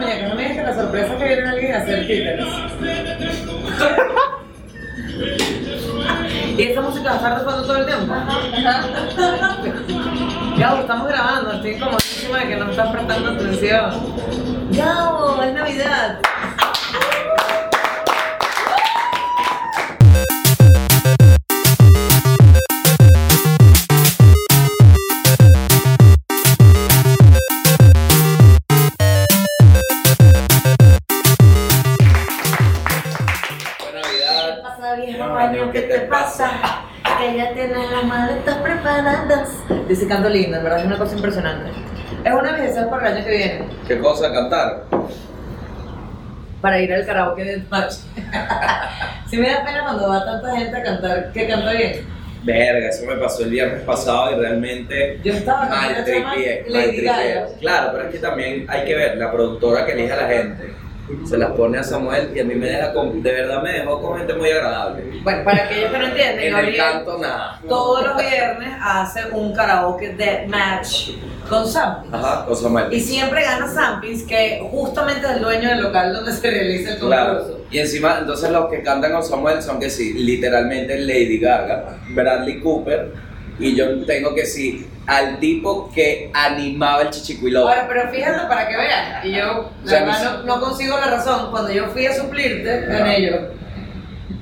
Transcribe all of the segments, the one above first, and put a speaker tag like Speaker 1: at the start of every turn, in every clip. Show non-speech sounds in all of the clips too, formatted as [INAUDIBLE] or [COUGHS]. Speaker 1: la sorpresa que viene alguien a hacer títeres.
Speaker 2: ¿Y esa música va a estar resonando todo el tiempo? Gabo, estamos grabando, estoy como encima de que no estás prestando atención. Gabo, es Navidad.
Speaker 3: Buena Navidad.
Speaker 2: Pasa viejo
Speaker 3: año, ¿qué te pasa?
Speaker 2: Que ya tienes las maletas preparadas. Dice canto lindo, en verdad es una cosa impresionante. Es una necesidad para el año que viene,
Speaker 3: ¿Qué cosa cantar?
Speaker 2: para ir al karaoke de match. [LAUGHS] Si me da pena cuando va tanta gente a cantar, que canta bien.
Speaker 3: Verga, eso me pasó el viernes pasado y realmente
Speaker 2: Yo estaba con
Speaker 3: mal
Speaker 2: una chama,
Speaker 3: tripié, mal
Speaker 2: Lady
Speaker 3: tripié.
Speaker 2: Gaga.
Speaker 3: Claro, pero es que también hay que ver, la productora que elige a la gente se las pone a Samuel y a mí me deja con, de verdad me dejó con gente muy agradable.
Speaker 2: Bueno, para aquellos que no entienden,
Speaker 3: En el
Speaker 2: Gabriel
Speaker 3: canto nada.
Speaker 2: todos los viernes hace un karaoke de match con Sampis.
Speaker 3: Ajá, con
Speaker 2: Y
Speaker 3: Samuel.
Speaker 2: siempre gana Sampis, que justamente es el dueño del local donde se realiza el concurso.
Speaker 3: Claro. Y encima, entonces los que cantan con Samuel son que sí, literalmente Lady Gaga, Bradley Cooper y yo tengo que sí al tipo que animaba el chichicuilobo.
Speaker 2: Ahora, pero fíjate para que vean, y yo
Speaker 3: O sea,
Speaker 2: la verdad,
Speaker 3: no-
Speaker 2: no, no consigo la razón, cuando yo fui a suplirte, gané yo.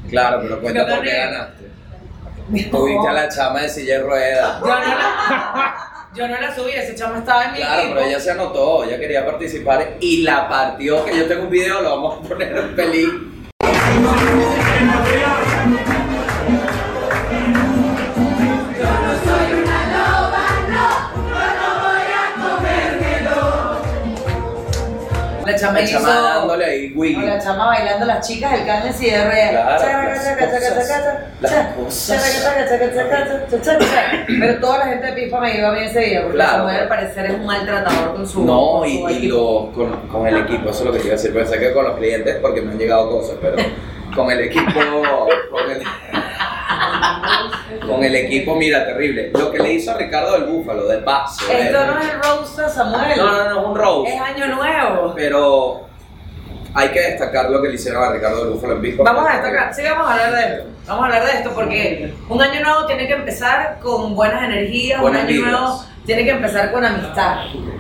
Speaker 3: Claro, pero cuenta
Speaker 2: No te
Speaker 3: por qué
Speaker 2: ríes.
Speaker 3: ganaste.
Speaker 2: [LAUGHS]
Speaker 3: Tuviste a la chama de silla de ruedas.
Speaker 2: Yo no la, yo no la subí, ese chamo estaba en mi
Speaker 3: Claro,
Speaker 2: equipo.
Speaker 3: pero ella se anotó, ella quería participar y la partió, que yo tengo un video, lo vamos a poner en peli.
Speaker 2: La chama
Speaker 3: La
Speaker 2: hizo...
Speaker 3: chama dándole ahí,
Speaker 2: o
Speaker 3: Wiggy.
Speaker 2: la chama bailando las chicas, el can en silla de ruedas. Chaca,
Speaker 3: Claro, las
Speaker 2: chaca, chaca,
Speaker 3: cosas,
Speaker 2: chaca,
Speaker 3: las
Speaker 2: chaca,
Speaker 3: cosas.
Speaker 2: chaca, chaca, chaca, chaca, chaca, chaca, chaca. Pero toda la gente de Pipa me iba a mí ese día, porque
Speaker 3: Claro.
Speaker 2: Samuel al parecer es un maltratador con su
Speaker 3: No,
Speaker 2: con
Speaker 3: y,
Speaker 2: su
Speaker 3: y
Speaker 2: equipo.
Speaker 3: lo- con, con el equipo, eso es lo que te iba a decir. Pensé que con los clientes, porque me han llegado cosas, pero con el equipo. Con el, con el equipo, mira, terrible. Lo que le hizo a Ricardo del Búfalo, del Bazo. del-
Speaker 2: Esto no es el roast a Samuel,
Speaker 3: no, no, no, es un roast.
Speaker 2: es año nuevo.
Speaker 3: Pero hay que destacar lo que le hicieron a Ricardo del Búfalo en Pisco.
Speaker 2: Vamos a destacar, sí, vamos a hablar de esto. Vamos a hablar de esto porque un año nuevo tiene que empezar con buenas energías,
Speaker 3: Buenas
Speaker 2: un año
Speaker 3: vibras.
Speaker 2: nuevo tiene que empezar con amistad,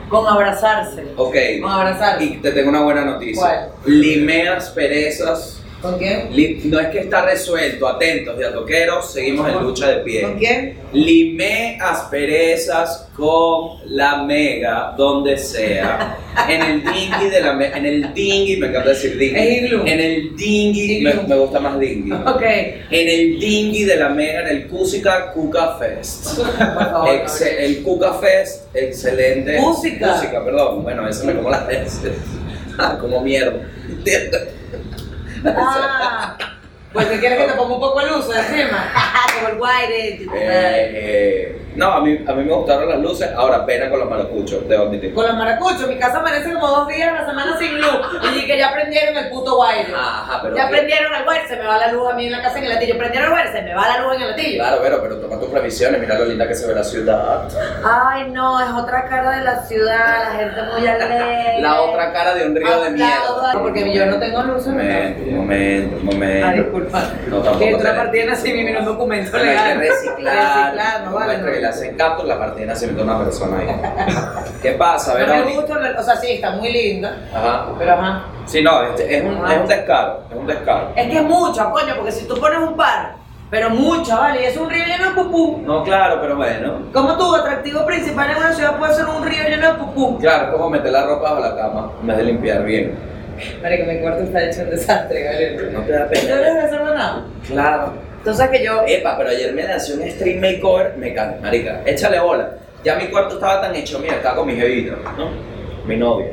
Speaker 2: con abrazarse.
Speaker 3: Ok.
Speaker 2: Con abrazarse.
Speaker 3: Y te tengo una buena noticia.
Speaker 2: ¿Cuál?
Speaker 3: Limeas, perezas.
Speaker 2: ¿Con quién?
Speaker 3: li- no es que está resuelto, atentos de toqueros, seguimos en lucha de pie.
Speaker 2: ¿Con quién?
Speaker 3: Limé asperezas con la mega, donde sea. En el dinghy de la mega, en el dinghy, me encanta decir dinghy.
Speaker 2: Es iglú.
Speaker 3: En el dinghy, me,
Speaker 2: Iglú.
Speaker 3: me gusta más dinghy.
Speaker 2: Ok.
Speaker 3: En el dinghy de la mega, en el Cusica Cuca Fest.
Speaker 2: Por favor.
Speaker 3: Exce- el Cuca Fest, excelente.
Speaker 2: Cusica.
Speaker 3: perdón. Bueno, eso me como las veces. [LAUGHS] Ah, como mierda.
Speaker 2: [LAUGHS]
Speaker 3: ¿Entiendes?
Speaker 2: Ah, pues te quieres que te ponga un poco el uso
Speaker 3: [LAUGHS]
Speaker 2: encima. Como el guaire.
Speaker 3: Eh, eh, no, a mí, a mí me gustaron las luces, ahora pena con los maracuchos, debo admitir.
Speaker 2: Con los maracuchos, mi casa amanece como dos días a la semana sin luz. Y que ya prendieron el puto guaire.
Speaker 3: Ajá, Ah, pero.
Speaker 2: Ya prendieron el guaire, se me va la luz a mí en la casa en el latillo. Prendieron el guaire, se me va la luz en el latillo.
Speaker 3: Claro, pero, pero toma tus previsiones, mira lo linda que se ve la ciudad.
Speaker 2: Ay, no, es otra cara de la ciudad, la gente muy alegre.
Speaker 3: La [LAUGHS] otra cara de un río de
Speaker 2: Eh, Aplaudo,
Speaker 3: miedo.
Speaker 2: Porque yo no tengo luz en mi casa.
Speaker 3: Momento, un momento, un momento.
Speaker 2: Ah, disculpa.
Speaker 3: No, tampoco
Speaker 2: que otra
Speaker 3: tenés.
Speaker 2: partida así viene un documento
Speaker 3: Bueno, hay
Speaker 2: legal. [LAUGHS]
Speaker 3: que reciclar.
Speaker 2: Reciclar, no vale.
Speaker 3: Muestra que le hacen capto, la partida se mete una
Speaker 2: [LAUGHS]
Speaker 3: persona ahí. ¿Qué pasa,
Speaker 2: No me
Speaker 3: Verónica?
Speaker 2: gusta, o sea, sí, está muy linda,
Speaker 3: Ajá.
Speaker 2: pero ajá.
Speaker 3: Sí, no, este, es, un, es un descaro, es un descaro.
Speaker 2: Es que es mucha, coño, porque si tú pones un par, pero mucha, vale, y es un río lleno de pupú.
Speaker 3: No, claro, pero bueno.
Speaker 2: ¿Cómo tu atractivo principal en una ciudad puede ser un río lleno de pupú?
Speaker 3: Claro, es como meter la ropa bajo la cama en vez de limpiar bien.
Speaker 2: Para que mi cuarto está hecho un desastre, vale.
Speaker 3: No te da
Speaker 2: ¿Tú
Speaker 3: pena.
Speaker 2: eres desordenado?
Speaker 3: Claro.
Speaker 2: Tú sabes que yo...
Speaker 3: Epa, pero ayer me nació un stream makeover, me cago, marica, échale bola. Ya mi cuarto estaba tan hecho, mira, estaba con mi jevita, ¿no? Mi novia.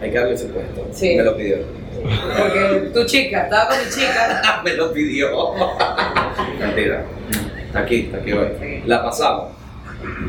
Speaker 3: Hay que darle ese puesto.
Speaker 2: Sí.
Speaker 3: Me lo pidió. [LAUGHS]
Speaker 2: Porque tu chica, estaba con mi chica.
Speaker 3: Ah, me lo pidió. Mentira. Está aquí, está aquí hoy.
Speaker 2: Sí.
Speaker 3: La pasamos.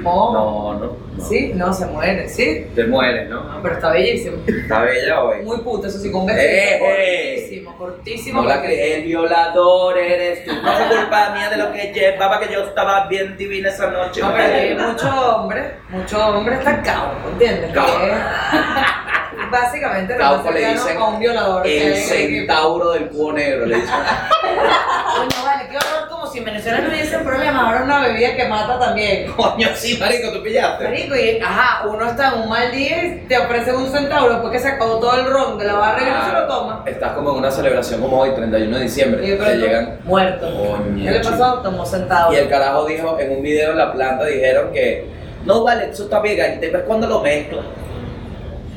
Speaker 2: Oh,
Speaker 3: No, no. no.
Speaker 2: sí, no, se muere, sí.
Speaker 3: Te mueres, ¿no?
Speaker 2: No, pero está bellísimo.
Speaker 3: Está bella hoy.
Speaker 2: Muy puta, eso sí, con un vestido
Speaker 3: Eh, eh.
Speaker 2: cortísimo, cortísimo.
Speaker 3: No la
Speaker 2: cortísimo.
Speaker 3: crees, el violador eres tú. No fue culpa mía de lo que llevaba, que yo estaba bien divina esa noche.
Speaker 2: No, pero hay mucho hombre, mucho hombre está cao, ¿entiendes?
Speaker 3: Cao.
Speaker 2: Que- básicamente lo más
Speaker 3: Cauco le
Speaker 2: cercano
Speaker 3: dicen
Speaker 2: a un violador. que
Speaker 3: el
Speaker 2: hay en equipo.
Speaker 3: centauro del cubo negro, le dicen. [LAUGHS]
Speaker 2: Coño, vale, qué horror, como si en Venezuela no hubiese un problema, ahora una bebida que mata también.
Speaker 3: Coño, sí, marico, tú pillaste.
Speaker 2: Marico, y ajá, uno está en un mal día y te ofrece un centauro después que se acabó todo el ron de la barra y no se lo toma.
Speaker 3: Estás como en una celebración como hoy, 31 de
Speaker 2: Y
Speaker 3: diciembre.
Speaker 2: de
Speaker 3: Te
Speaker 2: pronto,
Speaker 3: llegan.
Speaker 2: muerto.
Speaker 3: Coño,
Speaker 2: ¿Qué le
Speaker 3: chico.
Speaker 2: pasó? Tomó centauro.
Speaker 3: Y el carajo dijo en un video en la planta, dijeron que no vale, eso está vegano, ves cuando lo mezclas.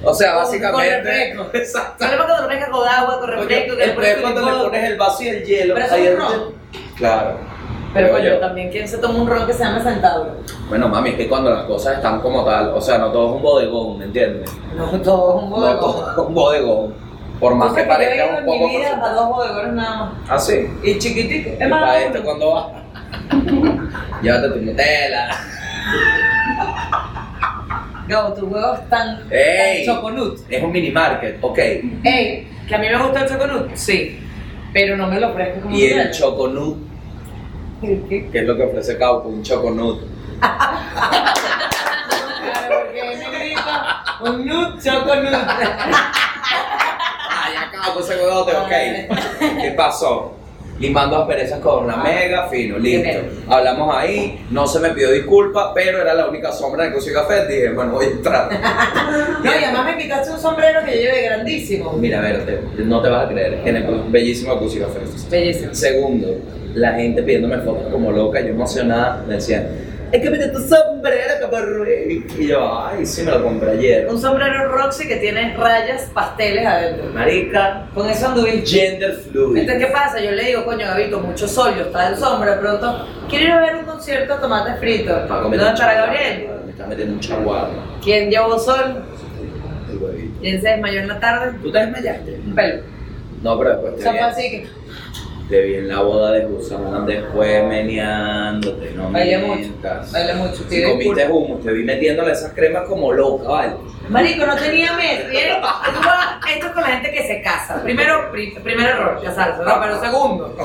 Speaker 3: O sea,
Speaker 2: Con- con
Speaker 3: básicamente.
Speaker 2: refresco.
Speaker 3: [LAUGHS] Exacto.
Speaker 2: Solo para cuando lo vengas con agua, con
Speaker 3: Coño,
Speaker 2: refresco, que
Speaker 3: el
Speaker 2: después
Speaker 3: pre cuando
Speaker 2: tipo-
Speaker 3: le pones el vaso y el hielo.
Speaker 2: Pero eso
Speaker 3: ahí
Speaker 2: es
Speaker 3: es
Speaker 2: ron.
Speaker 3: donde- Claro.
Speaker 2: Pero
Speaker 3: Creo
Speaker 2: coño,
Speaker 3: yo.
Speaker 2: también, ¿quién se toma un ron que se llama centauro?
Speaker 3: Bueno, mami, es que cuando las cosas están como tal, o sea, no todo es un bodegón, ¿me entiendes?
Speaker 2: No, todo es un
Speaker 3: No todo
Speaker 2: bodegón.
Speaker 3: es un bodegón. Por más que
Speaker 2: Entonces, yo he
Speaker 3: parezca
Speaker 2: ido
Speaker 3: un
Speaker 2: en
Speaker 3: poco.
Speaker 2: mi vida a dos bodegones nada más.
Speaker 3: Ah, sí.
Speaker 2: Y chiquitico.
Speaker 3: ¿Y
Speaker 2: Es
Speaker 3: para
Speaker 2: más,
Speaker 3: esto cuando va? [LAUGHS] Llévate tu Nutella.
Speaker 2: Gabo, tus huevos tan, tan
Speaker 3: ¡Ey!
Speaker 2: choconut.
Speaker 3: Es un mini market, ok.
Speaker 2: Ey, que a mí me gusta el choconut, sí. Pero no me lo ofrezco como
Speaker 3: Y
Speaker 2: [LAUGHS]
Speaker 3: el
Speaker 2: choconut.
Speaker 3: choconut, que es lo que ofrece Cauco, un choconut.
Speaker 2: Un nut, choconut.
Speaker 3: Ay, ya Cauco ese huevote, ok. ¿Qué pasó? Limando asperezas con
Speaker 2: Ah.
Speaker 3: una mega fino, listo.
Speaker 2: Bien.
Speaker 3: Hablamos ahí, no se me pidió disculpas, pero era la única sombra en el y café. Dije, bueno, voy a entrar.
Speaker 2: [LAUGHS] No, y además me quitaste un sombrero que yo llevé grandísimo.
Speaker 3: Mira, a ver, te- no te vas a creer. En el bellísimo y café.
Speaker 2: Bellísimo.
Speaker 3: Segundo, la gente pidiéndome fotos como loca, yo emocionada, me decían, es que me tu sombrero, caparro. Y yo, ay, sí, me lo compré ayer.
Speaker 2: Un sombrero Roxy que tiene rayas pasteles adentro.
Speaker 3: Marica,
Speaker 2: Con eso anduve.
Speaker 3: gender fluid.
Speaker 2: Entonces, ¿qué pasa? Yo le digo, coño, Gabito, mucho sol, yo estaba en sombra, de pronto, quiero ir a ver un concierto de tomate frito.
Speaker 3: Paco,
Speaker 2: ¿No
Speaker 3: me
Speaker 2: es
Speaker 3: está
Speaker 2: para
Speaker 3: metiendo un
Speaker 2: Gabriel?
Speaker 3: chaguarro, Me está metiendo un chaguarro.
Speaker 2: ¿Quién llevó sol?
Speaker 3: el huevito.
Speaker 2: ¿Quién se desmayó en la tarde?
Speaker 3: ¿Tú te desmayaste?
Speaker 2: Un pelo.
Speaker 3: No, pero después te
Speaker 2: Eso
Speaker 3: vi,
Speaker 2: fue así que
Speaker 3: te vi en la boda de Guzmán, después meneándote, no
Speaker 2: bailé mucho,
Speaker 3: mientas.
Speaker 2: bailé mucho.
Speaker 3: Y
Speaker 2: Te
Speaker 3: comiste humo, te vi metiéndole esas cremas como
Speaker 2: [LAUGHS]
Speaker 3: loca, ¿vale?
Speaker 2: Marico, no tenía mes. Miren, esto va- esto es con la gente que se casa. Primero, pri- primer error, casarse, ¿no? Pero segundo,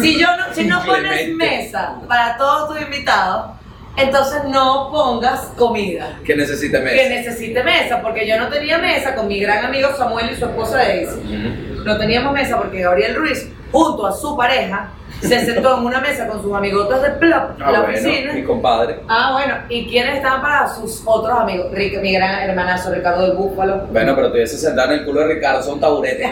Speaker 2: si, yo no, si no pones
Speaker 3: Clemente.
Speaker 2: mesa para todos tus invitados, entonces no pongas comida.
Speaker 3: ¿Qué necesitas,
Speaker 2: Que necesite mesa, porque yo no tenía mesa con mi gran amigo Samuel y su esposa Daisy. No teníamos mesa porque Gabriel Ruiz, junto a su pareja, se sentó en una mesa con sus amigotas de plop,
Speaker 3: Ah,
Speaker 2: la
Speaker 3: bueno,
Speaker 2: oficina.
Speaker 3: mi compadre.
Speaker 2: Ah, bueno, ¿y quiénes estaban para sus otros amigos? Rick, mi gran hermanazo, Ricardo del Búfalo.
Speaker 3: Bueno, pero te hubiese sentado en el culo de Ricardo,
Speaker 2: [LAUGHS]
Speaker 3: son taburetes.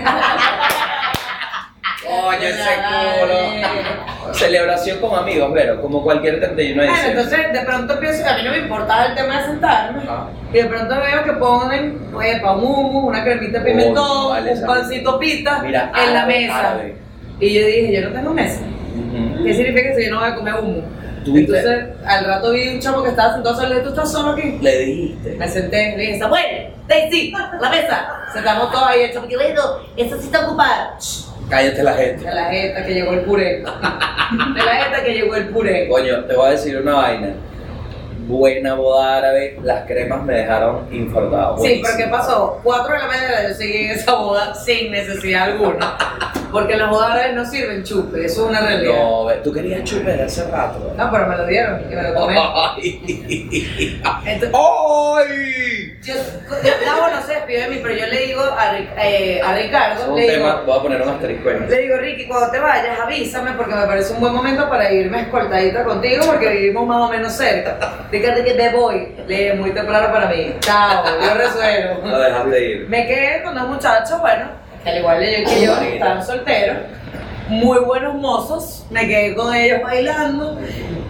Speaker 3: Coño, ese culo. Celebración con amigos, pero como cualquier 31 de
Speaker 2: Bueno,
Speaker 3: diciembre.
Speaker 2: entonces de pronto pienso que a mí no me importaba el tema de sentarme.
Speaker 3: Ajá.
Speaker 2: Y de pronto veo que ponen, oye, pa' un hummus, una cremita de
Speaker 3: Coño,
Speaker 2: pimentón,
Speaker 3: vale,
Speaker 2: un
Speaker 3: esa-
Speaker 2: pancito pita
Speaker 3: Mira, ah,
Speaker 2: en la
Speaker 3: árabe,
Speaker 2: mesa.
Speaker 3: árabe.
Speaker 2: Y yo dije, yo no tengo mesa.
Speaker 3: Ujú.
Speaker 2: ¿Qué significa que si yo no voy a comer hummus?
Speaker 3: ¿Tú viste?
Speaker 2: Entonces al rato vi un chamo que estaba sentado solo, le dije, ¿tú estás solo aquí?
Speaker 3: Le dijiste.
Speaker 2: Me senté, le dije, Samuel, Daisy, la mesa. Sentamos todos ahí, el chamo que bueno, esa sí está ocupada.
Speaker 3: Cállate la gente.
Speaker 2: De la jeta que llegó el puré. [LAUGHS] De la jeta que llegó el puré.
Speaker 3: Coño, te voy a decir una vaina. Buena boda árabe, las cremas me dejaron infartado.
Speaker 2: Sí,
Speaker 3: Buenísimo.
Speaker 2: pero ¿qué pasó? Cuatro de la mañana yo seguí en esa boda sin necesidad alguna. Porque las bodas árabes no sirven chupe, eso es una realidad.
Speaker 3: No, ve, tú querías chupar hace rato.
Speaker 2: [LAUGHS]
Speaker 3: ¿verdad?
Speaker 2: No, pero me lo dieron y me lo tomé.
Speaker 3: ¡Ay!
Speaker 2: Entonces,
Speaker 3: ¡Ay!
Speaker 2: yo, yo- Gabo no se despidió de mí, pero yo le digo a, Ric- eh, a
Speaker 3: Es
Speaker 2: Ricardo,
Speaker 3: un
Speaker 2: le digo,
Speaker 3: tema, voy a poner un asterisco en
Speaker 2: le digo, Ricky, cuando te vayas avísame porque me parece un buen momento para irme escoltadita contigo porque vivimos más o menos cerca. Ricardo, que me voy, le dije, muy temprano para mí. Chao, yo resuelvo.
Speaker 3: No dejaste ir.
Speaker 2: Me quedé con dos muchachos, bueno, que al igual de yo que yo, estaban solteros, muy buenos mozos, me quedé con ellos bailando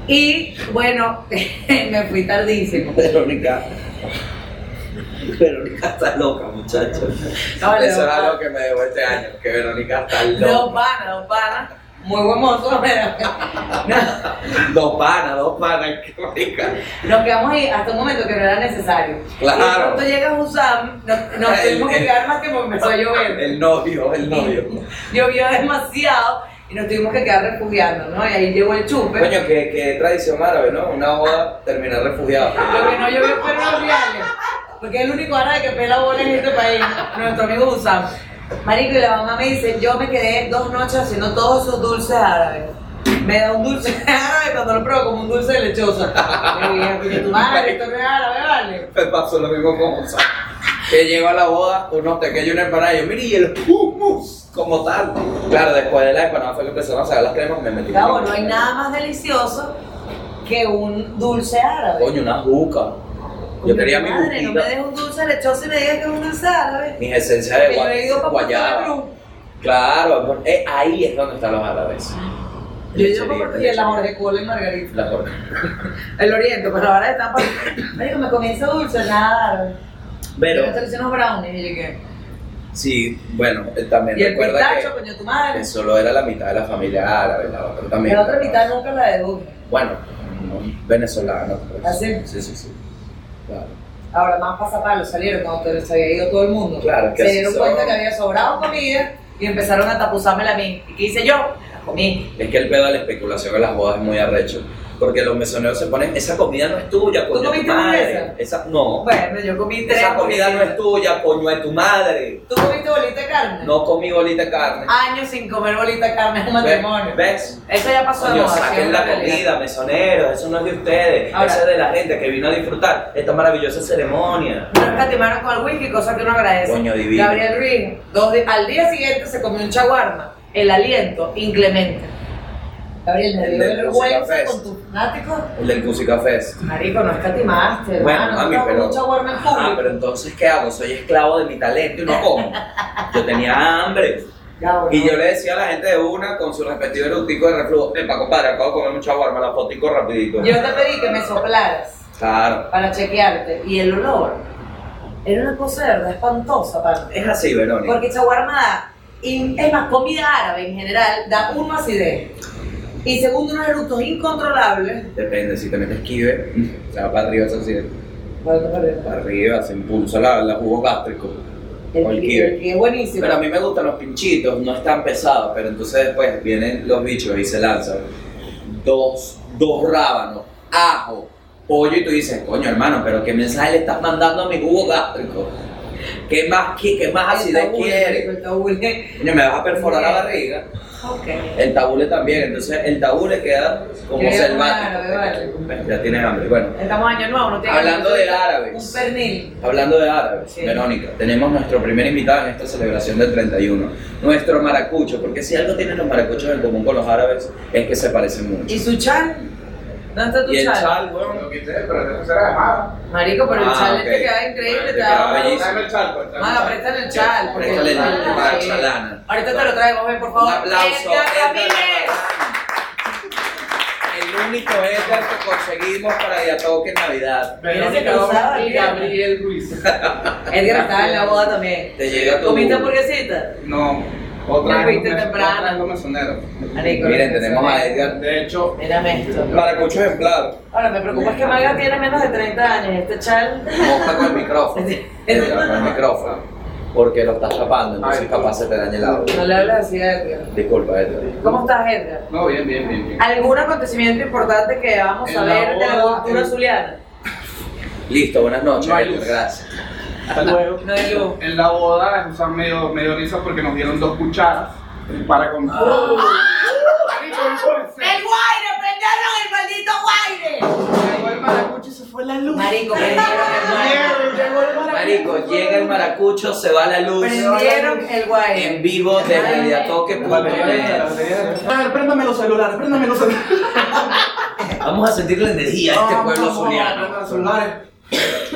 Speaker 2: y bueno, [LAUGHS] me fui tardísimo.
Speaker 3: Verónica. Verónica está loca, muchachos.
Speaker 2: No, le
Speaker 3: Eso
Speaker 2: doy
Speaker 3: era
Speaker 2: pa-
Speaker 3: algo que me dejó este año, que Verónica está
Speaker 2: Dos
Speaker 3: loca.
Speaker 2: panas, dos panas, muy buen mozo, [LAUGHS] pero
Speaker 3: [LAUGHS] Dos panas, dos panas, qué marica.
Speaker 2: nos quedamos ahí hasta un momento que no era necesario.
Speaker 3: Claro.
Speaker 2: Y de pronto llega Husam, nos, nos
Speaker 3: El-
Speaker 2: tuvimos que
Speaker 3: el-
Speaker 2: quedar más que porque empezó a llover.
Speaker 3: El novio, el novio.
Speaker 2: Llovió demasiado y nos tuvimos que quedar refugiando, ¿no? Y ahí llegó el chupe.
Speaker 3: Coño, que, que tradición árabe, ¿no? Una boda terminar refugiado.
Speaker 2: Lo que no llovió fueron los reales. Porque es el único árabe que pela bola en este país. Nuestro amigo Usam. Marico, y la mamá me dice, yo me quedé dos noches haciendo todos esos dulces árabes. Me da un dulce [LAUGHS] árabe cuando lo pruebo como un dulce de lechosa. Y yo, "Coño, tu madre, esto no es árabe, vale.
Speaker 3: Me pasó lo mismo con Gonzalo. que llegó a la boda, unos tequeños y una empanada, y yo, mire, y el hummus, como tal. Claro, después de la empanada fue que empezaron a sacar las cremas, me metí.
Speaker 2: Cabo, no hay nada más delicioso que un dulce árabe.
Speaker 3: Coño, una juca. Yo
Speaker 2: Coño,
Speaker 3: quería mi
Speaker 2: madre, no me
Speaker 3: juquita,
Speaker 2: des un dulce lechoso y me digas que es un dulce árabe.
Speaker 3: mis esencias de
Speaker 2: Que yo he ido
Speaker 3: gua-
Speaker 2: para Puerto
Speaker 3: guayaba. Claro, amor, eh, ahí es donde están los árabes.
Speaker 2: Yo he ido para
Speaker 3: Lechería,
Speaker 2: Puerto- y en la
Speaker 3: lechería.
Speaker 2: Jorge Cola y Margarita.
Speaker 3: La Jorge.
Speaker 2: El Oriente, pero ahora está por. [COUGHS] Marico, me comienza dulce, nada árabe.
Speaker 3: Pero,
Speaker 2: Yo te hice unos brownies y llegué.
Speaker 3: sí, bueno, eh, también
Speaker 2: Y el pues,
Speaker 3: recuerda
Speaker 2: pistacho,
Speaker 3: que,
Speaker 2: coño, tu madre.
Speaker 3: que solo era la mitad de la familia árabe, la otra también.
Speaker 2: La otra mitad nunca la deduje.
Speaker 3: Bueno, no, venezolano. pues.
Speaker 2: ¿Ah, sí?
Speaker 3: Sí, sí, sí. Claro.
Speaker 2: Ahora más pasapalos salieron cuando se había ido todo el mundo.
Speaker 3: Claro, que
Speaker 2: se
Speaker 3: así
Speaker 2: dieron
Speaker 3: son.
Speaker 2: cuenta que había sobrado comida y empezaron a tapuzármela a mí. ¿Y qué hice yo? La comí.
Speaker 3: Es que el pedo de la especulación en las bodas es muy arrecho. Porque los mesoneros se ponen, esa comida no es tuya, coño.
Speaker 2: comiste
Speaker 3: tu madre.
Speaker 2: hamburguesa?
Speaker 3: Esa, no.
Speaker 2: Bueno, yo comí tres.
Speaker 3: Esa comida no es
Speaker 2: tú.
Speaker 3: tuya, coño, es tu madre.
Speaker 2: ¿Tú comiste bolita de carne?
Speaker 3: No comí bolita de carne.
Speaker 2: Años sin comer bolita de carne en un matrimonio.
Speaker 3: ¿Ves?
Speaker 2: Eso ya pasó de
Speaker 3: Coño,
Speaker 2: moda. sí,
Speaker 3: saquen
Speaker 2: es
Speaker 3: la
Speaker 2: una realidad.
Speaker 3: comida, mesoneros, eso no es de ustedes,
Speaker 2: Ahora.
Speaker 3: eso es de la gente que vino a disfrutar esta maravillosa ceremonia.
Speaker 2: No escatimaron con el whisky, cosa que uno agradece.
Speaker 3: Coño, divino.
Speaker 2: Gabriel Ruiz, dos di- al día siguiente se comió un chaguarma. El aliento, inclemente. Gabriel, me
Speaker 3: El
Speaker 2: dio
Speaker 3: del
Speaker 2: vergüenza
Speaker 3: Cafés.
Speaker 2: con tus fanáticos.
Speaker 3: El del Cusica Fest.
Speaker 2: Marico, no escatimaste,
Speaker 3: Bueno,
Speaker 2: hermano.
Speaker 3: a mí,
Speaker 2: No,
Speaker 3: pero.
Speaker 2: un chaguarma en
Speaker 3: Ah, pero
Speaker 2: público.
Speaker 3: entonces, ¿qué hago? Soy esclavo de mi talento y no como. Yo tenía hambre.
Speaker 2: Ya, bueno.
Speaker 3: Y yo le decía a la gente de una con su respectivo eructico de reflujo: Epa, compadre, acabo de comer mucha guarma, la fotico rapidito.
Speaker 2: Yo te pedí que me soplaras
Speaker 3: Claro.
Speaker 2: para chequearte. Y el olor era una cosa de verdad espantosa, aparte.
Speaker 3: Es así, Verónica.
Speaker 2: Porque chaguarma da, y es más, comida árabe en general, da uno acidez. Y segundo, unos eructos incontrolables.
Speaker 3: Depende, si te metes esquive, [LAUGHS] se va para arriba, se así,
Speaker 2: El
Speaker 3: para arriba, se impulsa la, la jugo gástrico. O el
Speaker 2: que,
Speaker 3: kibe.
Speaker 2: el que es buenísimo.
Speaker 3: Pero a mí me gustan los pinchitos, no están pesados, pero entonces después vienen los bichos y se lanzan dos, dos rábanos, ajo, pollo y tú dices, coño hermano, pero qué mensaje le estás mandando a mi jugo gástrico. ¿Qué más, qui- qué, más
Speaker 2: El
Speaker 3: acidez
Speaker 2: tabule,
Speaker 3: quiere?
Speaker 2: El tabule.
Speaker 3: Coño, me vas a perforar la barriga.
Speaker 2: [LAUGHS] Ok.
Speaker 3: El tabule también, entonces el tabule queda como
Speaker 2: Queda árabe, vale.
Speaker 3: selvático. Ya tienes hambre, bueno.
Speaker 2: Estamos año nuevo, no tiene
Speaker 3: Hablando de
Speaker 2: Un
Speaker 3: árabes.
Speaker 2: pernil.
Speaker 3: Hablando de árabes,
Speaker 2: Sí.
Speaker 3: Verónica, tenemos nuestro primer invitado en esta celebración del 31, nuestro maracucho, porque si algo tienen los maracuchos en común con los árabes es que se parecen mucho.
Speaker 2: ¿Y su chal? ¿Dónde está tu
Speaker 3: Y el
Speaker 2: chal?
Speaker 3: chal, weón,
Speaker 4: Lo quité, pero tengo que ser armado.
Speaker 2: Marico, pero el
Speaker 3: Ah,
Speaker 2: chal
Speaker 3: ok.
Speaker 2: te queda increíble.
Speaker 3: Te
Speaker 2: Te
Speaker 3: quedaba
Speaker 2: da-
Speaker 3: bellísimo.
Speaker 4: Dame el charco. dame el
Speaker 2: Maga,
Speaker 4: charco.
Speaker 2: préstale el chal. porque
Speaker 3: préstale
Speaker 2: el chal-
Speaker 3: la- la
Speaker 2: sí.
Speaker 3: chalana.
Speaker 2: Ahorita te lo traigo, ven, por favor.
Speaker 3: Un aplauso. Este
Speaker 2: Edgar
Speaker 3: Edgar
Speaker 2: Ramírez.
Speaker 3: Ramírez. El único Edgar que conseguimos para Diatoque en Navidad.
Speaker 2: Verónica Gómez y Gabriel
Speaker 4: Ruiz.
Speaker 2: Edgar estaba en la boda también.
Speaker 3: Te llega tu-
Speaker 2: ¿Comiste hamburguesita?
Speaker 4: No,
Speaker 2: Te
Speaker 4: otra
Speaker 2: fuiste temprano.
Speaker 4: mesonero.
Speaker 2: Marico.
Speaker 3: Miren, tenemos a Edgar.
Speaker 4: De hecho,
Speaker 2: Mírame esto.
Speaker 3: Maracuchos en plato.
Speaker 2: Ahora, me preocupa es que Maga tiene menos de 30 años. Este chal.
Speaker 3: Mosca con el micrófono. Edgar, con el micrófono. Porque lo estás tapando, entonces
Speaker 4: Ay.
Speaker 3: capaz se te daña el audio.
Speaker 2: No le hablas así a Edgar.
Speaker 3: Disculpa, eh, Edgar.
Speaker 2: ¿Cómo estás, Edgar?
Speaker 4: no, bien, bien, bien. bien.
Speaker 2: ¿Algún acontecimiento importante que vamos a
Speaker 4: En la
Speaker 2: ver de la
Speaker 4: boda,
Speaker 2: cultura
Speaker 4: en-
Speaker 2: zuliana?
Speaker 3: Listo, buenas noches,
Speaker 4: No hay
Speaker 3: Edgar,
Speaker 4: luz.
Speaker 3: gracias.
Speaker 4: Hasta luego.
Speaker 2: No hay luz.
Speaker 4: En la boda nos han medio, medio risa porque nos dieron dos cucharas para comer.
Speaker 3: Ah. [LAUGHS]
Speaker 2: ¡El guaire! ¡Prendieron el maldito guaire!
Speaker 4: Llegó el maracucho y se fue la luz.
Speaker 2: Marico, prendieron
Speaker 4: Llegó el maracucho.
Speaker 3: Marico, llega el maracucho, se va la luz.
Speaker 2: el guaire. Prendieron el guaire.
Speaker 3: En vivo desde
Speaker 4: La batería, la
Speaker 3: Mediatoque.net.
Speaker 4: batería. A ver, préndame los celulares, préndame los celulares.
Speaker 3: Vamos a sentir la energía de este pueblo zuliano.
Speaker 4: Los celulares.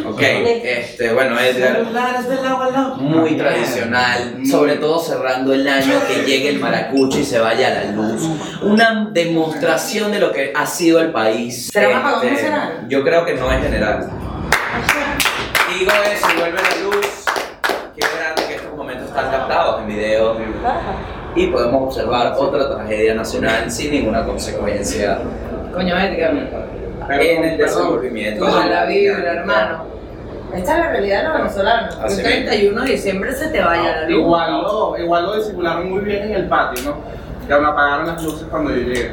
Speaker 3: Ok, este, bueno, Edgar,
Speaker 4: Celulares del agua al lado.
Speaker 3: muy tradicional, sobre todo cerrando el año que llegue el maracucho y se vaya la luz. Una demostración de lo que ha sido el país. Este,
Speaker 2: ¿Será un apagón nacional?
Speaker 3: Yo creo que no en general. Digo eso, y vuelve la luz. Qué grande que estos momentos están captados en video y podemos observar otra tragedia nacional sin ninguna consecuencia
Speaker 2: Coño, Edgar.
Speaker 3: en el desenvolvimiento.
Speaker 2: Toda la vibra, hermano. Esta es la realidad de los venezolanos.
Speaker 3: Así
Speaker 2: El 31 de diciembre se te vaya la luz.
Speaker 4: Ah, Igual lo, igual lo disimularon muy bien en el patio, ¿no? Ya me apagaron las luces cuando yo llegué.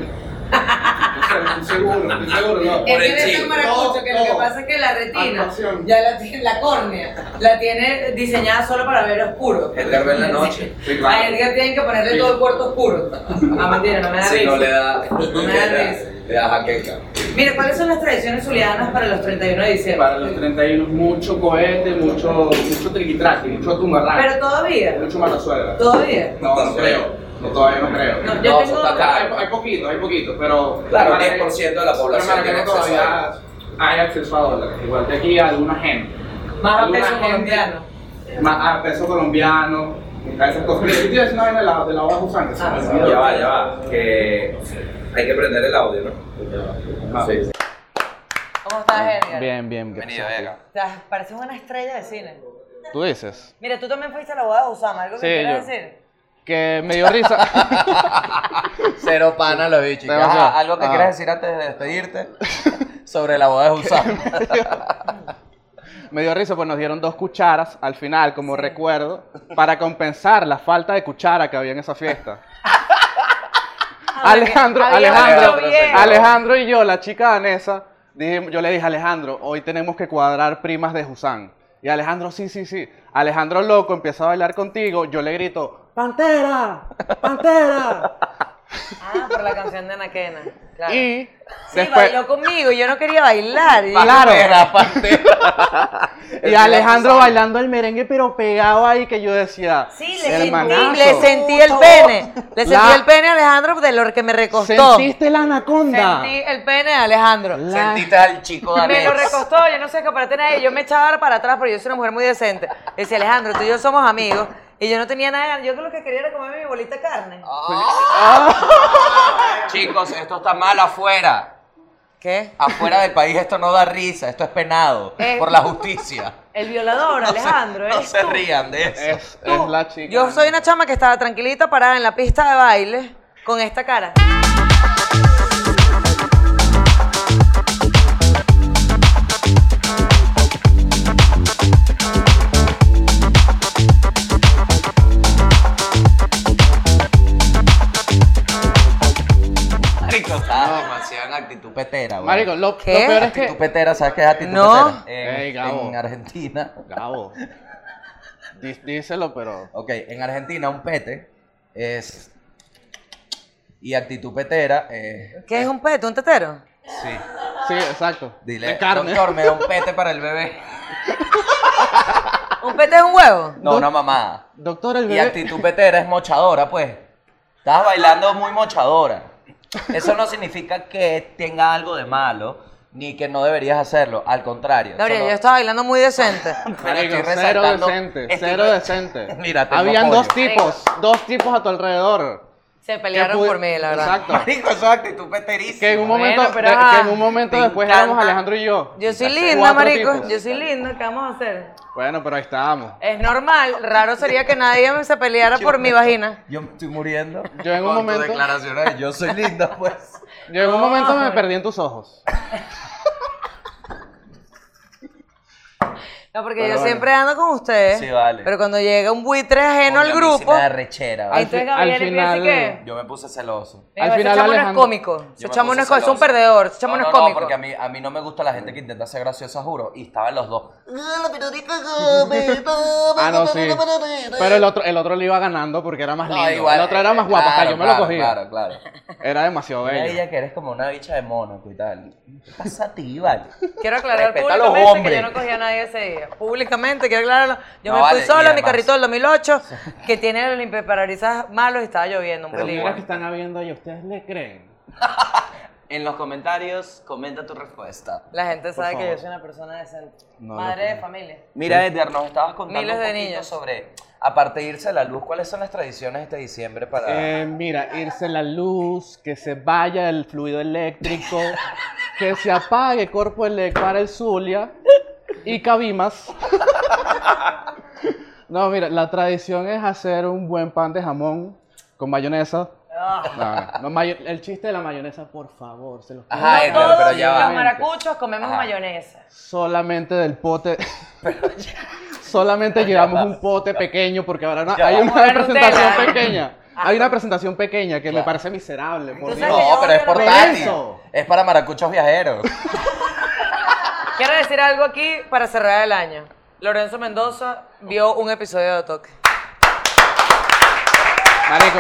Speaker 4: Estoy seguro, estoy seguro,
Speaker 2: Es
Speaker 4: no.
Speaker 2: que
Speaker 3: Por el
Speaker 2: eres tan
Speaker 3: chip.
Speaker 2: maracucho que lo que
Speaker 4: Todo.
Speaker 2: pasa es que la retina,
Speaker 4: Actuación.
Speaker 2: ya la, tiene- la córnea, la tiene diseñada solo para ver oscuro.
Speaker 3: Edgar ve en la noche.
Speaker 4: Sí,
Speaker 2: A
Speaker 4: claro.
Speaker 2: Edgar tienen que ponerle todo el cuarto oscuro. Ah, mentira, no me da
Speaker 3: Si no
Speaker 2: risa.
Speaker 3: le da,
Speaker 2: No me da risa.
Speaker 3: le da jaqueca.
Speaker 2: Mire, ¿cuáles son las tradiciones zulianas para los 31 de diciembre?
Speaker 5: Para los 31, mucho cohete, mucho, mucho triquitraque, mucho tumbarraque,
Speaker 2: Pero todavía,
Speaker 5: mucho mala suegra.
Speaker 2: todavía.
Speaker 5: No, no creo. No, todavía no creo.
Speaker 2: No,
Speaker 6: No,
Speaker 2: yo
Speaker 6: eso
Speaker 2: tengo...
Speaker 6: está acá.
Speaker 5: Hay, hay poquito, hay poquito, pero...
Speaker 6: Claro,
Speaker 5: pero
Speaker 6: 10% de la población
Speaker 5: pero
Speaker 6: tiene acceso a
Speaker 5: todavía Hay acceso a dólares, igual que aquí alguna gente.
Speaker 2: Más a
Speaker 5: Alguna
Speaker 2: peso
Speaker 5: gente-
Speaker 2: colombiano.
Speaker 5: Más a peso colombiano, a esas cosas. Mira, yo te iba a decir una vaina de la, de la hoja gusante. se me
Speaker 2: Ah,
Speaker 5: olvidó.
Speaker 6: Ya va, ya va. Que hay que prender el audio, ¿no?
Speaker 5: Ah.
Speaker 6: Sí, sí.
Speaker 2: ¿Cómo estás, Edgar?
Speaker 4: Bien, bien,
Speaker 6: Bienvenido,
Speaker 4: gracias.
Speaker 6: Edgar.
Speaker 2: Estás- Pareces una estrella de cine.
Speaker 4: Tú dices
Speaker 2: Mira, tú también fuiste a la boda de Usama, ¿algo que
Speaker 4: Sí,
Speaker 2: quieras
Speaker 4: yo.
Speaker 2: decir?
Speaker 4: que me dio risa. [LAUGHS]
Speaker 3: Cero pana lo vi, chicos.
Speaker 4: Demasiado. Ah.
Speaker 3: Ajá, ah, algo que
Speaker 4: Ajá.
Speaker 3: quieras decir antes de despedirte [LAUGHS] sobre la
Speaker 4: [LAUGHS]
Speaker 3: boda de Husam.
Speaker 4: me dio risa pues nos dieron dos cucharas al final como recuerdo para compensar la falta de cuchara que había en esa fiesta.
Speaker 2: [LAUGHS]
Speaker 4: Alejandro,
Speaker 2: Había
Speaker 4: Alejandro,
Speaker 2: mucho bien.
Speaker 4: Alejandro y yo, la chica danesa, dije- yo le dije, Alejandro, hoy tenemos que cuadrar primas de Husán. Y Alejandro, sí, sí, sí. Alejandro loco empieza a bailar contigo, yo le grito, ¡Pantera! ¡Pantera!
Speaker 2: Ah, por la canción de Anaquena. [LAUGHS] Claro.
Speaker 4: Y
Speaker 2: Sí,
Speaker 4: después...
Speaker 2: bailó conmigo, yo no quería bailar. y-
Speaker 4: [LAUGHS] Claro.
Speaker 3: Pantera, pantera.
Speaker 4: Y Alejandro bailando el merengue, pero pegado ahí que yo decía.
Speaker 2: Sí, le sentí,
Speaker 4: "Hermanazo,
Speaker 2: le sentí el pene. Le sentí
Speaker 4: La-
Speaker 2: el pene a Alejandro de lo que me recostó.
Speaker 4: Sentiste la anaconda.
Speaker 2: Sentí el pene de Alejandro.
Speaker 4: La-
Speaker 3: Sentiste al chico de
Speaker 2: Me lo
Speaker 3: Alex.
Speaker 2: recostó, yo no sé escaparate nada. Yo me echaba para atrás porque yo soy una mujer muy decente. Decía, Alejandro, tú y yo somos amigos. Y yo no tenía nada. de ganas, Yo lo que quería era comerme mi bolita de carne.
Speaker 4: Ah.
Speaker 3: Chicos, esto está mal afuera.
Speaker 2: ¿Qué?
Speaker 3: Afuera del país esto no da risa, esto es penado
Speaker 2: Eh.
Speaker 3: por
Speaker 2: [LAUGHS]
Speaker 3: la justicia.
Speaker 2: El violador,
Speaker 3: No se-
Speaker 2: Alejandro.
Speaker 3: no
Speaker 2: eres
Speaker 3: se
Speaker 2: tú.
Speaker 3: rían de eso.
Speaker 4: Es,
Speaker 2: Tú.
Speaker 4: es la chica.
Speaker 2: Yo soy una chama que estaba tranquilita parada en la pista de baile con esta cara.
Speaker 3: Marico, está demasiado en actitud petera, güey.
Speaker 4: Marico, lo, lo
Speaker 2: ¿Qué?
Speaker 4: peor es
Speaker 3: Actitud
Speaker 4: que.
Speaker 3: petera, ¿sabes qué es actitud
Speaker 2: No.
Speaker 3: petera? En,
Speaker 4: Ey, Gabo.
Speaker 3: en Argentina.
Speaker 4: Gabo. dí- Díselo, pero.
Speaker 3: Ok, en Argentina un pete es... Y actitud petera es...
Speaker 2: ¿Qué es un peto? ¿Un tetero?
Speaker 3: Sí.
Speaker 4: Sí, exacto.
Speaker 3: Dile,
Speaker 4: De carne.
Speaker 3: doctor, me da un pete para el bebé.
Speaker 4: [LAUGHS]
Speaker 2: ¿Un pete es un huevo?
Speaker 3: No,
Speaker 4: Doc-
Speaker 3: una mamada.
Speaker 4: Doctor, el
Speaker 3: Y
Speaker 4: bebé.
Speaker 3: actitud petera es mochadora, pues. Estabas bailando muy mochadora. Eso no significa que tenga algo de malo, ni que no deberías hacerlo. Al contrario.
Speaker 2: Gabriel,
Speaker 3: solo-
Speaker 2: yo estaba bailando muy decente.
Speaker 3: Pero
Speaker 4: Marico,
Speaker 3: estoy
Speaker 4: cero
Speaker 3: resaltando-
Speaker 4: decente,
Speaker 3: estoy
Speaker 4: cero
Speaker 3: re-
Speaker 4: decente.
Speaker 3: [LAUGHS] Mira, tengo
Speaker 4: Habían
Speaker 3: pollo.
Speaker 4: dos tipos, dos tipos a tu alrededor.
Speaker 2: Se pelearon
Speaker 4: Que pu-
Speaker 2: por mí, la verdad.
Speaker 4: Exacto.
Speaker 3: Marico, eso es actitud peterísima.
Speaker 4: Que en un
Speaker 2: Bueno,
Speaker 4: momento,
Speaker 2: pero
Speaker 4: de-
Speaker 2: ah,
Speaker 4: que en un momento
Speaker 3: te
Speaker 4: después
Speaker 3: encanta.
Speaker 4: éramos Alejandro y yo.
Speaker 2: Yo soy linda,
Speaker 4: Cuatro
Speaker 2: marico.
Speaker 4: tipos.
Speaker 2: Yo soy linda, ¿qué vamos a hacer?
Speaker 4: Bueno, pero ahí estábamos.
Speaker 2: Es normal, raro sería que nadie me se peleara por mi vagina.
Speaker 3: Yo me estoy muriendo.
Speaker 4: Yo en un
Speaker 3: con tu
Speaker 4: momento-
Speaker 3: declaraciones de yo soy linda, pues.
Speaker 4: Yo en un momento me perdí en tus ojos.
Speaker 2: No, porque
Speaker 4: Pero
Speaker 2: yo
Speaker 4: bueno.
Speaker 2: siempre ando con ustedes.
Speaker 3: Sí, vale.
Speaker 2: Pero cuando llega un buitre ajeno al
Speaker 3: Oye, a mí sí
Speaker 2: grupo,
Speaker 3: me da rechera,
Speaker 4: Al
Speaker 3: ¿vale?
Speaker 4: fi-
Speaker 2: entonces Gabriel
Speaker 4: al
Speaker 2: empieza y
Speaker 4: final-
Speaker 2: que...
Speaker 3: Yo me puse celoso.
Speaker 4: Al
Speaker 2: Al
Speaker 4: final,
Speaker 2: final, chamo no es
Speaker 4: Alejandro-
Speaker 2: cómico.
Speaker 3: Yo
Speaker 2: Ese
Speaker 3: me
Speaker 2: chamo
Speaker 3: puse
Speaker 2: no es cómico, es un
Speaker 3: celoso.
Speaker 2: perdedor. Ese chamo no, es cómico.
Speaker 3: porque a mí, a mí no me gusta la gente que intenta ser graciosa, juro. Y estaban los dos.
Speaker 4: Ah, no, sí. Pero el otro, el otro le iba ganando porque era más lindo. el otro era más guapo, hasta yo me lo cogí.
Speaker 3: Claro,
Speaker 4: [LAUGHS]
Speaker 3: claro.
Speaker 4: Era demasiado
Speaker 3: Una
Speaker 4: bello.
Speaker 3: ella que eres como una bicha de mono y tal. ¿Qué pasa a ti, vale?
Speaker 2: Quiero aclarar
Speaker 3: Respeta a los
Speaker 2: públicamente que yo
Speaker 3: hombres.
Speaker 2: no cogía a nadie ese día. Públicamente, quiero aclararlo. Yo
Speaker 3: No,
Speaker 2: me fui
Speaker 3: vale, y
Speaker 2: sola en mi
Speaker 3: además-
Speaker 2: carrito del 2008, que tiene el limpiaparabrisas malo y estaba lloviendo, un
Speaker 3: Pero
Speaker 2: peligro.
Speaker 3: bueno.
Speaker 4: están habiendo ahí, ¿ustedes le creen?
Speaker 3: En los comentarios, comenta tu respuesta.
Speaker 2: La gente sabe que
Speaker 4: favor.
Speaker 2: yo soy una persona decente.
Speaker 4: No,
Speaker 2: Madre
Speaker 4: no,
Speaker 2: de familia.
Speaker 3: Mira, Edgar, nos estabas contando
Speaker 2: Miles
Speaker 3: un
Speaker 2: de
Speaker 3: poquito
Speaker 2: niños.
Speaker 3: sobre, aparte de irse a la luz, ¿cuáles son las tradiciones este diciembre para...?
Speaker 4: Eh, mira, irse la luz, que se vaya el
Speaker 3: [LAUGHS]
Speaker 4: fluido eléctrico, que se apague Corpo Elec para el Zulia y
Speaker 3: [LAUGHS]
Speaker 4: Cabimas. No, mira, la tradición es hacer un buen pan de jamón con mayonesa.
Speaker 2: Ah.
Speaker 4: No, no, mayo- el chiste de la mayonesa, por favor, se los pido.
Speaker 3: Ajá, Edgar,
Speaker 2: Todos
Speaker 3: pero ya
Speaker 2: los
Speaker 3: va. Ah.
Speaker 2: maracuchos comemos
Speaker 3: Ajá.
Speaker 2: mayonesa.
Speaker 4: Solamente del pote. Solamente llevamos un pote pequeño porque ahora no-
Speaker 3: Ya
Speaker 4: hay
Speaker 3: va.
Speaker 4: una
Speaker 2: Una
Speaker 4: presentación
Speaker 2: Nutella.
Speaker 4: pequeña. Hay una presentación pequeña que me
Speaker 3: Claro.
Speaker 4: parece miserable. Por
Speaker 2: Tú
Speaker 4: Dios.
Speaker 2: sabes que yo
Speaker 3: No, pero es
Speaker 2: odio la
Speaker 3: portátil.
Speaker 4: mayonesa.
Speaker 3: Es para maracuchos viajeros.
Speaker 2: Quiero decir algo aquí para cerrar el año. Lorenzo Mendoza vio un episodio de Toque.
Speaker 4: Marico.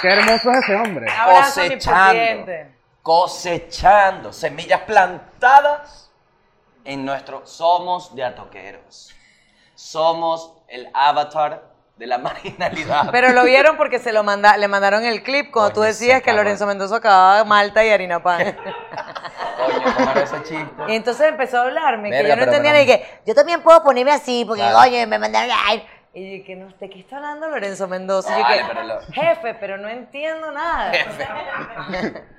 Speaker 4: Qué hermoso es ese hombre.
Speaker 2: Abrazo a mi
Speaker 3: Cosechando.
Speaker 2: presidente.
Speaker 3: cosechando semillas plantadas en nuestro somos de atoqueros. Somos el avatar de la [LAUGHS] marginalidad.
Speaker 2: Pero lo vieron porque se lo manda, le mandaron el clip cuando
Speaker 3: Coño,
Speaker 2: tú decías
Speaker 3: se
Speaker 2: que
Speaker 3: acabó.
Speaker 2: Lorenzo Mendoza acababa malta y harina pan.
Speaker 3: Coño, ¿cómo era ese chiste?
Speaker 2: [LAUGHS] Y entonces empezó a hablarme, que
Speaker 3: Verga,
Speaker 2: yo no
Speaker 3: pero
Speaker 2: entendía ni
Speaker 3: bueno.
Speaker 2: que yo también puedo ponerme así, porque
Speaker 3: Claro.
Speaker 2: oye, me mandaron ay. Y yo que no, ¿de qué está hablando Lorenzo Mendoza? Y yo
Speaker 3: Vale,
Speaker 2: que,
Speaker 3: pero lo-
Speaker 2: jefe, pero no entiendo
Speaker 3: [LAUGHS]
Speaker 2: nada.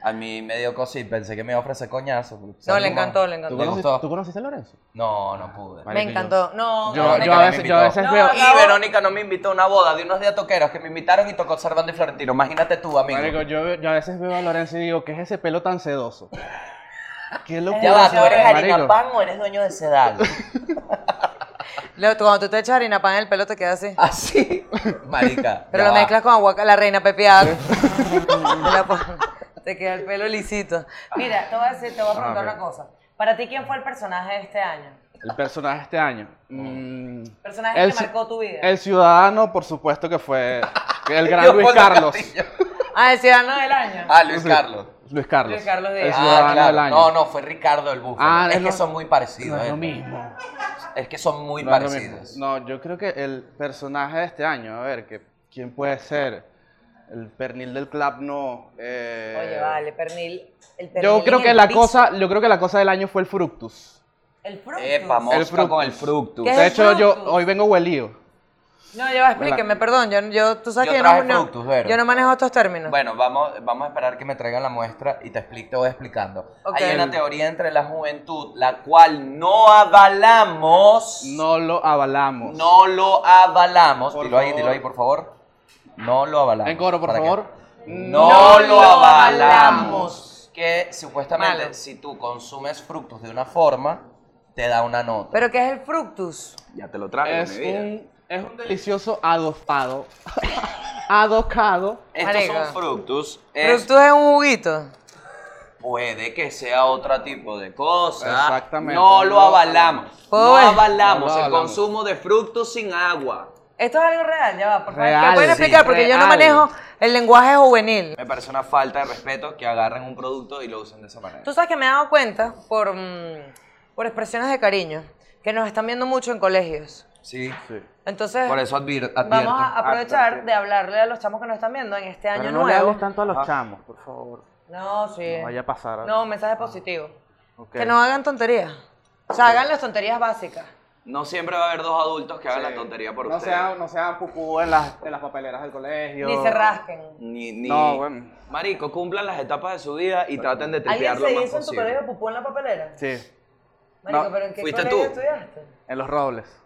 Speaker 3: A mí me dio cosita, pensé que me iba a ofrecer coñazo.
Speaker 2: No, le encantó, le
Speaker 4: ¿Tú
Speaker 2: encantó.
Speaker 3: ¿Te
Speaker 4: conociste,
Speaker 3: gustó?
Speaker 4: ¿Tú conociste a Lorenzo?
Speaker 3: No, no pude.
Speaker 4: Vale.
Speaker 2: Me
Speaker 4: Marico, yo-
Speaker 2: encantó. No,
Speaker 4: Yo,
Speaker 3: Verónica
Speaker 4: yo, a
Speaker 3: me
Speaker 4: veces, yo a
Speaker 3: invitó.
Speaker 4: veces
Speaker 2: No,
Speaker 4: veo.
Speaker 2: acabó.
Speaker 3: Y Verónica no me invitó a una boda de unos de atoqueros que me invitaron y tocó Servando y Florentino. Imagínate tú, amigo.
Speaker 4: Marico, yo, yo a veces veo a Lorenzo y digo, ¿qué es ese pelo tan sedoso? ¿Qué locura,
Speaker 3: ya va, ¿tú eres
Speaker 4: marico?
Speaker 3: harina pan o eres dueño de Sedal?
Speaker 2: Lo- Cuando tú te echas harina pan en el pelo te queda así.
Speaker 3: Así. [LAUGHS] Marica.
Speaker 2: Pero
Speaker 3: ya
Speaker 2: lo
Speaker 3: va.
Speaker 2: mezclas con aguacate, la reina pepeada. [LAUGHS] Te la pon- te queda el pelo lisito. Mira, te voy a decir,
Speaker 3: Ah,
Speaker 2: te voy a preguntar
Speaker 4: ok.
Speaker 2: una cosa. Para ti, ¿quién fue el personaje de este año?
Speaker 4: El personaje de este año. Mm,
Speaker 2: Personaje
Speaker 4: el
Speaker 2: que
Speaker 4: ci-
Speaker 2: marcó tu vida.
Speaker 4: El ciudadano, por supuesto que fue
Speaker 3: [LAUGHS]
Speaker 4: el gran
Speaker 3: Leopoldo
Speaker 4: Luis Carlos.
Speaker 3: Castillo.
Speaker 2: Ah, el ciudadano del año.
Speaker 3: Ah, Luis Carlos.
Speaker 4: Luis Carlos.
Speaker 2: Luis Carlos de-
Speaker 4: El
Speaker 2: Ah,
Speaker 4: ciudadano
Speaker 3: ah, claro.
Speaker 4: del año.
Speaker 3: No, no, fue Ricardo el Búfalo.
Speaker 4: Ah,
Speaker 3: es
Speaker 4: es
Speaker 3: que
Speaker 4: lo-
Speaker 3: son muy parecidos.
Speaker 4: No es
Speaker 3: eh.
Speaker 4: lo mismo.
Speaker 3: Es que son muy
Speaker 4: No es lo mismo.
Speaker 3: parecidos.
Speaker 4: No, yo creo que el personaje de este año, a ver, que, ¿quién puede ser? El pernil del club no. eh,
Speaker 2: Oye, vale, pernil. El pernil
Speaker 4: Yo creo
Speaker 2: en
Speaker 4: que
Speaker 2: el
Speaker 4: la
Speaker 2: piso.
Speaker 4: cosa, yo creo que la cosa del año fue el fructus.
Speaker 2: El fructus.
Speaker 3: Epa, mosca
Speaker 4: El fructus.
Speaker 3: con el fructus.
Speaker 2: ¿Qué es
Speaker 4: de
Speaker 2: el
Speaker 4: hecho, yo
Speaker 2: fructus?
Speaker 4: hoy vengo huelío.
Speaker 2: No, ya va, explíqueme, perdón. Yo, yo, tú sabes
Speaker 3: Yo
Speaker 2: que yo
Speaker 3: traje
Speaker 2: no, no-
Speaker 3: fructus, Vero.
Speaker 2: yo no manejo estos términos.
Speaker 3: Bueno, vamos, vamos a esperar que me traigan la muestra y te, explico, te voy explicando.
Speaker 2: Ok.
Speaker 3: Hay una teoría entre la juventud, la cual no avalamos.
Speaker 4: No lo avalamos.
Speaker 3: No lo avalamos.
Speaker 4: Por
Speaker 3: dilo ahí, dilo
Speaker 4: favor.
Speaker 3: ahí, por favor. No lo avalamos.
Speaker 4: En coro, por
Speaker 3: ¿Para qué?
Speaker 4: favor.
Speaker 3: No,
Speaker 4: No
Speaker 3: lo
Speaker 4: lo
Speaker 3: avalamos.
Speaker 4: avalamos.
Speaker 3: Que supuestamente,
Speaker 2: Malo.
Speaker 3: si tú consumes fructus de una forma, te da una nota.
Speaker 2: ¿Pero qué es el fructus?
Speaker 3: ya te lo traigo,
Speaker 4: Es un, es un delicioso adoptado. [LAUGHS] adocado.
Speaker 3: Estos
Speaker 2: Marica.
Speaker 3: son fructus. es-
Speaker 2: Fructus es un juguito.
Speaker 3: Puede que sea otro tipo de cosa.
Speaker 4: Exactamente.
Speaker 3: No lo avalamos. No
Speaker 2: Pues,
Speaker 4: no
Speaker 3: avalamos
Speaker 4: lo
Speaker 3: el
Speaker 4: avalamos.
Speaker 3: consumo de fructus sin agua.
Speaker 2: Esto es algo real, ya va, por favor.
Speaker 4: Real,
Speaker 2: ¿Me pueden
Speaker 4: sí,
Speaker 2: explicar? Porque yo no
Speaker 4: real.
Speaker 2: manejo el lenguaje juvenil.
Speaker 3: Me parece una falta de respeto que agarren un producto y lo usen de esa manera.
Speaker 2: Tú sabes que me he dado cuenta por, mm, por expresiones de cariño que nos están viendo mucho en colegios.
Speaker 3: Sí.
Speaker 2: Entonces,
Speaker 3: Por eso advir- advierto. Ah,
Speaker 2: vamos a aprovechar
Speaker 3: Advierto.
Speaker 2: de hablarle a los chamos que nos están viendo en este año
Speaker 4: Pero no le
Speaker 2: nuevo.
Speaker 4: hables tanto a los
Speaker 3: Ah.
Speaker 4: chamos, por favor.
Speaker 2: No, sí.
Speaker 4: No vaya a pasar.
Speaker 2: No, mensaje positivo.
Speaker 4: Ok.
Speaker 2: Que no hagan tonterías. O sea, hagan las tonterías básicas.
Speaker 3: No siempre va a haber dos adultos que hagan la tontería por
Speaker 4: no
Speaker 3: ustedes.
Speaker 4: sean, no sean pupú en las, en las papeleras del colegio.
Speaker 2: Ni se rasquen.
Speaker 3: Ni, ni...
Speaker 4: No, bueno.
Speaker 3: Marico, cumplan las etapas de su vida y traten de
Speaker 2: ¿Alguien
Speaker 3: tripear lo
Speaker 2: se
Speaker 3: más
Speaker 2: hizo en tu colegio
Speaker 3: posible.
Speaker 2: pupú en la papelera?
Speaker 4: Sí,
Speaker 2: Marico,
Speaker 4: No,
Speaker 2: ¿pero en qué
Speaker 3: ¿fuiste
Speaker 2: colegio
Speaker 3: tú?
Speaker 2: estudiaste?
Speaker 4: en los robles.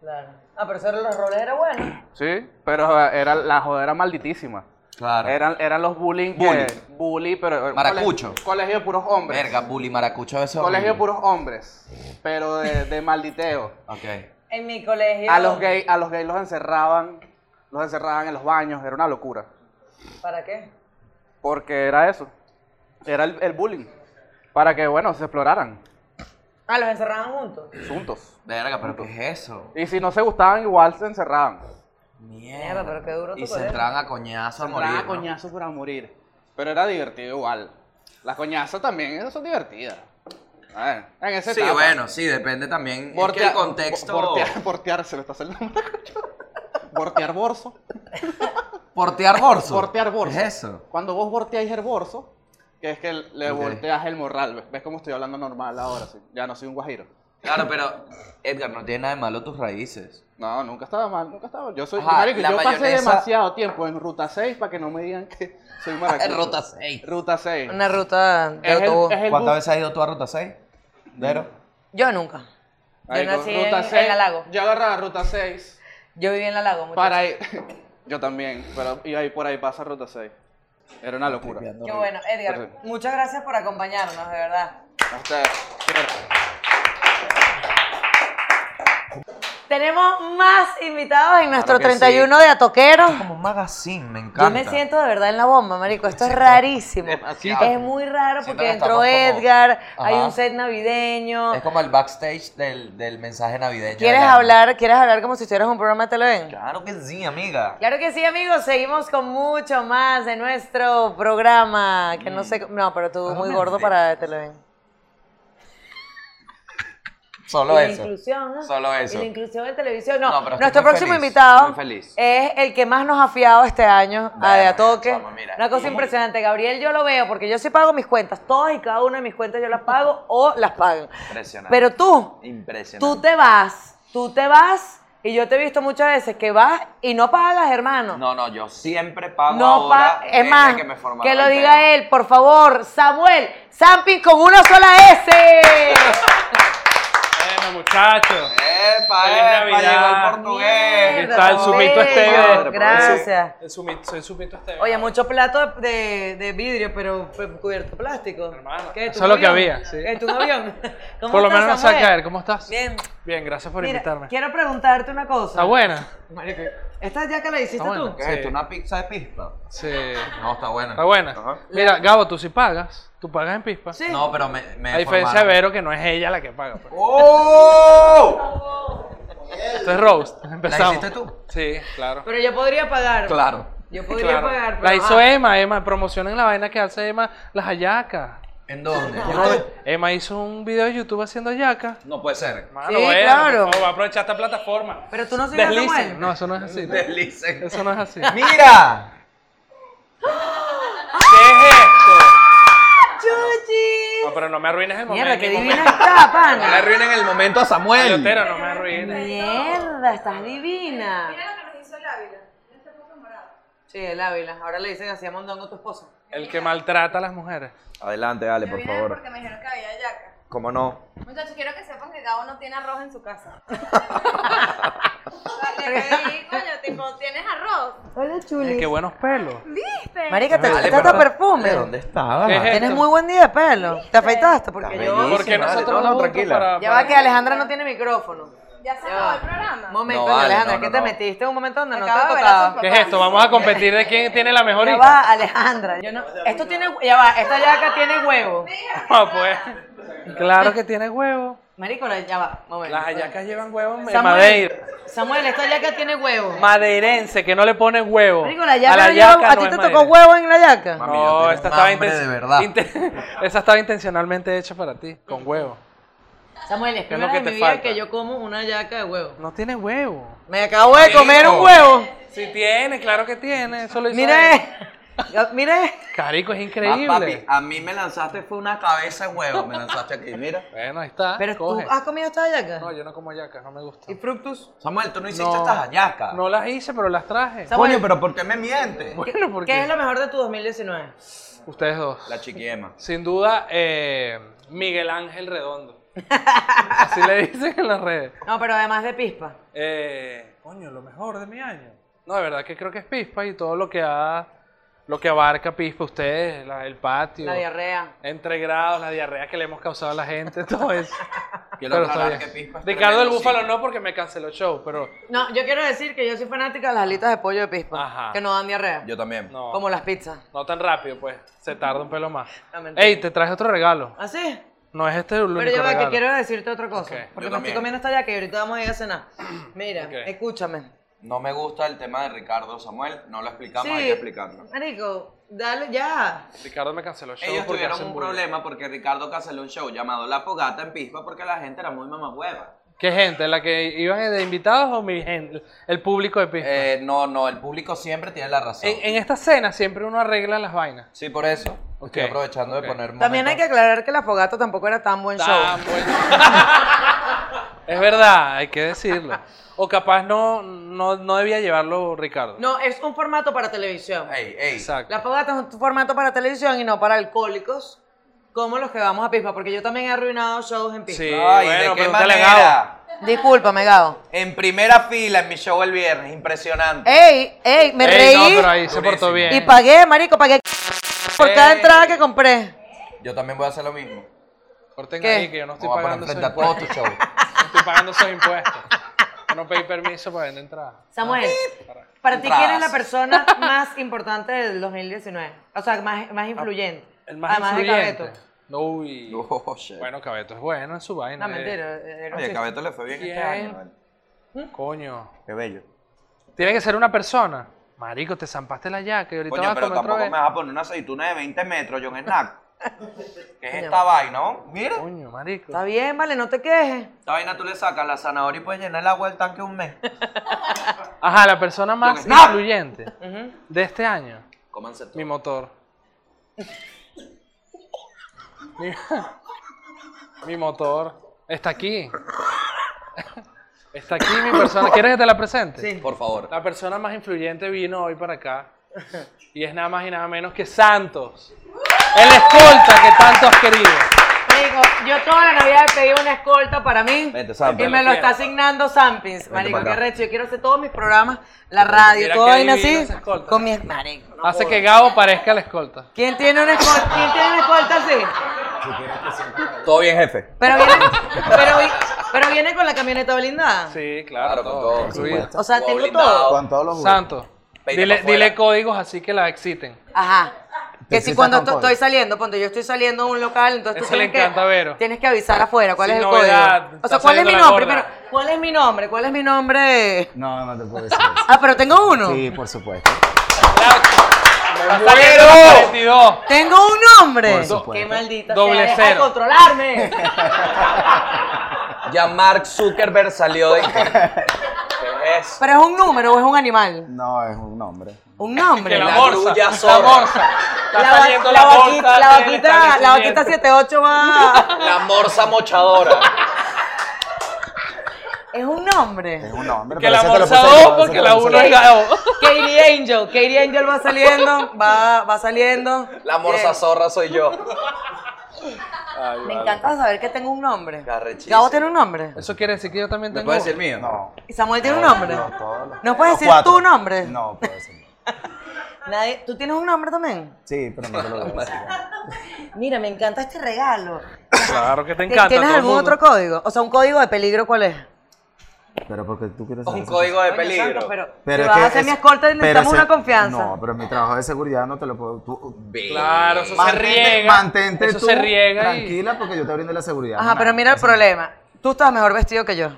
Speaker 2: Claro. Ah, pero eso de los roles era bueno.
Speaker 4: Sí, pero eh, era, la jodera malditísima.
Speaker 3: Claro.
Speaker 4: Eran, eran los bullying
Speaker 3: Bully.
Speaker 4: que... Bully, pero... eh,
Speaker 3: Maracucho.
Speaker 4: Colegio, colegio de puros hombres.
Speaker 3: Verga, bully, maracucho, a veces
Speaker 4: Colegio de
Speaker 3: horrible.
Speaker 4: puros hombres, pero de, de malditeo.
Speaker 3: Ok.
Speaker 2: En mi colegio.
Speaker 4: A los gays a los gays los encerraban, los encerraban en los baños, era una locura.
Speaker 2: ¿Para qué?
Speaker 4: Porque era eso. Era el, el bullying. Para que, bueno, se exploraran
Speaker 2: Ah, los encerraban juntos.
Speaker 4: juntos.
Speaker 3: Verga, pero ¿qué es eso?
Speaker 4: Y si no se gustaban, igual se encerraban.
Speaker 3: Mierda,
Speaker 2: pero qué duro tu
Speaker 3: Y se
Speaker 2: colegio.
Speaker 3: entraban a coñazo a morir.
Speaker 4: Entraban a
Speaker 3: ¿no?
Speaker 4: coñazos para morir. Pero era divertido igual. Las coñazas también esas son divertidas. A ver, en ese
Speaker 3: Sí, bueno, sí, depende también. es que el contexto.
Speaker 4: [LAUGHS] Portear, portear, se le está haciendo una [LAUGHS] coño. Portear borso.
Speaker 3: Portear borso.
Speaker 4: Portear borso.
Speaker 3: ¿Qué es eso?
Speaker 4: Cuando vos volteáis el borso, que es que le
Speaker 3: Ok.
Speaker 4: volteas el morral. ¿Ves- ¿Ves cómo estoy hablando normal ahora? sí? Ya no soy un guajiro.
Speaker 3: Claro, pero Edgar, no tiene nada de malo tus raíces.
Speaker 4: No, nunca estaba mal, nunca estaba mal. Yo soy
Speaker 3: Ajá,
Speaker 4: marico,
Speaker 3: la
Speaker 4: yo pasé
Speaker 3: mayonesa-
Speaker 4: demasiado tiempo en Ruta 6 para que no me digan que
Speaker 3: [LAUGHS]
Speaker 4: soy maracucho.
Speaker 3: Ruta 6.
Speaker 4: Ruta 6.
Speaker 2: Una ruta de
Speaker 4: Es el-
Speaker 2: autobús.
Speaker 4: es el
Speaker 3: ¿Cuántas
Speaker 4: bus-
Speaker 3: veces has ido tú a Ruta 6? Vero.
Speaker 2: Yo nunca. Yo
Speaker 4: Marico,
Speaker 2: nací en,
Speaker 4: Ruta
Speaker 2: en
Speaker 4: 6,
Speaker 2: la lago.
Speaker 4: Yo agarraba Ruta 6
Speaker 2: Yo viví en la lago. muchachos.
Speaker 4: para ir... [LAUGHS] Yo también, pero iba ahí por ahí pasa Ruta 6. Era una locura.
Speaker 2: Qué bueno, Edgar.
Speaker 4: Perfecto.
Speaker 2: Muchas gracias por acompañarnos, de verdad.
Speaker 4: Hasta-
Speaker 2: Tenemos más invitados en nuestro
Speaker 3: Claro que sí.
Speaker 2: 31 de Atoqueros.
Speaker 3: Como un magazine, me encanta.
Speaker 2: Yo me siento de verdad en la bomba, marico. Esto es rarísimo.
Speaker 3: Demasiado.
Speaker 2: Es muy raro
Speaker 3: Siento
Speaker 2: porque
Speaker 3: que
Speaker 2: entró
Speaker 3: estamos como-
Speaker 2: Edgar, hay
Speaker 3: Ajá.
Speaker 2: un set navideño.
Speaker 3: Es como el backstage del, del mensaje navideño.
Speaker 2: ¿Quieres
Speaker 3: del año.
Speaker 2: hablar, ¿Quieres hablar como si estuvieras en un programa de televisión?
Speaker 3: Claro que sí, amiga.
Speaker 2: Claro que sí, amigos. Seguimos con mucho más de nuestro programa. Que
Speaker 3: Mm.
Speaker 2: no sé. No, pero tú muy gordo para Televen.
Speaker 3: Solo
Speaker 2: Y la
Speaker 3: eso.
Speaker 2: inclusión, ¿no?
Speaker 3: Solo eso.
Speaker 2: Y la inclusión en televisión. No,
Speaker 3: No, pero estoy
Speaker 2: nuestro
Speaker 3: muy
Speaker 2: próximo
Speaker 3: feliz,
Speaker 2: invitado
Speaker 3: muy feliz.
Speaker 2: es el que más nos ha fiado este año a De
Speaker 3: Bueno,
Speaker 2: A Toque.
Speaker 3: chamo, mira.
Speaker 2: Una cosa impresionante. Gabriel, yo lo veo porque yo sí pago mis cuentas. Todas y cada una de mis cuentas yo las pago o las pagan.
Speaker 3: Impresionante.
Speaker 2: Pero tú,
Speaker 3: Impresionante.
Speaker 2: tú te vas, tú te vas. Y yo te he visto muchas veces que vas y no pagas, hermano.
Speaker 3: No, no, yo siempre pago
Speaker 2: No,
Speaker 3: ahora.
Speaker 2: pa-
Speaker 3: desde
Speaker 2: es más,
Speaker 3: que,
Speaker 2: que,
Speaker 3: me formaron
Speaker 2: lo
Speaker 3: el
Speaker 2: diga
Speaker 3: pelo.
Speaker 2: él, por favor. Samuel, Zampin con una sola
Speaker 3: [LAUGHS]
Speaker 2: S.
Speaker 7: Bueno, muchachos.
Speaker 3: ¡Epa,
Speaker 7: Feliz
Speaker 3: epa! Llegó
Speaker 7: Navidad.
Speaker 3: el portugués.
Speaker 7: Mierda, está el sumito este
Speaker 2: bello,
Speaker 7: de-
Speaker 2: Gracias.
Speaker 7: El sumi- soy sumito este.
Speaker 2: Oye, mucho plato de, de vidrio, pero pe- cubierto de plástico.
Speaker 7: Hermano,
Speaker 2: ¿Qué, tú
Speaker 7: eso
Speaker 2: un
Speaker 7: es lo que
Speaker 2: avión?
Speaker 7: había, sí.
Speaker 2: ¿Qué, tú un
Speaker 7: [LAUGHS]
Speaker 2: avión? ¿Cómo
Speaker 7: Por lo
Speaker 2: estás,
Speaker 7: menos no se va a
Speaker 2: Samuel?
Speaker 7: caer. ¿Cómo estás?
Speaker 2: Bien.
Speaker 7: Bien, gracias por
Speaker 2: Mira,
Speaker 7: invitarme.
Speaker 2: quiero preguntarte una cosa.
Speaker 7: ¿Está buena?
Speaker 2: Marico, ¿Esta ya que la hiciste
Speaker 7: Está buena.
Speaker 2: tú?
Speaker 3: ¿Qué es esto? ¿Una pizza de pispa?
Speaker 7: Sí.
Speaker 3: No, está buena.
Speaker 7: Está buena. Mira, Gabo, tú sí pagas. Tú pagas en Pispa.
Speaker 2: Sí.
Speaker 3: No, pero me, me
Speaker 7: A diferencia de
Speaker 3: formaron.
Speaker 7: Vero, que no es ella la que paga. pues.
Speaker 3: ¡Oh!
Speaker 7: Esto es roast. Empezamos.
Speaker 3: hiciste tú?
Speaker 7: Sí, claro.
Speaker 2: Pero yo podría pagar.
Speaker 3: Claro.
Speaker 2: Yo podría
Speaker 7: Claro.
Speaker 2: pagar. Pero,
Speaker 7: la hizo
Speaker 2: ah,
Speaker 7: Emma, Emma. Promocionen la vaina que hace Emma, las hallacas.
Speaker 3: ¿En dónde?
Speaker 7: Emma hizo un video de YouTube haciendo hallacas.
Speaker 3: No puede ser.
Speaker 7: Mano,
Speaker 2: Sí,
Speaker 7: bueno,
Speaker 2: claro.
Speaker 7: por favor, aprovechar esta plataforma.
Speaker 2: Pero tú no sigues a Samuel.
Speaker 7: Deslicen. No, eso no es así.
Speaker 3: Deslicen.
Speaker 7: Eso no es así.
Speaker 3: ¡Mira!
Speaker 2: Ah.
Speaker 7: ¿Qué es esto?
Speaker 2: ¡Chuchi!
Speaker 7: No, pero no me arruines el momento.
Speaker 2: Mierda, qué
Speaker 7: mi
Speaker 2: divina
Speaker 3: [LAUGHS]
Speaker 7: momento.
Speaker 2: está,
Speaker 3: No le
Speaker 2: pana.
Speaker 3: arruinen el momento a Samuel.
Speaker 7: Pelotero, no me arruines.
Speaker 2: Mierda, estás divina. Sí, el Ávila. Ahora le dicen así a Mondongo tu esposo.
Speaker 7: El que maltrata a las mujeres.
Speaker 3: Adelante, dale, por
Speaker 8: vine
Speaker 3: favor.
Speaker 8: porque me dijeron que había yaca.
Speaker 3: ¿Cómo no?
Speaker 8: Muchachos, quiero que sepan que cada uno tiene arroz en su
Speaker 3: [LAUGHS]
Speaker 8: casa. Vale, pedí, coño, tipo, ¿tienes arroz?
Speaker 2: Hola,
Speaker 7: Eh,
Speaker 2: chuli.
Speaker 7: qué buenos pelos.
Speaker 8: ¿Viste?
Speaker 2: Marica, te
Speaker 3: Dale,
Speaker 2: afeitaste a
Speaker 3: pero-
Speaker 2: perfume.
Speaker 3: ¿De dónde estabas?
Speaker 7: ¿Qué es esto?
Speaker 2: Tienes muy buen día de pelo. Te afeitaste porque
Speaker 3: Estás
Speaker 2: yo...
Speaker 3: bellísima,
Speaker 7: ¿Por qué
Speaker 3: dale.
Speaker 7: nosotros
Speaker 3: No, no,
Speaker 7: juntos
Speaker 3: tranquila.
Speaker 7: para-
Speaker 2: Ya va que Alejandra no tiene micrófono.
Speaker 8: Ya se
Speaker 2: Ya
Speaker 8: acabó
Speaker 2: va.
Speaker 8: el programa.
Speaker 2: Momento,
Speaker 3: No, vale,
Speaker 2: Alejandra,
Speaker 3: no,
Speaker 2: que
Speaker 3: no,
Speaker 2: te
Speaker 3: no.
Speaker 2: metiste en un momento donde no te
Speaker 8: Acaba de ver a
Speaker 2: tocaba.
Speaker 8: su
Speaker 7: ¿Qué es esto? Vamos a competir de quién tiene la mejor
Speaker 2: Ya
Speaker 7: hija.
Speaker 2: va, Alejandra. Yo no, esto tiene, ya va, esta yaca tiene huevo.
Speaker 7: [LAUGHS] Ah, pues. Claro que tiene huevo.
Speaker 2: Marico, la- ya va, momento.
Speaker 7: Las hallacas llevan huevo en
Speaker 2: Samuel,
Speaker 7: Madeira.
Speaker 2: Samuel, esta yaca tiene huevo.
Speaker 7: Madeirense, que no le ponen huevo.
Speaker 2: Marico, la
Speaker 7: A
Speaker 2: yaca
Speaker 7: la
Speaker 2: no lleva-
Speaker 7: hallaca
Speaker 2: ¿A
Speaker 7: no
Speaker 2: ti
Speaker 7: es
Speaker 2: te
Speaker 7: madeirense.
Speaker 2: tocó huevo en la yaca?
Speaker 3: Mami, yo
Speaker 7: No,
Speaker 3: tengo
Speaker 7: esta
Speaker 3: un
Speaker 7: estaba,
Speaker 3: hambre
Speaker 7: inten-
Speaker 3: de verdad.
Speaker 7: inten- [LAUGHS] esa estaba intencionalmente hecha para ti, con huevo.
Speaker 2: Samuel, es
Speaker 7: ¿Qué es
Speaker 2: primera
Speaker 7: lo
Speaker 2: vez
Speaker 7: que
Speaker 2: en
Speaker 7: te
Speaker 2: mi vida
Speaker 7: falta?
Speaker 2: que yo como una yaca de huevo.
Speaker 7: No tiene huevo.
Speaker 2: Me acabo de comer un
Speaker 3: Marico.
Speaker 2: huevo.
Speaker 7: Si tiene, claro que tiene. Eso lo hizo él.
Speaker 2: Mire, mire.
Speaker 7: Carico, es
Speaker 3: Ah,
Speaker 7: increíble.
Speaker 3: papi, a mí me lanzaste fue una cabeza de huevo. Me lanzaste aquí, mira.
Speaker 7: Bueno, ahí está.
Speaker 2: Pero
Speaker 7: coge.
Speaker 2: tú has comido esta yaca.
Speaker 7: No, yo no como yacas, no me gusta.
Speaker 2: ¿Y fructus?
Speaker 3: Samuel, tú no hiciste
Speaker 7: No.
Speaker 3: estas hallacas.
Speaker 7: No las hice, pero las traje.
Speaker 2: Samuel.
Speaker 3: Coño, pero ¿por qué me mientes?
Speaker 7: Bueno, porque
Speaker 2: ¿Qué es lo mejor de tu 2019?
Speaker 7: ustedes dos.
Speaker 3: La
Speaker 7: [LAUGHS]
Speaker 3: chiquiema.
Speaker 7: Sin duda, eh, Miguel Ángel Redondo.
Speaker 2: [LAUGHS]
Speaker 7: Así le dicen en las redes.
Speaker 2: No, pero además de pispa.
Speaker 7: Eh, coño, lo mejor de mi año. No, de verdad que creo que es Pispa y todo lo que ha, lo que abarca Pispa, ustedes, la- el patio,
Speaker 2: La diarrea.
Speaker 7: entre grados, la diarrea que le hemos causado a la gente, [LAUGHS] todo eso.
Speaker 3: Quiero
Speaker 7: Pero
Speaker 3: aclarar
Speaker 7: está
Speaker 3: que
Speaker 7: bien.
Speaker 3: Pispa es
Speaker 7: Ricardo el
Speaker 3: tremendo
Speaker 7: Búfalo
Speaker 3: sitio.
Speaker 7: no porque me canceló el show, pero
Speaker 2: No, yo quiero decir que yo soy fanática de las alitas de pollo de pispa.
Speaker 7: Ajá.
Speaker 2: Que no dan diarrea.
Speaker 3: Yo también.
Speaker 7: no,
Speaker 2: Como las pizzas.
Speaker 7: no tan rápido, pues. Se tarda un pelo más.
Speaker 3: Ah,
Speaker 2: No, mentira.
Speaker 7: Ey, te traje otro regalo.
Speaker 2: ¿Ah, sí?
Speaker 7: No es este el único
Speaker 2: Pero yo veo que
Speaker 7: regalo.
Speaker 2: quiero decirte otra cosa.
Speaker 7: Ok.
Speaker 2: Porque
Speaker 3: Yo
Speaker 2: me estoy
Speaker 3: también.
Speaker 2: comiendo esta yaca y ahorita vamos a ir a [CLEARS THROAT] cenar. Mira,
Speaker 7: Ok.
Speaker 2: escúchame.
Speaker 3: No me gusta el tema de Ricardo Samuel. No lo explicamos,
Speaker 2: Sí.
Speaker 3: hay que explicarlo.
Speaker 2: Marico, dale ya.
Speaker 7: Ricardo me canceló el show
Speaker 3: Ellos
Speaker 7: porque
Speaker 3: tuvieron
Speaker 7: hacen
Speaker 3: un
Speaker 7: bullying.
Speaker 3: problema porque Ricardo canceló un show llamado La Fogata en Pispa porque la gente era muy mamahueva.
Speaker 7: ¿Qué gente? ¿La que iban de invitados o mi gente? El público de Pispa.
Speaker 3: Eh, no, no, el público siempre tiene la razón.
Speaker 7: En, en esta cena siempre uno arregla las vainas.
Speaker 3: Sí, por eso. Estoy
Speaker 7: Ok,
Speaker 3: aprovechando
Speaker 7: ok.
Speaker 3: de poner
Speaker 2: También hay que
Speaker 3: momentos.
Speaker 2: aclarar que la fogata tampoco era tan buen
Speaker 7: Tan
Speaker 2: show.
Speaker 7: bueno. [LAUGHS] es verdad, hay que decirlo. O capaz no, no, no debía llevarlo Ricardo.
Speaker 2: No, es un formato para televisión.
Speaker 3: Ey, ey.
Speaker 7: Exacto.
Speaker 2: La fogata es un formato para televisión y no para alcohólicos como los que vamos a Pispa, porque yo también he arruinado shows en Pispa.
Speaker 7: Sí,
Speaker 3: Ay,
Speaker 7: bueno,
Speaker 3: ¿de qué
Speaker 7: pregúntale a Gabo.
Speaker 3: manera?
Speaker 2: Discúlpame, Gabo.
Speaker 3: En primera fila en mi show el viernes, impresionante.
Speaker 2: Ey, ey, me
Speaker 7: Ey,
Speaker 2: reí
Speaker 7: No, pero ahí se portó
Speaker 3: Durísimo.
Speaker 7: bien.
Speaker 2: y pagué, marico, pagué por cada
Speaker 7: Ey.
Speaker 2: entrada que compré.
Speaker 3: Yo también voy a hacer lo mismo.
Speaker 7: Corten
Speaker 2: ¿Qué?
Speaker 7: ahí que yo
Speaker 3: Me
Speaker 7: no estoy
Speaker 3: voy a poner
Speaker 7: pagando esos
Speaker 3: frente a todos [LAUGHS]
Speaker 7: [LAUGHS] impuestos.
Speaker 3: tus shows.
Speaker 7: No estoy pagando esos impuestos. Yo no pedí permiso para vender entrada.
Speaker 2: Samuel, para ti,
Speaker 3: Entradas.
Speaker 2: ¿quién es la persona más importante del 2019? O sea, más, más influyente.
Speaker 7: Ah, El más
Speaker 2: Además de
Speaker 7: influyente.
Speaker 2: Cabeto.
Speaker 7: No, uy.
Speaker 3: Oh, shit.
Speaker 7: Bueno, Cabeto es bueno en su vaina.
Speaker 2: No,
Speaker 7: eh.
Speaker 2: mentira. era un
Speaker 3: Oye,
Speaker 2: chiste.
Speaker 3: Cabeto le fue bien este
Speaker 7: Bien. ¿Mm?
Speaker 3: año, ¿vale?
Speaker 7: Coño.
Speaker 3: Qué bello.
Speaker 7: Tiene que ser una persona. Marico, te zampaste la yaca y ahorita
Speaker 3: Coño,
Speaker 7: vas a
Speaker 3: pero
Speaker 7: comer otra
Speaker 3: tampoco me
Speaker 7: vez.
Speaker 3: vas a poner una aceituna de 20 metros, John
Speaker 2: [LAUGHS]
Speaker 3: Snack. ¿Qué es esta vaina? no? Mira.
Speaker 7: Coño, marico.
Speaker 2: Está bien, vale, no te quejes.
Speaker 3: Esta vaina tú le sacas la zanahoria y puedes llenar el agua del tanque un mes.
Speaker 7: Ajá, la persona más
Speaker 3: ¡No!
Speaker 7: influyente de este año.
Speaker 3: Cómanse todo.
Speaker 7: Mi motor. Mi, [LAUGHS] mi motor. Está aquí. Está aquí mi persona. ¿Quieres que te la presente? Sí.
Speaker 3: Por favor.
Speaker 7: La persona más influyente vino hoy para acá. Y es nada más y nada menos que Santos. El escolta que tanto has querido.
Speaker 2: Marico, yo toda la Navidad he pedido una escolta para mí.
Speaker 3: Vente, Sampi.
Speaker 2: y me lo está asignando Sampins. Marico,
Speaker 3: para
Speaker 2: qué
Speaker 3: acá.
Speaker 2: recho. Yo quiero hacer todos mis programas, la radio,
Speaker 7: Mira
Speaker 2: todo
Speaker 7: qué
Speaker 2: vaina
Speaker 7: divino
Speaker 2: así.
Speaker 7: esa escolta.
Speaker 2: Con mi marico. no
Speaker 7: Hace
Speaker 2: jodas.
Speaker 7: que Gabo parezca la escolta.
Speaker 2: ¿Quién tiene una escolta, ¿Quién tiene una escolta así?
Speaker 3: Todo bien, jefe.
Speaker 2: Pero viene, pero, vi- pero viene con la camioneta blindada.
Speaker 7: Sí,
Speaker 9: Claro,
Speaker 7: claro.
Speaker 9: con
Speaker 7: todo,
Speaker 9: todo, por
Speaker 7: incluido.
Speaker 9: supuesto.
Speaker 2: O sea, tengo todo.
Speaker 9: Blindado.
Speaker 4: Con todos los juguetes.
Speaker 7: Santos.
Speaker 9: Peine
Speaker 7: Dile,
Speaker 9: pa' fuera.
Speaker 7: dile códigos así que la exciten.
Speaker 2: Ajá. Que
Speaker 4: Te
Speaker 2: si
Speaker 4: sientas
Speaker 2: cuando
Speaker 4: con
Speaker 2: to-
Speaker 4: código.
Speaker 2: estoy saliendo, cuando yo estoy saliendo de un local, entonces
Speaker 7: Eso
Speaker 2: tú
Speaker 7: le
Speaker 2: tienes,
Speaker 7: encanta a
Speaker 2: que,
Speaker 7: Vero.
Speaker 2: tienes que avisar afuera cuál
Speaker 7: Sin
Speaker 2: es el
Speaker 7: novedad,
Speaker 2: código. O
Speaker 7: está
Speaker 2: sea, ¿cuál es mi
Speaker 7: saliendo la
Speaker 2: nombre?
Speaker 7: gorda.
Speaker 2: Primero, ¿cuál es mi nombre? ¿Cuál es mi nombre?
Speaker 4: No, no te
Speaker 3: [LAUGHS]
Speaker 4: puedo decir eso.
Speaker 2: Ah, pero tengo uno.
Speaker 4: Sí, por supuesto.
Speaker 7: Pasajero 42.
Speaker 2: Tengo un nombre.
Speaker 4: Por supuesto.
Speaker 2: Qué maldita
Speaker 7: Doble
Speaker 2: sea, deja de
Speaker 7: cero.
Speaker 2: controlarme.
Speaker 3: Ya Mark Zuckerberg salió
Speaker 7: [LAUGHS]
Speaker 3: de. ¿Qué es eso?
Speaker 2: [LAUGHS] Pero es un número o es un animal.
Speaker 4: No, es un nombre.
Speaker 2: Un nombre.
Speaker 7: Que la
Speaker 3: La
Speaker 7: morsa.
Speaker 3: grulla
Speaker 7: La
Speaker 3: zorra.
Speaker 7: morsa. Está
Speaker 2: La va-
Speaker 7: saliendo
Speaker 2: la
Speaker 7: la
Speaker 2: vaquita,
Speaker 7: morsa.
Speaker 2: la
Speaker 7: del
Speaker 2: vaquita, la vaquita
Speaker 7: establecimiento.
Speaker 2: 78 va.
Speaker 3: La morsa mochadora.
Speaker 2: [LAUGHS] Es un nombre.
Speaker 4: Es un nombre.
Speaker 7: Que
Speaker 4: pero
Speaker 7: la
Speaker 4: ese te lo puse
Speaker 7: morsa
Speaker 4: yo,
Speaker 7: dos,
Speaker 4: ese
Speaker 7: porque
Speaker 4: te lo
Speaker 7: la
Speaker 4: puse
Speaker 7: uno
Speaker 4: yo.
Speaker 7: es Gabo.
Speaker 2: [LAUGHS] Katie Angel, Katie Angel va saliendo, va, va saliendo.
Speaker 3: La morsa
Speaker 2: Bien.
Speaker 3: zorra soy yo.
Speaker 2: Me encanta saber que tengo un nombre.
Speaker 3: Carrechísimo.
Speaker 2: Gabo tiene un nombre.
Speaker 7: Eso quiere decir que yo también
Speaker 3: ¿Me
Speaker 7: tengo.
Speaker 3: puedes decir
Speaker 7: uno.
Speaker 3: mío?
Speaker 4: No.
Speaker 2: ¿Y Samuel tiene un nombre?
Speaker 4: No, todos los-
Speaker 2: ¿No puedes
Speaker 4: los
Speaker 2: decir
Speaker 4: cuatro.
Speaker 2: tu nombre?
Speaker 4: No, puedo decir.
Speaker 2: [LAUGHS] Nadie, ¿Tú tienes un nombre también?
Speaker 4: Sí, pero no te lo voy a decir.
Speaker 3: [LAUGHS]
Speaker 2: Mira, me encanta este regalo.
Speaker 7: Claro que te encanta.
Speaker 2: ¿Tienes
Speaker 7: todo el
Speaker 2: algún
Speaker 7: mundo.
Speaker 2: otro código? O sea, un código de peligro, ¿cuál es?
Speaker 4: Pero porque tú quieres saber
Speaker 3: Un
Speaker 4: esas
Speaker 3: código de
Speaker 2: Coño, santo,
Speaker 3: peligro.
Speaker 2: pero, si
Speaker 4: Pero es
Speaker 2: vas
Speaker 4: que
Speaker 2: a hacer
Speaker 4: es-
Speaker 2: mi escolta,
Speaker 4: pero
Speaker 2: necesitamos
Speaker 4: ese-
Speaker 2: una confianza.
Speaker 4: No, pero mi trabajo de seguridad no te lo puedo. Tú,
Speaker 7: Claro, eso se
Speaker 4: mantente-
Speaker 7: riega.
Speaker 4: Mantente
Speaker 7: eso
Speaker 4: tú
Speaker 7: se riega y-
Speaker 4: tranquila porque yo te brindo la seguridad.
Speaker 2: Ajá, pero mira el problema. Tú estás mejor vestido que yo.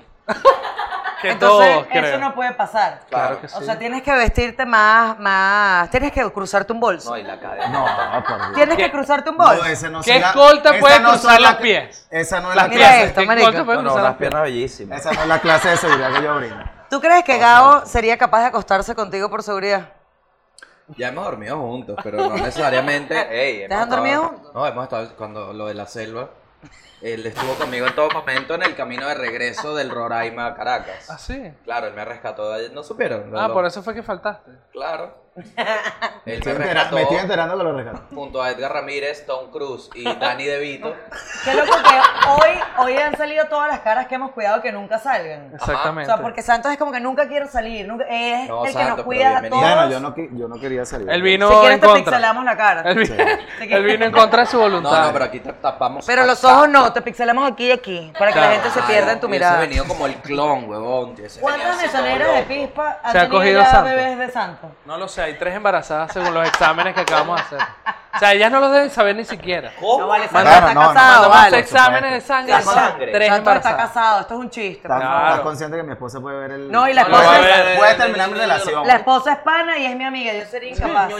Speaker 7: Que
Speaker 2: Entonces,
Speaker 7: todos,
Speaker 2: eso
Speaker 7: creo.
Speaker 2: no puede pasar.
Speaker 7: Claro que sí.
Speaker 2: O sea, tienes que vestirte más, más. Tienes que cruzarte un bolso.
Speaker 3: No, y la cadena.
Speaker 4: No, por Dios.
Speaker 2: tienes que cruzarte un bolso.
Speaker 4: No, ese no
Speaker 7: ¿Qué
Speaker 4: será-
Speaker 7: escolta
Speaker 4: esa
Speaker 7: puede
Speaker 4: no son
Speaker 7: cruzar
Speaker 4: la-
Speaker 7: los pies?
Speaker 4: Esa no es
Speaker 7: Las
Speaker 2: Mira
Speaker 4: la
Speaker 7: piernas.
Speaker 4: clase.
Speaker 2: esto,
Speaker 7: ¿Qué
Speaker 2: marico.
Speaker 7: corto puede
Speaker 3: No, no,
Speaker 7: cruzar
Speaker 3: las
Speaker 7: las piernas?
Speaker 3: piernas bellísimas.
Speaker 4: Esa no es la clase de seguridad que yo brindo.
Speaker 2: ¿Tú crees que Gao sería capaz de acostarse contigo por seguridad?
Speaker 3: Ya hemos dormido juntos, pero
Speaker 2: [LAUGHS]
Speaker 3: no necesariamente. Ey,
Speaker 2: ¿Te
Speaker 3: hemos
Speaker 2: han dormido
Speaker 3: estado-
Speaker 2: juntos?
Speaker 3: No, hemos estado cuando lo de la selva. Él estuvo conmigo en todo momento en el camino de regreso del Roraima a Caracas.
Speaker 7: Ah, sí.
Speaker 3: Claro, él me rescató de ayer. No supieron. Lo-
Speaker 7: Ah,
Speaker 3: lo-
Speaker 7: por eso fue que faltaste.
Speaker 2: [LAUGHS]
Speaker 3: Claro.
Speaker 4: Me
Speaker 3: Él
Speaker 4: estoy,
Speaker 3: me
Speaker 4: entera-
Speaker 3: rescató
Speaker 4: me estoy enterando que lo regalo.
Speaker 3: junto a Edgar Ramírez, Tom Cruise y
Speaker 2: [LAUGHS]
Speaker 3: Danny DeVito.
Speaker 2: Qué loco que hoy, hoy han salido todas las caras que hemos cuidado que nunca salgan. O
Speaker 7: Exactamente.
Speaker 2: sea, porque Santos es como que nunca quiero salir. Nunca, es
Speaker 3: No,
Speaker 2: el que
Speaker 3: Santos,
Speaker 2: nos
Speaker 3: pero
Speaker 2: cuida a
Speaker 3: bienvenido.
Speaker 2: todos.
Speaker 4: Bueno, yo no, qui- yo no quería salir.
Speaker 7: Él
Speaker 2: Si
Speaker 7: vino
Speaker 2: quieres
Speaker 7: en
Speaker 2: te
Speaker 7: contra.
Speaker 2: pixelamos la cara.
Speaker 7: Él [LAUGHS] vino,
Speaker 2: Sí.
Speaker 7: él vino en contra de su
Speaker 3: No,
Speaker 7: voluntad.
Speaker 3: no, pero aquí te tapamos.
Speaker 2: Pero los ojos no, te pixelamos aquí y aquí, para que la gente se pierda en tu
Speaker 3: He
Speaker 2: mirada.
Speaker 3: venido como el clon, huevón. tío, ese
Speaker 2: ¿Cuántas
Speaker 3: venía así
Speaker 2: mesoneras
Speaker 3: todo
Speaker 2: de
Speaker 3: loco.
Speaker 2: pispa han
Speaker 7: Se ha
Speaker 2: tenido
Speaker 7: cogido
Speaker 2: ya
Speaker 7: Santos.
Speaker 2: bebés de Santos?
Speaker 7: No lo sé, hay tres embarazadas según los exámenes que acabamos de hacer. O sea, ellas no lo deben saber ni siquiera.
Speaker 2: No vale, Santos
Speaker 4: Claro,
Speaker 2: está
Speaker 4: no, no,
Speaker 2: casado,
Speaker 4: no,
Speaker 7: Mandamos
Speaker 2: vale.
Speaker 7: exámenes de sangre.
Speaker 3: De
Speaker 7: son
Speaker 3: sangre.
Speaker 7: Tres
Speaker 2: Santos está
Speaker 7: embarazadas.
Speaker 2: casado, esto es un chiste.
Speaker 4: ¿Estás,
Speaker 2: pues.
Speaker 7: Claro.
Speaker 4: estás consciente que mi esposa puede ver el.
Speaker 2: No, y la
Speaker 4: Puede-
Speaker 2: esposa-
Speaker 4: Puede, puede terminar mi relación.
Speaker 2: La esposa es pana y es mi amiga, yo sería incapaz.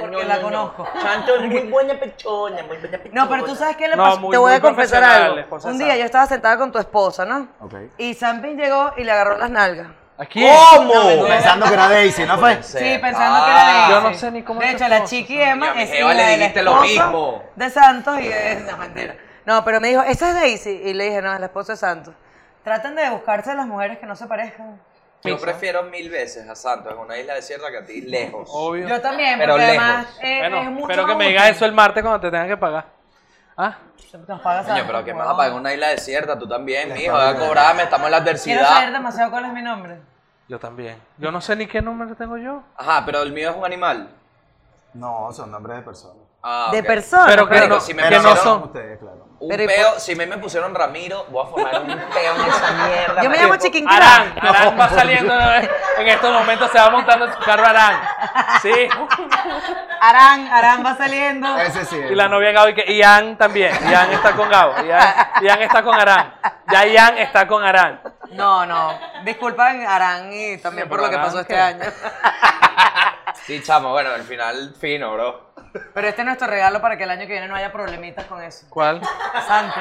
Speaker 2: Porque la conozco.
Speaker 10: Santo
Speaker 2: [LAUGHS]
Speaker 10: es muy buena pechona, muy buena pechona.
Speaker 2: No, pero tú sabes qué le
Speaker 7: No,
Speaker 2: pasó.
Speaker 7: muy-
Speaker 2: Te voy
Speaker 7: muy
Speaker 2: a confesar
Speaker 7: profesional, la
Speaker 2: algo.
Speaker 7: esposa de
Speaker 2: Un día
Speaker 7: Santos.
Speaker 2: yo estaba sentada con tu esposa, ¿no?
Speaker 4: Ok.
Speaker 2: Y Sampin llegó y le agarró las nalgas.
Speaker 7: Aquí.
Speaker 4: Tú Pensando que era Daisy, ¿no fue?
Speaker 7: Pues.
Speaker 2: Sí, ah. pensando que era Daisy.
Speaker 7: Yo no sé ni cómo
Speaker 2: De
Speaker 7: es
Speaker 2: hecho,
Speaker 7: esa
Speaker 2: la
Speaker 7: cosa,
Speaker 2: chiqui Emma
Speaker 3: Ni a mi
Speaker 2: es
Speaker 3: jeva
Speaker 2: hija
Speaker 3: le
Speaker 2: de la
Speaker 3: dijiste lo
Speaker 2: esposa
Speaker 3: mismo.
Speaker 2: de Santos y es no, mentira. No, pero me dijo, esa es Daisy. Y le dije, no, es la esposa de Santos. Traten de buscarse a las mujeres que no se parezcan.
Speaker 3: Yo prefiero mil veces a Santos en una isla desierta que a ti, lejos.
Speaker 7: Obvio.
Speaker 2: Yo también,
Speaker 3: Pero
Speaker 2: porque
Speaker 3: lejos.
Speaker 2: además eh, es
Speaker 7: bueno,
Speaker 2: mucho
Speaker 7: espero que
Speaker 2: más
Speaker 7: me digas
Speaker 2: útil.
Speaker 7: eso el martes cuando te tengan que pagar. Ah,
Speaker 2: Nos pagas
Speaker 3: Coño,
Speaker 2: algo,
Speaker 3: pero que me vas a
Speaker 2: huevón.
Speaker 3: pagar una isla desierta, tú también, mijo. Vas a cobrarme, estamos en la
Speaker 2: Quiero saber
Speaker 3: adversidad.
Speaker 2: demasiado cuál es mi nombre.
Speaker 7: yo también. Yo no sé ni qué número tengo yo.
Speaker 3: Ajá, pero el mío es un animal.
Speaker 4: No, son nombres de personas.
Speaker 3: Ah,
Speaker 2: De
Speaker 3: ok.
Speaker 2: persona.
Speaker 7: Pero que
Speaker 3: Marico,
Speaker 7: no,
Speaker 3: si me
Speaker 7: que no
Speaker 3: pusieron-
Speaker 7: son.
Speaker 4: Ustedes, claro.
Speaker 3: Un
Speaker 2: Pero, ¿y por-
Speaker 3: peo, si me, me pusieron Ramiro, voy
Speaker 2: [LAUGHS]
Speaker 3: a formar un peo en esa mierda.
Speaker 2: Yo me llamo Chiquín
Speaker 7: Arán,
Speaker 2: Crack.
Speaker 7: Arán va saliendo de- en estos momentos, se va montando en su carro Arán. Sí.
Speaker 2: Arán, Arán va saliendo.
Speaker 4: Ese sí.
Speaker 7: Y la novia de Gabo y que Ian también. Ian está con Gabo. Ian, Ian está con Arán. Ya Ian está con Arán.
Speaker 2: No, no. Disculpan Arán y también
Speaker 7: Sí,
Speaker 2: por
Speaker 7: pero
Speaker 2: lo que
Speaker 7: Arán,
Speaker 2: pasó este
Speaker 7: ¿qué?
Speaker 2: año.
Speaker 3: Sí, chamo, bueno, al final fino, bro.
Speaker 2: Pero este es nuestro regalo para que el año que viene no haya problemitas con eso.
Speaker 7: ¿Cuál?
Speaker 2: Santo.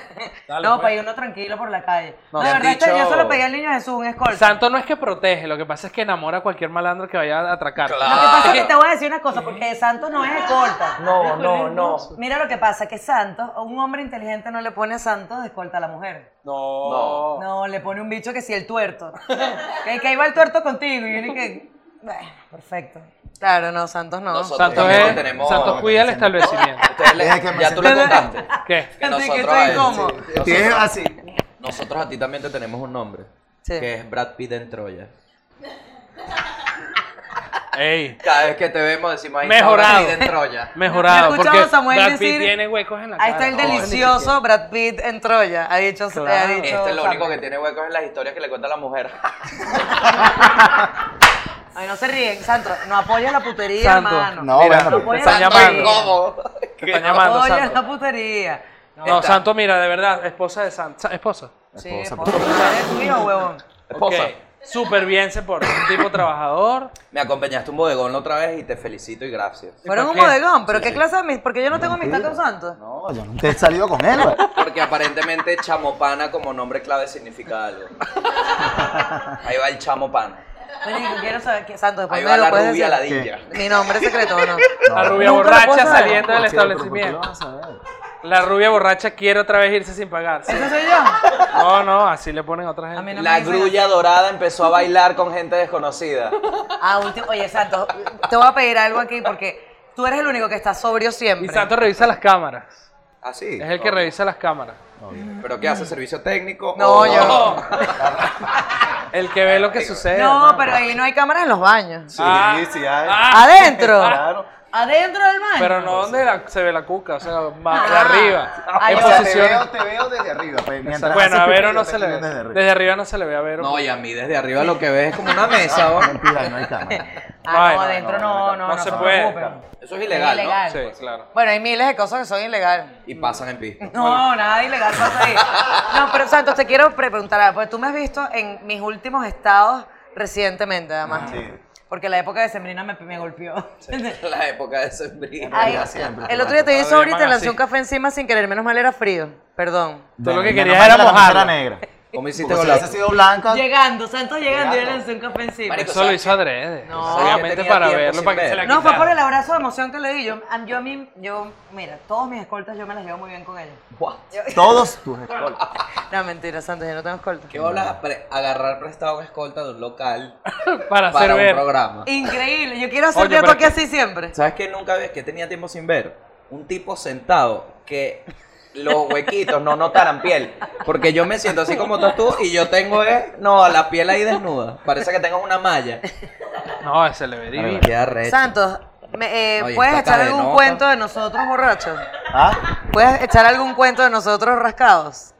Speaker 2: [LAUGHS]
Speaker 7: Dale,
Speaker 2: no,
Speaker 7: pues.
Speaker 2: para ir uno tranquilo por la calle. No,
Speaker 7: No,
Speaker 2: de
Speaker 7: me
Speaker 2: verdad,
Speaker 7: han
Speaker 2: este- yo
Speaker 7: dicho-
Speaker 2: solo pedí al niño Jesús un escolta.
Speaker 7: Santo no es que protege, lo que pasa es que enamora a cualquier malandro que vaya a atracar.
Speaker 2: Lo que pasa es que te voy a decir una cosa, porque Santos no es escolta.
Speaker 3: No, no, no.
Speaker 2: Mira lo que pasa, que Santos, un hombre inteligente no le pone a Santos de escolta a la mujer.
Speaker 7: No.
Speaker 2: No, le pone un bicho que sí, el tuerto. que, que ahí va el tuerto contigo. Y viene que... Bueno, perfecto. Claro, no, Santos no.
Speaker 3: Nosotros
Speaker 7: Santo,
Speaker 3: también
Speaker 7: es,
Speaker 3: tenemos-
Speaker 7: Santo cuida el establecimiento.
Speaker 3: Ustedes le-
Speaker 4: Es que me
Speaker 3: ya tú le
Speaker 4: siento-
Speaker 3: contaste.
Speaker 7: ¿Qué?
Speaker 3: Que
Speaker 2: Así que
Speaker 3: nosotros,
Speaker 2: estoy
Speaker 3: a él,
Speaker 2: como-
Speaker 3: sí. Nosotros-
Speaker 4: Tienes así.
Speaker 3: Nosotros a ti también te tenemos un nombre.
Speaker 2: Sí.
Speaker 3: Que es Brad Pitt en Troya.
Speaker 7: Ey.
Speaker 3: Cada vez que te vemos decimos ahí
Speaker 7: Mejorado.
Speaker 3: Brad Pitt
Speaker 2: [LAUGHS]
Speaker 3: en Troya.
Speaker 7: Mejorado.
Speaker 2: Yo he
Speaker 7: porque
Speaker 2: escuchado a Samuel
Speaker 7: Brad Pitt
Speaker 2: decir-
Speaker 7: tiene huecos en la cara.
Speaker 2: Ahí está el
Speaker 3: no, ni
Speaker 2: delicioso Brad Pitt en Troya. eh, Ha dicho... ha
Speaker 7: Claro.
Speaker 2: dicho
Speaker 3: Este es lo único que
Speaker 2: Santos.
Speaker 3: tiene huecos en las historias que le cuenta la
Speaker 7: [LAUGHS]
Speaker 3: mujer.
Speaker 2: Ay, no se ríen, Santos. No apoyas la putería,
Speaker 7: Santos,
Speaker 2: hermano.
Speaker 4: No,
Speaker 7: Mira,
Speaker 4: bueno.
Speaker 2: Apoya
Speaker 7: están
Speaker 2: la
Speaker 7: llamando.
Speaker 2: putería.
Speaker 3: Oh.
Speaker 7: Te están llamando,
Speaker 2: Apoya
Speaker 7: Santo.
Speaker 2: la putería.
Speaker 7: No, Santo, mira, de verdad, esposa de Santo. ¿Esposa?
Speaker 2: Sí,
Speaker 4: Esposa,
Speaker 2: esposa. ¿Eres tu hijo, huevón?
Speaker 3: Esposa.
Speaker 7: Ok, Súper bien se porta. Un tipo trabajador.
Speaker 3: Me acompañaste a un bodegón la otra vez y te felicito y gracias.
Speaker 2: Fueron
Speaker 7: por
Speaker 2: un
Speaker 7: qué?
Speaker 2: bodegón, pero qué clase de amistad, porque yo no tengo amistad con Santos.
Speaker 4: No, yo no te he salido con él, güey.
Speaker 3: Porque aparentemente chamopana como nombre clave significa
Speaker 7: [LAUGHS]
Speaker 3: algo. Ahí va el chamopana.
Speaker 2: Marico, quiero saber que Santos, después
Speaker 3: Ahí
Speaker 2: me
Speaker 3: va
Speaker 2: lo
Speaker 3: la
Speaker 2: puedes
Speaker 3: rubia
Speaker 2: decir.
Speaker 3: ladilla.
Speaker 2: Mi nombre es secreto, ¿o ¿no?
Speaker 7: La
Speaker 2: Nunca
Speaker 7: rubia
Speaker 2: lo puedo
Speaker 7: borracha
Speaker 2: saber.
Speaker 4: Sí, pero
Speaker 7: saliendo del
Speaker 4: ¿por qué lo
Speaker 7: establecimiento.
Speaker 4: vas a saber?
Speaker 7: La rubia borracha quiere otra vez irse sin
Speaker 2: [LAUGHS]
Speaker 7: pagar. sí.
Speaker 2: ¿Eso soy yo?
Speaker 7: No, no, así le ponen a otra
Speaker 2: A mí
Speaker 7: gente.
Speaker 2: no
Speaker 3: La
Speaker 2: me dicen-
Speaker 3: grulla dorada empezó a bailar con gente desconocida.
Speaker 7: [LAUGHS]
Speaker 2: Ah, último. Oye, Santos, te voy a pedir algo aquí porque tú eres el único que está sobrio
Speaker 7: Y
Speaker 2: siempre.
Speaker 7: Santo revisa las cámaras.
Speaker 3: ¿Ah, sí?
Speaker 7: Es el que revisa las cámaras.
Speaker 3: ¿Pero qué hace? ¿Servicio técnico? Oh,
Speaker 2: No,
Speaker 3: o-
Speaker 2: yo no.
Speaker 7: [LAUGHS] El que ve lo que sucede.
Speaker 2: No,
Speaker 7: hermano.
Speaker 2: pero ahí no hay cámaras en los baños.
Speaker 4: Sí,
Speaker 7: Ah.
Speaker 4: sí, hay.
Speaker 7: Ah,
Speaker 2: ¿Adentro?
Speaker 4: Claro.
Speaker 2: ¿Adentro del baño?
Speaker 7: pero no donde la- se ve la cuca, o sea, más de
Speaker 2: Ah.
Speaker 7: arriba.
Speaker 2: Ah,
Speaker 7: en
Speaker 2: yo-
Speaker 4: O sea, te
Speaker 7: posición.
Speaker 4: veo, te veo desde arriba. pues, mientras
Speaker 7: Bueno,
Speaker 4: haces
Speaker 7: a Vero
Speaker 4: pipí,
Speaker 7: no
Speaker 4: yo
Speaker 7: se
Speaker 4: te
Speaker 7: le
Speaker 4: estoy
Speaker 7: ve.
Speaker 4: viendo desde arriba.
Speaker 7: Desde arriba no se le ve a Vero.
Speaker 3: No, y a mí desde arriba lo que ves es como una mesa. ¿o?
Speaker 4: Mentira, no hay cámara.
Speaker 2: Ah,
Speaker 7: Ay,
Speaker 2: no,
Speaker 7: no,
Speaker 2: adentro no, no, no,
Speaker 7: no se puede.
Speaker 2: preocupen.
Speaker 3: Eso es ilegal, ¿no?
Speaker 2: ilegal.
Speaker 7: Sí, claro.
Speaker 2: Bueno, hay miles de cosas que son ilegales.
Speaker 3: Y pasan en pista.
Speaker 2: No, nada de ilegal pasa ahí. No, pero Santos, te quiero pre- preguntar algo, porque tú me has visto en mis últimos estados recientemente, además. Porque la época de Sembrina me, me golpeó.
Speaker 3: La época de sembrina.
Speaker 2: Ay,
Speaker 4: siempre.
Speaker 2: el otro día te vi
Speaker 7: Todavía
Speaker 2: sobre y te
Speaker 7: van
Speaker 2: lancé
Speaker 7: así.
Speaker 2: un café encima sin querer, menos mal era frío. Perdón.
Speaker 7: Tú lo que
Speaker 4: Menos
Speaker 7: querías
Speaker 4: mal
Speaker 7: era
Speaker 4: la camisa
Speaker 7: mojarla.
Speaker 4: negra.
Speaker 3: ¿Cómo hiciste
Speaker 4: Porque
Speaker 3: con
Speaker 4: si
Speaker 3: la-
Speaker 4: hubiese sido blanca,
Speaker 2: Llegando, Santos llegando, yo le lancé un café encima.
Speaker 3: Marico,
Speaker 7: Eso lo hizo Adrede.
Speaker 2: No.
Speaker 7: Obviamente
Speaker 3: Tenía
Speaker 7: para
Speaker 3: tiempo
Speaker 7: verlo,
Speaker 3: sin
Speaker 7: para que
Speaker 3: ver.
Speaker 7: se la
Speaker 2: No, fue
Speaker 7: quitara.
Speaker 2: por el abrazo de emoción que le di. Yo, yo a mí, yo, mira, todos mis escoltas yo me las llevo muy bien con ellos.
Speaker 3: What?
Speaker 4: todos tus escoltas.
Speaker 2: No, mentira, Santos, yo no tengo escoltas.
Speaker 3: ¿Qué hola pre- agarrar prestado una escolta de un
Speaker 7: [LAUGHS]
Speaker 3: local
Speaker 7: Para
Speaker 3: para
Speaker 7: hacer
Speaker 3: un
Speaker 7: ver.
Speaker 3: programa?
Speaker 2: Increíble, yo quiero hacer
Speaker 7: Oye,
Speaker 2: yo
Speaker 7: pero
Speaker 2: aquí
Speaker 7: que-
Speaker 2: así siempre.
Speaker 3: ¿Sabes qué nunca ves? Que tenía tiempo sin ver. Un tipo sentado que los huequitos no notaran piel. Porque yo me siento así como estás tú y yo tengo, eh, no, la piel ahí desnuda. Parece que tengo una malla.
Speaker 7: No, se le ve divino.
Speaker 3: Qué arrecho.
Speaker 2: Santos, me, eh,
Speaker 3: Oye,
Speaker 2: ¿puedes
Speaker 3: esta
Speaker 2: echar
Speaker 3: cadenota.
Speaker 2: algún cuento de nosotros borrachos?
Speaker 4: ¿Ah?
Speaker 2: ¿Puedes echar algún cuento de nosotros rascados?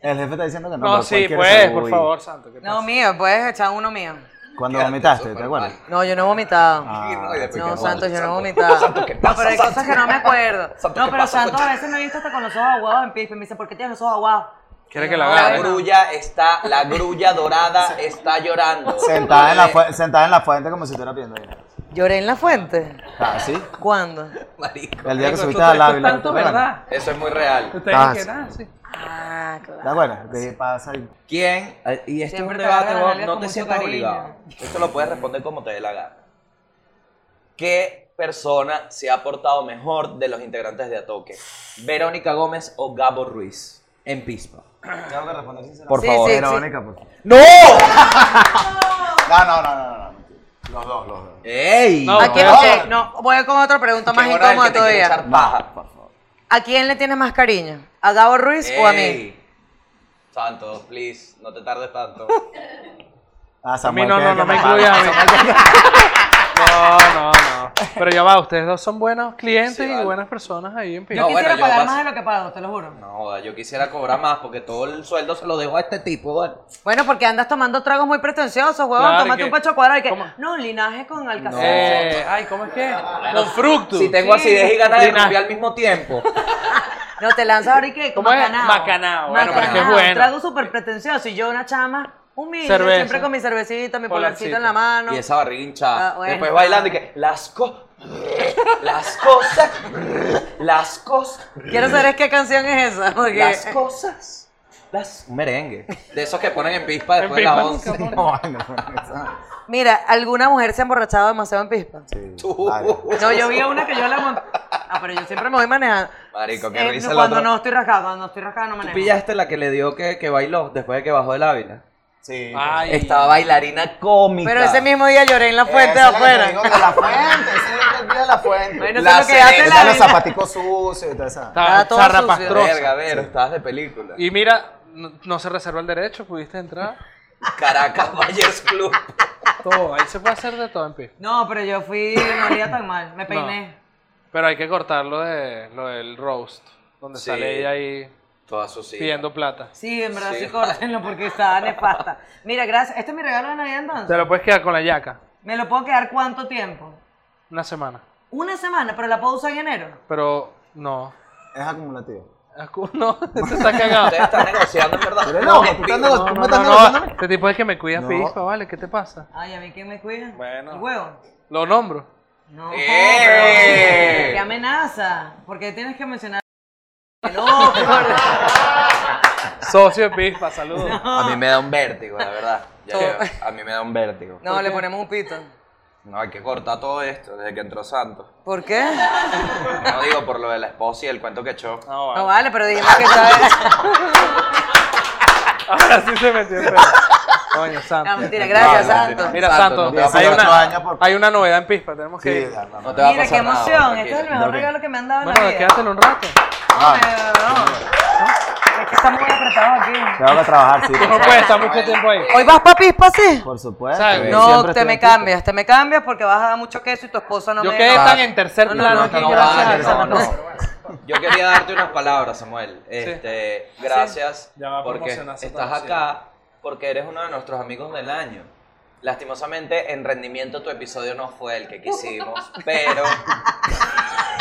Speaker 4: El jefe está diciendo que no.
Speaker 7: No,
Speaker 4: pero
Speaker 7: sí,
Speaker 4: cualquiera
Speaker 7: pues,
Speaker 4: sabe,
Speaker 7: por
Speaker 4: uy.
Speaker 7: favor, Santo. ¿qué
Speaker 2: No,
Speaker 7: pasa?
Speaker 2: mío, puedes echar uno mío.
Speaker 4: Cuando
Speaker 3: Quédate,
Speaker 4: vomitaste,
Speaker 3: súper
Speaker 4: ¿te acuerdas?
Speaker 3: mal. [LAUGHS]
Speaker 2: No, yo no he vomitado.
Speaker 4: Ah,
Speaker 3: no, y después
Speaker 2: No,
Speaker 3: que
Speaker 2: Santos, yo no he
Speaker 3: Santo.
Speaker 2: vomitado.
Speaker 3: Santo, ¿qué pasa,
Speaker 2: No, pero hay
Speaker 3: Santo?
Speaker 2: cosas que no me acuerdo.
Speaker 3: Santo,
Speaker 2: No,
Speaker 3: ¿qué
Speaker 2: pero
Speaker 3: pasa,
Speaker 2: Santos a
Speaker 3: coño?
Speaker 2: veces me he visto hasta con los ojos aguados en piso y me dice, ¿por qué tienes los ojos aguados?
Speaker 7: ¿Quiere que la
Speaker 3: La
Speaker 7: agarre?
Speaker 3: grulla está, la grulla
Speaker 4: [LAUGHS]
Speaker 3: dorada está llorando. [LAUGHS]
Speaker 4: Sentada en, la fue- sentada en la fuente como si estuviera pidiendo dinero.
Speaker 2: ¿Lloré en la fuente?
Speaker 4: Ah, sí.
Speaker 2: ¿Cuándo?
Speaker 3: Marico,
Speaker 4: El día que
Speaker 7: Marico,
Speaker 4: subiste
Speaker 7: esto-
Speaker 4: al
Speaker 7: esto es
Speaker 4: ávila.
Speaker 7: tanto
Speaker 4: ¿te acuerdas?
Speaker 7: verdad.
Speaker 3: eso es muy real.
Speaker 7: Ustedes
Speaker 4: Ah,
Speaker 7: que
Speaker 4: sí.
Speaker 7: nada, sí.
Speaker 2: Ah,
Speaker 4: ¿Te
Speaker 2: claro.
Speaker 4: acuerdas? Te pasa ahí.
Speaker 3: ¿Quién? eh, Y este es un
Speaker 2: Siempre te
Speaker 3: debate,
Speaker 2: agarran
Speaker 3: vos,
Speaker 2: la nalga
Speaker 3: no
Speaker 2: con
Speaker 3: te
Speaker 2: mucho
Speaker 3: sientas
Speaker 2: cariño.
Speaker 3: obligado. Esto lo puedes responder como te dé la gana. ¿Qué persona se ha portado mejor de los integrantes de Atoque? ¿Verónica Gómez o Gabo Ruiz? En Pispa.
Speaker 4: Tengo que responder sinceramente.
Speaker 3: Por
Speaker 2: Sí,
Speaker 3: favor.
Speaker 2: sí.
Speaker 4: Verónica, por favor.
Speaker 3: ¡No!
Speaker 4: No, no, no, no, no, no. Los dos, los dos.
Speaker 3: ¡Ey!
Speaker 7: No,
Speaker 2: ¿A quién?
Speaker 7: no.
Speaker 2: Ok, no, voy con otra pregunta más
Speaker 3: Qué hora el que
Speaker 2: incómoda
Speaker 3: te quiere
Speaker 2: todavía.
Speaker 3: echar paja. Por favor.
Speaker 2: ¿A quién le tienes más cariño? ¿A Gabo Ruiz o a mí?
Speaker 3: Ey. Santos, please, no te tardes tanto.
Speaker 4: Ah,
Speaker 7: A mí no,
Speaker 4: que-
Speaker 7: no,
Speaker 4: que
Speaker 7: no me
Speaker 4: paga. [LAUGHS]
Speaker 7: incluya a mí.
Speaker 4: Samuel que-
Speaker 7: [LAUGHS] No, no, no. Pero ya va, ustedes dos son buenos clientes
Speaker 3: Sí,
Speaker 7: y
Speaker 3: vale.
Speaker 7: buenas personas ahí en
Speaker 2: Yo
Speaker 7: Pico.
Speaker 3: No,
Speaker 2: quisiera
Speaker 3: bueno, yo
Speaker 2: pagar
Speaker 3: vas-
Speaker 2: más de lo que pago, te lo juro.
Speaker 3: No, joda, yo quisiera cobrar más porque todo el sueldo se lo dejo a este tipo, ¿vale?
Speaker 2: Bueno, porque andas tomando tragos muy pretenciosos, huevón.
Speaker 3: Claro,
Speaker 2: Tómate
Speaker 3: que-
Speaker 2: un pecho cuadrado y que.
Speaker 3: ¿Cómo?
Speaker 2: No, linaje con alcacel.
Speaker 7: Eh, ay, ¿cómo es que?
Speaker 3: [LAUGHS]
Speaker 7: Con fructus.
Speaker 3: Si tengo
Speaker 7: Sí.
Speaker 3: acidez y ganas de
Speaker 7: Linaje.
Speaker 3: rumbear al mismo tiempo.
Speaker 2: No, te lanzas ahorita que
Speaker 7: ¿Cómo es?
Speaker 2: macanao.
Speaker 7: Macanao. Bueno, pero es que es
Speaker 2: Macanao,
Speaker 7: bueno.
Speaker 2: Un trago súper pretencioso. Y yo, una chama humilde,
Speaker 3: Cerveza.
Speaker 2: siempre con mi cervecita, mi
Speaker 3: Polarcito.
Speaker 2: polarcito en la mano.
Speaker 3: Y esa barriga hinchada.
Speaker 2: Ah, bueno.
Speaker 3: Después bailando y que las cosas. Las cosas. Las cosas.
Speaker 2: Quiero saber es qué canción es esa. Porque... eh,
Speaker 3: Las cosas. Las. Un merengue. De esos que ponen en pispa después de
Speaker 4: pispa
Speaker 3: las
Speaker 4: nunca
Speaker 3: 11.
Speaker 4: ponen.
Speaker 3: No,
Speaker 4: pues, [LAUGHS]
Speaker 2: Mira, ¿alguna mujer se ha emborrachado demasiado en pispa?
Speaker 3: [LAUGHS] varias.
Speaker 2: No, yo vi a una que yo la monté. Ah, pero yo siempre me voy manejando.
Speaker 3: Marico, qué
Speaker 2: Eh,
Speaker 3: risa el
Speaker 2: cuando
Speaker 3: otro.
Speaker 2: no estoy rascada, cuando no estoy rascada no manejo.
Speaker 3: ¿Pillaste la que le dio que, que bailó después de que bajó del Ávila?
Speaker 4: Sí. pues.
Speaker 3: Ay. Estaba bailarina cómica.
Speaker 2: Pero ese mismo día lloré en la fuente de
Speaker 4: Esa es la que
Speaker 2: afuera.
Speaker 4: te digo de la fuente, ese es el día de la fuente.
Speaker 2: Bueno,
Speaker 3: eso es lo que hace
Speaker 4: cereza,
Speaker 3: la
Speaker 4: los
Speaker 3: vida.
Speaker 4: zapaticos sucios y todo eso.
Speaker 7: Estaba todo zarrapastrosa.
Speaker 3: Verga, ver, estabas de película.
Speaker 7: Y mira, no, no se reservó el derecho, pudiste entrar.
Speaker 3: Caracas Bayers Club.
Speaker 7: Todo, ahí se puede hacer de todo en pispa.
Speaker 2: No, pero yo fui, no olía tan mal. Me peiné.
Speaker 7: Pero hay que cortar lo, de, lo del roast, donde
Speaker 3: Sí.
Speaker 7: sale ella ahí
Speaker 3: Toda sucia.
Speaker 7: pidiendo plata.
Speaker 2: Sí, en verdad sí,
Speaker 3: Sí.
Speaker 2: córtenlo porque estaba nefasta. Mira, gracias. ¿Este es mi regalo de Navidad entonces?
Speaker 7: Te lo puedes quedar con la yaca,
Speaker 2: ¿Me lo puedo quedar cuánto tiempo?
Speaker 7: una semana.
Speaker 2: Una semana, pero la puedo usar en enero.
Speaker 7: Pero no. [LAUGHS]
Speaker 4: Es acumulativo.
Speaker 7: Acu- No, te estás cagado.
Speaker 3: Ustedes están negociando, en verdad.
Speaker 4: Pero no, tú estás nego- tú me estás negociando.
Speaker 7: Este tipo es que me cuida
Speaker 4: No.
Speaker 7: pispa, ¿vale? ¿Qué te pasa?
Speaker 2: Ay, ¿a mí quién me cuida? Bueno. ¿El huevo?
Speaker 7: Lo nombro.
Speaker 2: No,
Speaker 7: ¡Eh!
Speaker 2: pero- ¡Qué amenaza! Porque tienes que mencionar...
Speaker 3: [LAUGHS]
Speaker 2: No,
Speaker 7: Socio de pispa, saludos.
Speaker 2: [LAUGHS] Ah.
Speaker 3: A mí me da un vértigo, la verdad. Ya llega. a mí me da un vértigo.
Speaker 2: no le ponemos un pito.
Speaker 3: No, hay que cortar todo esto desde que entró Santos.
Speaker 2: ¿Por qué?
Speaker 3: No digo por lo de la esposa y el cuento que echó.
Speaker 2: No vale, pero dijimos que estaba...
Speaker 7: Ahora sí se metió en pedo. Coño, Santo.
Speaker 2: No, mentira, gracias,
Speaker 7: No, no,
Speaker 2: Santo.
Speaker 7: mentira. Mira,
Speaker 3: Santo,
Speaker 7: Santo,
Speaker 3: no te va a
Speaker 7: hay,
Speaker 3: pasar
Speaker 7: una, hay una novedad en Pispa, tenemos que ir.
Speaker 3: No te va a
Speaker 2: Mira, qué
Speaker 3: pasar nada,
Speaker 2: emoción. este
Speaker 3: tranquila.
Speaker 2: es el mejor
Speaker 7: Ok.
Speaker 2: regalo que me han dado en
Speaker 7: Bueno,
Speaker 2: la vida.
Speaker 7: quédatelo un rato.
Speaker 2: Es que estamos muy apretados aquí.
Speaker 4: Tengo que trabajar, sí.
Speaker 7: Tú no puedes estar mucho tiempo ahí.
Speaker 2: ¿Hoy vas pa' pispa, sí?
Speaker 4: Por supuesto.
Speaker 7: ¿Sabes?
Speaker 2: No,
Speaker 4: Siempre
Speaker 2: te
Speaker 4: estoy
Speaker 2: me
Speaker 4: en Pispa.
Speaker 2: cambias, te me cambias porque vas a dar mucho queso y tu esposa no
Speaker 7: Yo
Speaker 2: me...
Speaker 7: quedé
Speaker 2: no.
Speaker 7: tan en tercer
Speaker 2: No, no,
Speaker 7: plano
Speaker 2: no,
Speaker 7: aquí,
Speaker 2: no,
Speaker 7: gracias.
Speaker 3: vale,
Speaker 7: a Santo.
Speaker 3: no, no. Yo quería darte unas palabras, Samuel. Este, Gracias
Speaker 7: Ya va a
Speaker 3: porque
Speaker 7: promocionarse
Speaker 3: estás
Speaker 7: todo, sí.
Speaker 3: acá, porque eres uno de nuestros amigos del año. Lastimosamente, en rendimiento tu episodio no fue el
Speaker 2: [LAUGHS]
Speaker 3: que quisimos, pero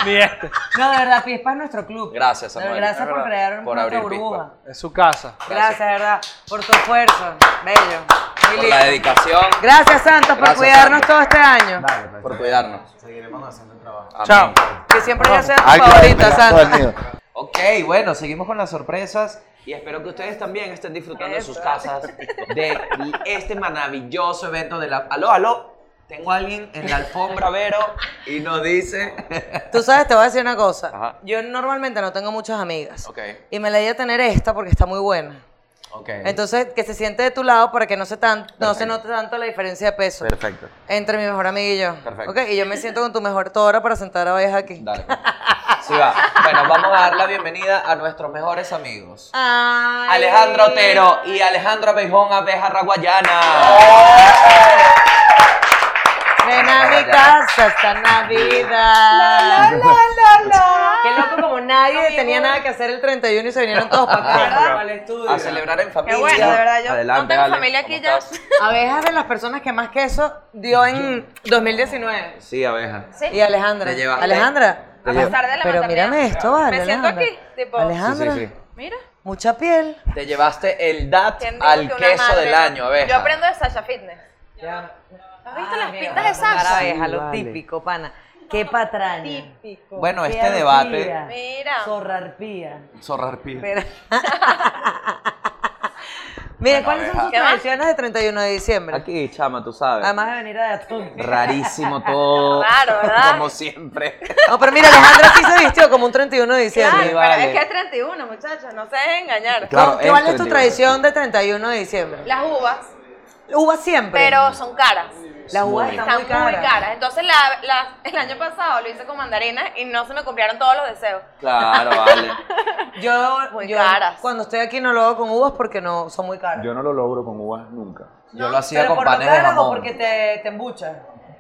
Speaker 7: Ni este.
Speaker 2: No, de verdad, Pispa es nuestro club.
Speaker 3: Gracias,
Speaker 2: De
Speaker 3: Samuel.
Speaker 2: verdad, Gracias
Speaker 3: Es
Speaker 2: por
Speaker 3: verdad.
Speaker 2: crear
Speaker 3: Por
Speaker 2: nuestra
Speaker 3: abrir Pispa.
Speaker 2: burbuja.
Speaker 7: Es su casa.
Speaker 2: Gracias, de verdad, por tu esfuerzo. Bello. Muy
Speaker 3: por
Speaker 2: lindo.
Speaker 3: la dedicación,
Speaker 2: Gracias, Santos, por
Speaker 3: Gracias,
Speaker 2: cuidarnos
Speaker 3: Santos.
Speaker 2: todo este año.
Speaker 4: Dale, pues.
Speaker 3: por cuidarnos.
Speaker 4: Seguiremos haciendo el trabajo.
Speaker 3: Amén.
Speaker 7: Chao.
Speaker 2: Que siempre yo sea
Speaker 4: Hay
Speaker 2: tu
Speaker 4: que
Speaker 2: favorita,
Speaker 4: esperar todo el
Speaker 2: Santos.
Speaker 4: nido.
Speaker 3: Ok, bueno, seguimos con las sorpresas y espero que ustedes también estén disfrutando en sus casas de este maravilloso evento de la... Aló, aló, tengo a alguien en la alfombra, Vero, y nos dice...
Speaker 2: Tú sabes, te voy a decir una cosa.
Speaker 3: Ajá.
Speaker 2: Yo normalmente no tengo muchas amigas.
Speaker 3: Ok,
Speaker 2: Y me la di a tener esta porque está muy buena.
Speaker 3: ok.
Speaker 2: Entonces, que se siente de tu lado para que no se, tan, no se note tanto la diferencia de peso
Speaker 3: Perfecto.
Speaker 2: entre mi mejor amiga y yo.
Speaker 3: Perfecto.
Speaker 2: Ok, y yo me siento con tu mejor tora para sentar a Valles aquí.
Speaker 3: Dale. pues. Sí va. Bueno, vamos a dar la bienvenida a nuestros mejores amigos.
Speaker 2: Ay.
Speaker 3: Alejandro Otero y Alejandra Beijón Abeja Raguayana.
Speaker 2: Ven a mi casa esta Navidad. Qué loco, como nadie tenía nada que hacer el 31 y se vinieron todos para acá,
Speaker 3: Ajá.
Speaker 2: ¿verdad? Para el estudio.
Speaker 3: A celebrar en familia.
Speaker 8: Qué bueno, de verdad, yo no
Speaker 3: Adelante,
Speaker 8: tengo
Speaker 3: Ale,
Speaker 8: familia
Speaker 3: ¿cómo
Speaker 8: aquí ya.
Speaker 3: estás?
Speaker 2: Abejas de las personas que más queso dio en 2019.
Speaker 3: Sí, abeja.
Speaker 8: Sí.
Speaker 2: Y Alejandra.
Speaker 3: Te llevaste.
Speaker 2: Alejandra.
Speaker 8: A pesar de la
Speaker 2: Pero
Speaker 8: maternidad.
Speaker 2: mírame esto, vale.
Speaker 8: Me siento
Speaker 2: Alejandra.
Speaker 8: aquí, tipo.
Speaker 2: Alejandra,
Speaker 3: Sí, sí, sí.
Speaker 8: [LAUGHS] Mira.
Speaker 2: mucha piel.
Speaker 3: Te llevaste el DAT
Speaker 8: ¿quién dijo
Speaker 3: al
Speaker 8: que una
Speaker 3: queso
Speaker 8: madre
Speaker 3: del
Speaker 8: no?
Speaker 3: año, abeja.
Speaker 8: Yo aprendo de Sasha Fitness. ¿Has visto las pintas de Sasha?
Speaker 2: abeja, lo típico, pana. Qué patraña.
Speaker 8: Típico.
Speaker 3: Bueno,
Speaker 2: Qué
Speaker 3: este debate.
Speaker 2: arpía.
Speaker 8: Mira.
Speaker 2: Zorra arpía.
Speaker 3: Zorra
Speaker 2: [LAUGHS]
Speaker 3: arpía.
Speaker 2: Espera. Miren,
Speaker 3: Bueno,
Speaker 2: ¿cuáles son
Speaker 3: abeja.
Speaker 2: sus
Speaker 8: ¿Qué más?
Speaker 2: tradiciones de 31 de diciembre?
Speaker 3: Aquí, chama, tú sabes.
Speaker 2: Además de venir a de atún.
Speaker 3: Rarísimo todo.
Speaker 8: Raro, ¿verdad?
Speaker 3: [LAUGHS]
Speaker 2: Ah.
Speaker 3: Como siempre.
Speaker 2: [LAUGHS] No, pero mira, Alejandra sí se vistió como un 31 de
Speaker 8: Claro,
Speaker 2: diciembre.
Speaker 3: Sí,
Speaker 8: pero
Speaker 3: vale.
Speaker 8: es que es 31, muchachos, no se dejen engañar.
Speaker 3: Claro,
Speaker 2: ¿Cuál- ¿Cuál
Speaker 3: es
Speaker 2: es tu
Speaker 3: 31.
Speaker 2: tradición de 31 de diciembre?
Speaker 8: Las uvas,
Speaker 2: Uvas siempre.
Speaker 8: pero son caras.
Speaker 2: Las uvas
Speaker 3: Muy.
Speaker 2: están,
Speaker 8: Están
Speaker 2: muy caras.
Speaker 8: Entonces, la, la- el año pasado lo hice con mandarina y no se me cumplieron todos los deseos.
Speaker 3: Claro, vale.
Speaker 2: Yo,
Speaker 8: Muy
Speaker 2: yo
Speaker 8: caras.
Speaker 2: cuando estoy aquí no lo hago con uvas porque no son muy caras.
Speaker 4: Yo no lo logro con uvas nunca.
Speaker 3: Yo lo hacía
Speaker 2: pero
Speaker 3: con
Speaker 2: por lo
Speaker 3: panes de
Speaker 2: caras o
Speaker 3: jamón.
Speaker 2: porque te, te embuchas.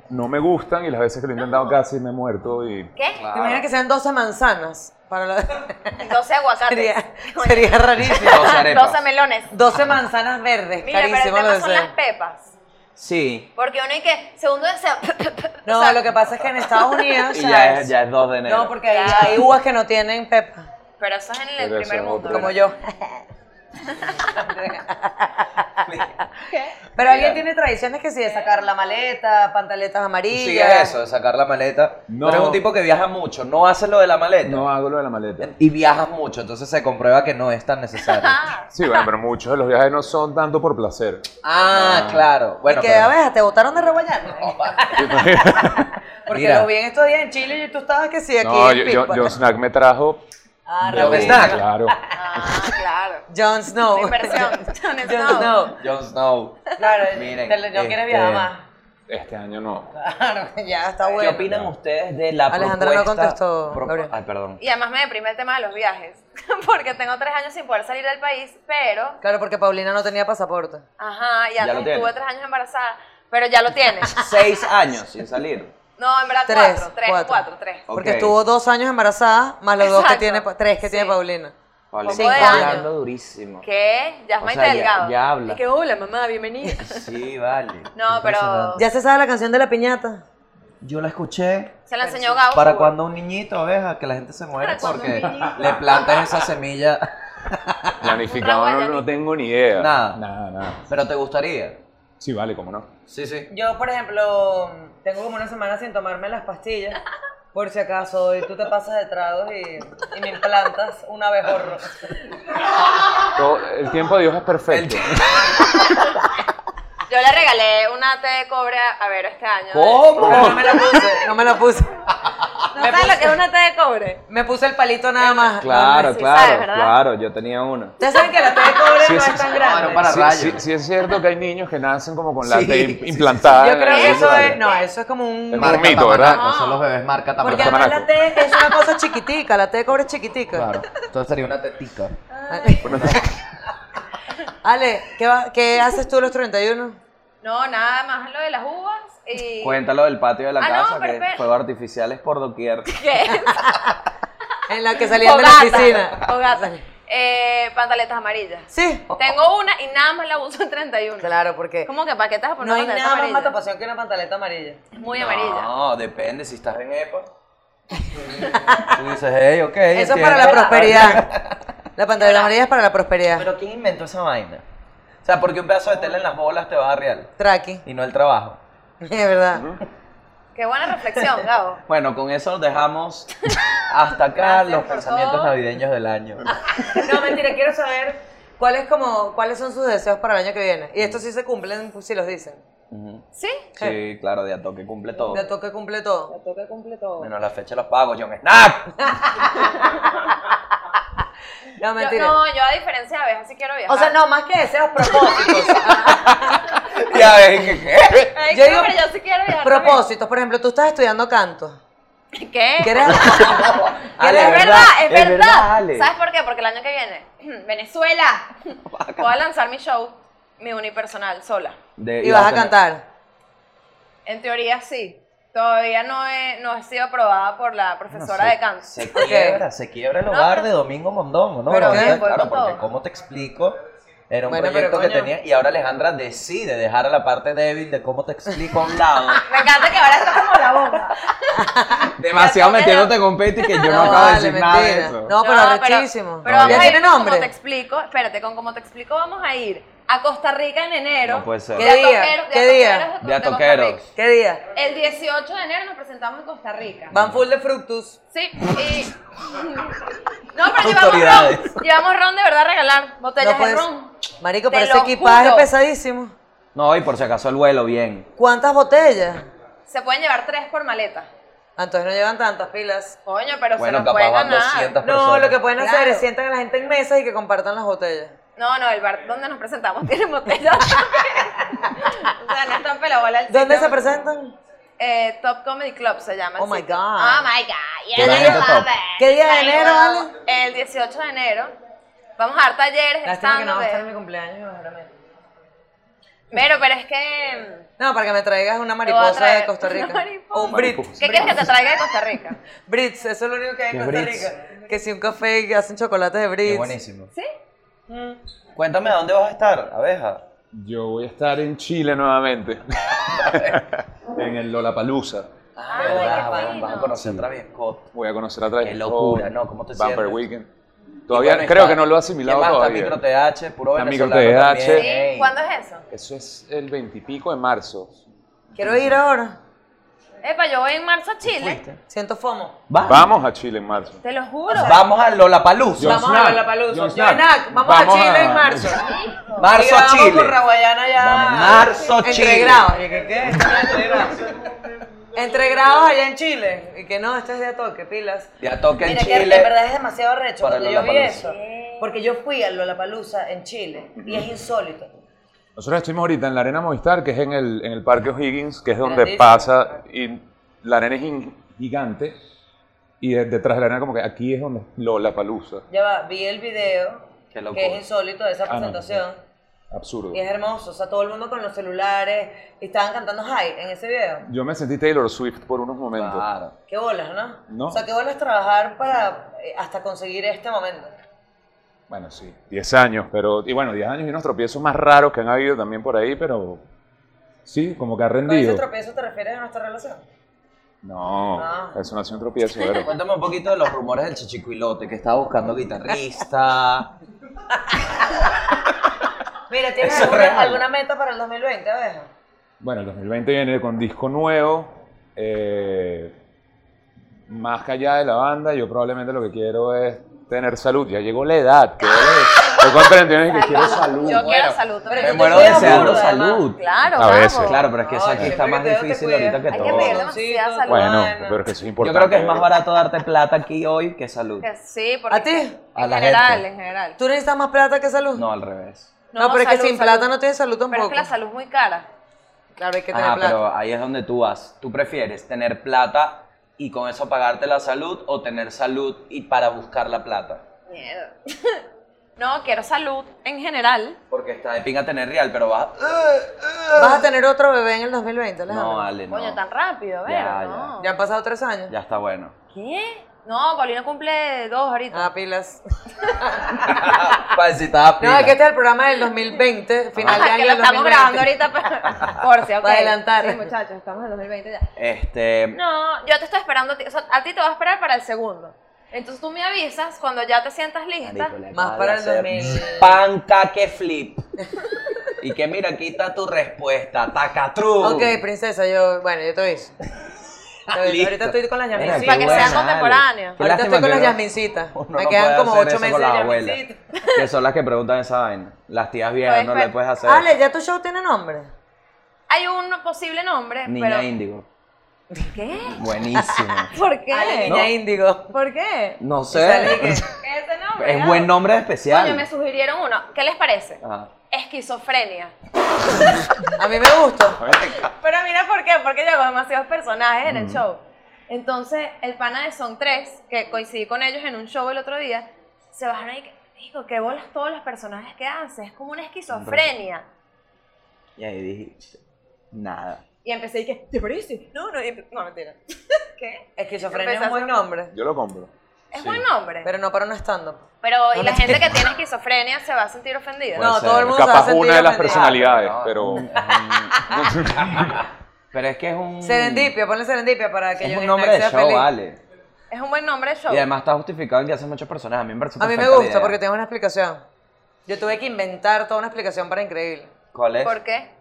Speaker 11: no me gustan y las veces que lo he intentado casi me he muerto y...
Speaker 8: ¿Qué?
Speaker 2: ¿Te imaginas que sean 12 manzanas? Para la-
Speaker 8: [LAUGHS] 12 aguacates. [LAUGHS]
Speaker 2: Sería, sería rarísimo.
Speaker 3: 12 arepas.
Speaker 8: 12 melones.
Speaker 2: 12 manzanas verdes.
Speaker 8: Mira, pero el
Speaker 2: carísimo lo
Speaker 8: tema
Speaker 2: de
Speaker 8: son
Speaker 2: ser.
Speaker 8: las pepas.
Speaker 3: Sí.
Speaker 8: Porque uno y que, segundo deseo. [LAUGHS]
Speaker 2: No, lo que pasa es que en Estados Unidos.
Speaker 3: Y
Speaker 2: ya
Speaker 3: ya
Speaker 2: es-
Speaker 3: es, ya es 2 de enero.
Speaker 2: No, porque hay,
Speaker 8: Claro.
Speaker 2: hay uvas que no tienen pepa,
Speaker 8: Pero eso es en el
Speaker 3: Pero eso
Speaker 8: primer
Speaker 3: es
Speaker 8: mundo.
Speaker 3: otro.
Speaker 2: como
Speaker 8: [LAUGHS]
Speaker 2: yo. Pero alguien tiene tradiciones que sí, de sacar la maleta, pantaletas amarillas.
Speaker 3: Sí, es eso, de sacar la maleta. No.
Speaker 11: No.
Speaker 3: eres un tipo que viaja mucho, no haces lo de la maleta.
Speaker 11: No hago lo de la maleta.
Speaker 3: Y viajas mucho, entonces se comprueba que no es tan necesario.
Speaker 11: Sí, bueno, pero muchos de los viajes no son tanto por placer.
Speaker 3: ah, claro.
Speaker 2: Y
Speaker 3: Bueno,
Speaker 2: que,
Speaker 3: pero-
Speaker 2: a ver, te botaron de Reguayana.
Speaker 3: [LAUGHS]
Speaker 2: [LAUGHS] Porque
Speaker 3: Mira.
Speaker 2: lo vi en estos días en Chile y tú estabas que sí, aquí.
Speaker 11: No,
Speaker 2: en
Speaker 11: yo, yo,
Speaker 2: Pipa.
Speaker 11: John Snack me trajo...
Speaker 2: Ah,
Speaker 11: de-
Speaker 2: Raúl.
Speaker 11: Claro.
Speaker 8: Ah,
Speaker 2: [LAUGHS]
Speaker 8: claro.
Speaker 2: Jon Snow.
Speaker 8: La inversión.
Speaker 2: [LAUGHS]
Speaker 8: Jon
Speaker 2: Jon
Speaker 8: Snow.
Speaker 2: Snow.
Speaker 3: Jon Snow.
Speaker 11: [LAUGHS]
Speaker 2: Claro,
Speaker 3: Miren,
Speaker 2: te- no
Speaker 3: este-
Speaker 2: quieres viajar más.
Speaker 11: Este año no.
Speaker 2: Claro, [LAUGHS] ya está
Speaker 3: ¿Qué
Speaker 2: bueno.
Speaker 3: opinan ustedes de la
Speaker 2: Alejandra no
Speaker 3: propuesta?
Speaker 2: contestó,
Speaker 3: pro-
Speaker 2: Gabriel.
Speaker 3: Ay, perdón.
Speaker 8: Y además me deprime el tema de los viajes. [LAUGHS] Porque tengo tres años sin poder salir del país, pero.
Speaker 2: Claro, porque Paulina no tenía pasaporte.
Speaker 8: Ajá, y
Speaker 3: Ya lo
Speaker 8: antes
Speaker 3: tiene.
Speaker 8: estuve tres años embarazada. Pero ya lo tienes.
Speaker 3: [LAUGHS] Seis años sin salir.
Speaker 8: No, en verdad,
Speaker 2: Tres,
Speaker 8: cuatro, tres,
Speaker 2: cuatro.
Speaker 8: cuatro, tres.
Speaker 2: Porque
Speaker 3: Ok.
Speaker 2: estuvo dos años embarazada, más los dos que
Speaker 8: Exacto.
Speaker 2: tiene, pa- tres que tiene Paulina.
Speaker 3: Vale,
Speaker 8: Cinco
Speaker 3: está
Speaker 8: años.
Speaker 3: hablando durísimo.
Speaker 8: ¿Qué? Ya es
Speaker 3: O
Speaker 8: Maite
Speaker 3: sea, ya-
Speaker 8: Delgado.
Speaker 3: ya habla.
Speaker 8: Y que, hola, mamá, bienvenida.
Speaker 3: Sí, vale.
Speaker 8: [LAUGHS] No, pero.
Speaker 2: Ya se sabe la canción de la piñata.
Speaker 3: Yo la escuché.
Speaker 8: Se la enseñó Gabo.
Speaker 3: Para
Speaker 8: seguro.
Speaker 3: cuando un niñito, abeja, que la gente se muere
Speaker 8: Para cuando
Speaker 3: porque
Speaker 8: un niñito.
Speaker 3: le plantas esa semilla.
Speaker 11: Planificado no, no tengo ni idea.
Speaker 3: Nada.
Speaker 11: Nada, nada.
Speaker 3: Pero te gustaría.
Speaker 11: Sí, vale, cómo no.
Speaker 3: Sí, sí.
Speaker 2: Yo, por ejemplo, tengo como una semana sin tomarme las pastillas. Por si acaso, y tú te pasas de tragos y, y me implantas un abejorro.
Speaker 11: Todo- el tiempo de Dios es [LAUGHS] perfecto. Ah,
Speaker 8: Yo le regalé una té de cobre a Vero este año.
Speaker 3: ¿Cómo?
Speaker 2: Pero [LAUGHS] [LAUGHS] no
Speaker 7: Oh.
Speaker 2: me la
Speaker 7: [LAUGHS]
Speaker 2: puse, no me la puse.
Speaker 8: ¿No sabes lo que es una té de cobre?
Speaker 2: Me puse el palito nada más.
Speaker 11: Claro,
Speaker 8: sí,
Speaker 11: claro,
Speaker 8: sabes, ¿verdad?
Speaker 11: claro. Yo tenía una.
Speaker 2: Ustedes saben que la té de cobre
Speaker 11: Sí,
Speaker 2: no
Speaker 11: sí,
Speaker 2: es tan
Speaker 11: sí.
Speaker 2: grande.
Speaker 3: No, no, para
Speaker 11: sí,
Speaker 3: rayos.
Speaker 11: sí- sí es cierto que hay niños que nacen como con la
Speaker 3: Sí,
Speaker 11: T
Speaker 3: sí, sí,
Speaker 11: implantada.
Speaker 2: Yo
Speaker 11: en la
Speaker 2: creo que
Speaker 11: cabeza.
Speaker 2: eso es, no, eso es como un...
Speaker 11: Es como un mito, ¿verdad?
Speaker 3: No son los bebés marca
Speaker 2: Porque
Speaker 3: tampoco.
Speaker 2: además la té es una cosa chiquitica, la té de cobre es chiquitica.
Speaker 3: Claro. Entonces sería una tetica.
Speaker 2: [LAUGHS] Ale, ¿qué, va- qué haces tú los 31?
Speaker 8: No, nada más lo de las uvas y.
Speaker 3: Cuéntalo del patio de la
Speaker 8: Ah, no,
Speaker 3: casa, que
Speaker 8: perfecto.
Speaker 3: fuegos artificiales por doquier.
Speaker 8: [LAUGHS] ¿Qué? [LAUGHS]
Speaker 2: En la que salían de la
Speaker 8: Fogata,
Speaker 2: oficina.
Speaker 8: fogata. Eh, pantaletas amarillas.
Speaker 2: Sí.
Speaker 3: Oh,
Speaker 8: Tengo una y nada más la uso en 31.
Speaker 2: Claro, porque
Speaker 8: ¿Cómo que para qué te vas a poner
Speaker 2: no hay
Speaker 8: pantaleta
Speaker 2: nada más
Speaker 8: amarilla?
Speaker 2: matapasión que una pantaleta amarilla.
Speaker 8: Es muy amarilla.
Speaker 3: No, depende si estás en EPA. Tú dices, hey, ok.
Speaker 2: Eso es
Speaker 3: entiendo".
Speaker 2: para la prosperidad. La pantaleta amarilla es para la prosperidad.
Speaker 3: Pero ¿quién inventó esa vaina? O sea, porque un pedazo de tela en las bolas te va a real
Speaker 2: Traqui,
Speaker 3: y no el trabajo.
Speaker 2: es verdad.
Speaker 8: Qué buena [LAUGHS] reflexión, Gabo.
Speaker 3: Bueno, con eso dejamos hasta acá
Speaker 8: Gracias
Speaker 3: los
Speaker 8: por
Speaker 3: pensamientos
Speaker 8: todo.
Speaker 3: navideños del año.
Speaker 2: No, mentira, quiero saber cuál es como, cuáles son sus deseos para el año que viene. Y estos sí se cumplen pues, si los dicen.
Speaker 3: Ujú.
Speaker 8: ¿Sí?
Speaker 3: [LAUGHS]
Speaker 11: [LAUGHS]
Speaker 3: Sí, claro, de a toque cumple todo.
Speaker 2: De toque cumple todo.
Speaker 3: Menos la fecha de los pagos, John Snack.
Speaker 2: [LAUGHS] No,
Speaker 8: Yo-
Speaker 2: mentira.
Speaker 8: no, yo a diferencia de abejas sí quiero viajar.
Speaker 2: O sea, no, más que deseos, propósitos. [LAUGHS]
Speaker 3: Ya ves que qué.
Speaker 8: Ay,
Speaker 2: yo
Speaker 8: no,
Speaker 2: digo-
Speaker 8: pero yo sí quiero [LAUGHS] viajar.
Speaker 2: propósitos. Por ejemplo, tú estás estudiando canto.
Speaker 8: también. ¿Qué? [LAUGHS]
Speaker 2: ¿Quieres?
Speaker 8: Ale,
Speaker 3: Ale,
Speaker 8: es verdad, es verdad.
Speaker 3: Ale.
Speaker 8: ¿Sabes por qué? Porque el año que viene, [CLEARS THROAT] Venezuela, voy a lanzar mi show, mi unipersonal, sola.
Speaker 3: De-
Speaker 2: Y vas a
Speaker 3: tener-
Speaker 2: cantar.
Speaker 8: En teoría sí. Todavía no he, no he sido aprobada por la profesora
Speaker 3: se-
Speaker 8: de canto.
Speaker 3: Se quiebra, se quiebra el
Speaker 8: No,
Speaker 3: hogar
Speaker 8: pero-
Speaker 3: de Domingo Mondongo, ¿no?
Speaker 2: ¿Pero
Speaker 3: Ahorita,
Speaker 2: qué?
Speaker 8: Voy
Speaker 3: Claro,
Speaker 8: con
Speaker 3: porque
Speaker 8: todo.
Speaker 3: ¿cómo te explico? Era un
Speaker 2: Bueno, pero
Speaker 3: proyecto que
Speaker 2: coño.
Speaker 3: tenía y ahora Alejandra decide dejar a la parte débil de cómo te explico a un lado.
Speaker 8: Me encanta que ahora está como la [LAUGHS] bomba.
Speaker 11: Demasiado
Speaker 8: Pero-
Speaker 11: metiéndote [LAUGHS] con
Speaker 3: [LAUGHS]
Speaker 11: Petty que yo no, acabo de
Speaker 2: vale,
Speaker 11: decir nada de
Speaker 2: mentira.
Speaker 11: eso.
Speaker 2: No, pero arrechísimo.
Speaker 8: Pero vamos
Speaker 2: ya
Speaker 8: a ir
Speaker 2: tiene
Speaker 8: con Como te
Speaker 2: nombre.
Speaker 8: explico, espérate, con como te explico vamos a ir a Costa Rica en enero.
Speaker 3: No puede ser.
Speaker 8: De
Speaker 2: ¿Qué día?
Speaker 8: atoqueros- de
Speaker 2: ¿Qué día?
Speaker 8: atoqueros
Speaker 3: De
Speaker 8: Costa
Speaker 3: atoqueros.
Speaker 8: Rica.
Speaker 2: ¿Qué día?
Speaker 8: El 18 de enero nos presentamos en Costa Rica.
Speaker 2: Van full de fructus.
Speaker 8: Sí, y... [LAUGHS] No, pero llevamos
Speaker 3: Autoridades.
Speaker 8: ron. Llevamos ron de verdad a regalar. Botellas
Speaker 2: No puedes-
Speaker 8: de ron.
Speaker 2: Marico,
Speaker 8: Te
Speaker 2: pero ese
Speaker 8: lo
Speaker 2: equipaje
Speaker 8: juro.
Speaker 2: es pesadísimo.
Speaker 3: No, y por si acaso el vuelo, bien.
Speaker 2: ¿Cuántas botellas?
Speaker 8: Se pueden llevar tres por maleta.
Speaker 2: Ah, Entonces no llevan tantas pilas.
Speaker 8: Coño, pero
Speaker 3: Bueno,
Speaker 8: se nos puede
Speaker 3: capaz van
Speaker 8: ganar.
Speaker 3: 200.
Speaker 2: No,
Speaker 3: personas.
Speaker 2: lo que pueden hacer
Speaker 8: Claro.
Speaker 2: es sientan a la gente en mesas y que compartan las botellas.
Speaker 8: No, no, el bar donde nos presentamos [LAUGHS] tiene botellas también. o sea, no es tan pelabola el
Speaker 2: ¿Dónde se
Speaker 8: sitio.
Speaker 2: presentan?
Speaker 8: Eh, Top Comedy Club se llama. el
Speaker 2: Oh my
Speaker 8: sitio.
Speaker 2: God.
Speaker 8: Oh my
Speaker 3: Pura
Speaker 8: God. Yeah,
Speaker 3: gente
Speaker 8: I
Speaker 3: top.
Speaker 8: love it.
Speaker 2: ¿Qué día de
Speaker 8: I
Speaker 2: enero,
Speaker 8: love
Speaker 2: Ale?
Speaker 8: it. El 18 de enero. Vamos a dar talleres,
Speaker 2: Lástima que no va a estar en mi
Speaker 8: stand-up.
Speaker 2: cumpleaños, seguramente.
Speaker 8: Pero, pero es que.
Speaker 2: No, para que me traigas una
Speaker 8: Te voy a
Speaker 2: mariposa de
Speaker 8: traer
Speaker 2: Costa Rica. Oh
Speaker 8: una [LAUGHS] mariposa.
Speaker 2: O un Brit.
Speaker 8: ¿Qué quieres que te traiga de
Speaker 2: [LAUGHS]
Speaker 8: Costa Rica?
Speaker 2: Brits, eso es lo único que hay en
Speaker 3: ¿Qué
Speaker 2: Costa
Speaker 3: Brits?
Speaker 2: Rica. Que si un café y hacen chocolates de Brits.
Speaker 3: Qué buenísimo.
Speaker 8: ¿Sí?
Speaker 3: Cuéntame, ¿a dónde vas a estar, abeja?
Speaker 11: Yo voy a estar en
Speaker 3: [LAUGHS]
Speaker 11: Chile nuevamente. en el Lollapalooza.
Speaker 3: Ah, bueno, vas a conocer a Travis Scott.
Speaker 11: Voy a conocer a Travis
Speaker 3: Qué locura,
Speaker 11: Scott,
Speaker 3: ¿no? ¿Cómo te
Speaker 11: Vampire
Speaker 3: sientes?
Speaker 11: Weekend. Todavía
Speaker 3: bueno,
Speaker 11: creo
Speaker 3: está-
Speaker 11: que no lo he asimilado
Speaker 3: ¿quién más? Está
Speaker 11: todavía.
Speaker 3: Micro TH, puro
Speaker 11: Está
Speaker 3: venezolano
Speaker 11: Micro
Speaker 3: también.
Speaker 11: TH.
Speaker 8: ¿Sí? ¿Cuándo es eso?
Speaker 11: Eso es el veintipico de marzo.
Speaker 2: Quiero ir ahora.
Speaker 8: Epa, yo voy en marzo a Chile.
Speaker 2: Siento fomo.
Speaker 11: Vamos a Chile en marzo.
Speaker 8: Te lo juro.
Speaker 3: Vamos a Lollapalooza.
Speaker 11: John
Speaker 2: Vamos a
Speaker 11: Snack,
Speaker 2: Lollapalooza.
Speaker 11: John
Speaker 2: Yo,
Speaker 11: Snack.
Speaker 2: Enac, vamos a Chile en marzo.
Speaker 3: [LAUGHS] Marzo
Speaker 2: Y
Speaker 3: a
Speaker 2: vamos
Speaker 3: Chile.
Speaker 2: con Raguayana ya.
Speaker 3: Vamos, marzo a Chile.
Speaker 2: Entre grados. Y que, ¿qué? Entre grados. Entre grados allá en Chile. Y que no, este es de a toque, pilas.
Speaker 3: De a toque en
Speaker 2: Mira, que
Speaker 3: Chile.
Speaker 2: en verdad es demasiado recho
Speaker 3: para
Speaker 2: cuando yo vi
Speaker 3: Lollapalooza.
Speaker 2: eso. Porque yo fui a Lollapalooza en Chile y es insólito.
Speaker 11: Nosotros estuvimos ahorita en la Arena Movistar, que es en el, en el Parque O'Higgins, que es donde
Speaker 2: Grandísimo.
Speaker 11: pasa, y la arena es gin- gigante, y de- detrás de la arena como que aquí es donde Lola Palusa.
Speaker 2: Ya va, vi el video,
Speaker 11: Qué locura.
Speaker 2: que es insólito de esa
Speaker 11: Ah, no,
Speaker 2: presentación.
Speaker 11: Absurdo.
Speaker 2: Y es hermoso, o sea, todo el mundo con los celulares y estaban cantando high en ese video.
Speaker 11: Yo me sentí Taylor Swift por unos momentos.
Speaker 2: Qué bolas, ¿no?
Speaker 11: No.
Speaker 2: O sea, qué bolas trabajar para eh, hasta conseguir este momento.
Speaker 11: Bueno, sí. 10 años, pero, y bueno, 10 años y unos tropiezos más raros que han habido también por ahí, pero sí, como que ha
Speaker 2: ¿Con ese
Speaker 11: rendido.
Speaker 2: tropiezo te refieres a nuestra relación?
Speaker 11: No,
Speaker 2: Ah.
Speaker 11: eso no ha sido un tropiezo, pero...
Speaker 3: Cuéntame un poquito de los rumores del chichicuilote, que estaba buscando guitarrista.
Speaker 2: Mira, ¿tienes
Speaker 3: Eso es
Speaker 2: alguna,
Speaker 3: real.
Speaker 2: alguna meta para el 2020, abeja?
Speaker 11: Bueno, el 2020 viene con disco nuevo. eh, más que allá de la banda, yo probablemente lo que quiero es tener salud. Ya llegó la edad. Que estoy con 31 y que quiero salud.
Speaker 8: Yo
Speaker 11: Bueno,
Speaker 8: quiero salud. también.
Speaker 3: Me muero deseando salud.
Speaker 8: Claro,
Speaker 11: A veces.
Speaker 8: vamos.
Speaker 3: Claro, pero es que eso aquí está más difícil ahorita que
Speaker 8: Hay
Speaker 3: todo.
Speaker 8: que pedir demasiada salud.
Speaker 11: Bueno, pero es que eso es
Speaker 3: Yo
Speaker 11: importante.
Speaker 3: creo que es más barato darte plata aquí hoy que salud.
Speaker 8: Que sí, porque.
Speaker 2: ¿A ti?
Speaker 3: A
Speaker 8: En
Speaker 3: la
Speaker 8: general,
Speaker 3: gente.
Speaker 8: en general.
Speaker 2: ¿Tú necesitas más plata que salud?
Speaker 3: No, al revés.
Speaker 8: No,
Speaker 2: No,
Speaker 8: no,
Speaker 2: pero es
Speaker 8: salud,
Speaker 2: que sin
Speaker 8: salud.
Speaker 2: plata no tienes salud
Speaker 8: Pero
Speaker 2: tampoco.
Speaker 8: es que la salud es muy cara.
Speaker 2: Claro,
Speaker 4: Ah,
Speaker 2: hay que tener
Speaker 3: Ajá,
Speaker 2: plata.
Speaker 3: pero ahí es donde tú vas. ¿Tú prefieres tener plata y con eso pagarte la salud o tener salud y para buscar la plata?
Speaker 8: Miedo. [LAUGHS] no, quiero salud en general.
Speaker 3: Porque está de pinga tener real, pero vas...
Speaker 2: ¿Vas a tener otro bebé en el 2020, Alejandro?
Speaker 3: No, Ale, no.
Speaker 8: Coño, tan rápido, a ver.
Speaker 3: Ya,
Speaker 8: no.
Speaker 2: ¿Ya han pasado tres años?
Speaker 3: Ya está bueno.
Speaker 8: ¿Qué? No, Paulino cumple dos ahorita.
Speaker 2: Ah, pilas.
Speaker 3: Para decir, estaba
Speaker 2: No, es
Speaker 3: pila.
Speaker 2: que este es el programa del
Speaker 3: Ah,
Speaker 2: 2020, final de
Speaker 8: Ajá, que
Speaker 2: año
Speaker 8: lo
Speaker 2: del
Speaker 8: estamos
Speaker 2: 2020.
Speaker 8: grabando ahorita
Speaker 3: [LAUGHS]
Speaker 8: pero- por si ok.
Speaker 2: Para adelantar.
Speaker 8: Sí, muchachos, estamos en 2020 ya.
Speaker 3: Este...
Speaker 8: No, yo te estoy esperando a ti. O sea, a ti te voy a esperar para el segundo. Entonces tú me avisas cuando ya te sientas lista.
Speaker 3: Marico, le
Speaker 2: Más
Speaker 3: acaba
Speaker 2: para
Speaker 3: de
Speaker 2: el
Speaker 3: hacer
Speaker 2: 2000.
Speaker 3: Panca que flip. y que mira, aquí está tu respuesta. Tacatru.
Speaker 2: Ok, princesa, yo, bueno, yo te aviso.
Speaker 3: [LAUGHS]
Speaker 2: Te aviso.
Speaker 3: Ah, Listo.
Speaker 2: Ahorita estoy con las
Speaker 3: Mira,
Speaker 2: llamincitas.
Speaker 3: qué
Speaker 8: Para que sean
Speaker 3: buena, Ale.
Speaker 8: contemporáneos.
Speaker 3: Qué
Speaker 2: Ahorita
Speaker 3: lástima
Speaker 2: estoy con
Speaker 3: que
Speaker 2: las
Speaker 3: uno-
Speaker 2: llamencitas.
Speaker 3: [LAUGHS] uno
Speaker 2: Me
Speaker 3: no
Speaker 2: quedan
Speaker 3: puede
Speaker 2: como
Speaker 3: hacer
Speaker 2: ocho
Speaker 3: eso con
Speaker 2: meses de
Speaker 3: las abuelas,
Speaker 2: llamencitas.
Speaker 3: Que son las que preguntan esa vaina. Las
Speaker 2: Pues,
Speaker 3: tías viejas
Speaker 8: Puedes
Speaker 3: no le
Speaker 8: ver-
Speaker 3: puedes hacer.
Speaker 2: Ale, ¿ya tu show tiene nombre?
Speaker 8: Hay un posible nombre,
Speaker 3: Niña
Speaker 8: pero.
Speaker 3: Índigo.
Speaker 8: ¿Qué?
Speaker 3: Buenísimo.
Speaker 8: ¿Por qué?
Speaker 2: Ale, [LAUGHS] niña índigo.
Speaker 8: ¿Por qué?
Speaker 3: No
Speaker 2: sale
Speaker 3: sé.
Speaker 2: que-
Speaker 8: ¿Qué es ese
Speaker 3: [LAUGHS]
Speaker 8: nombre?
Speaker 3: es buen nombre especial.
Speaker 8: Coño, me sugirieron uno. ¿Qué les parece?
Speaker 3: Ah.
Speaker 8: Esquizofrenia.
Speaker 2: A mí me gusta.
Speaker 8: Pero mira por qué, porque yo hago demasiados personajes en el
Speaker 3: Mm.
Speaker 8: show. Entonces, el pana de Son 3, que coincidí con ellos en un show el otro día, se bajaron y que, digo, qué bolas todos los personajes que haces, es como una esquizofrenia.
Speaker 3: Y ahí dije, nada.
Speaker 8: Y empecé y que, ¿te parece? No, no, y empe- no mentira. ¿Qué?
Speaker 2: Esquizofrenia
Speaker 8: Empecé
Speaker 2: es
Speaker 8: a
Speaker 2: un buen
Speaker 8: hacer-
Speaker 2: nombre,
Speaker 11: Yo lo compro.
Speaker 8: Es buen nombre. Pero,
Speaker 2: pero no para un stand-up.
Speaker 8: y la gente que tiene esquizofrenia se va a sentir ofendida.
Speaker 3: Puede
Speaker 2: No,
Speaker 3: ser.
Speaker 2: todo el mundo se va a
Speaker 11: Capaz
Speaker 2: sentir
Speaker 11: una de las
Speaker 2: ofendido.
Speaker 11: personalidades,
Speaker 3: No,
Speaker 11: pero...
Speaker 3: es un- es
Speaker 11: [LAUGHS]
Speaker 3: un- [LAUGHS] pero es que es un.
Speaker 2: Serendipia, ponle serendipia para que
Speaker 3: Es
Speaker 2: yo
Speaker 3: un nombre de show,
Speaker 2: feliz.
Speaker 3: vale.
Speaker 8: Es un buen nombre de show.
Speaker 3: Y además está justificado en que haces muchos personajes. A mí me parece
Speaker 2: A mí me
Speaker 3: perfecta la
Speaker 2: gusta
Speaker 3: idea.
Speaker 2: porque tengo una explicación. Yo tuve que inventar toda una explicación para increíble.
Speaker 3: ¿Cuál es?
Speaker 8: ¿Por qué?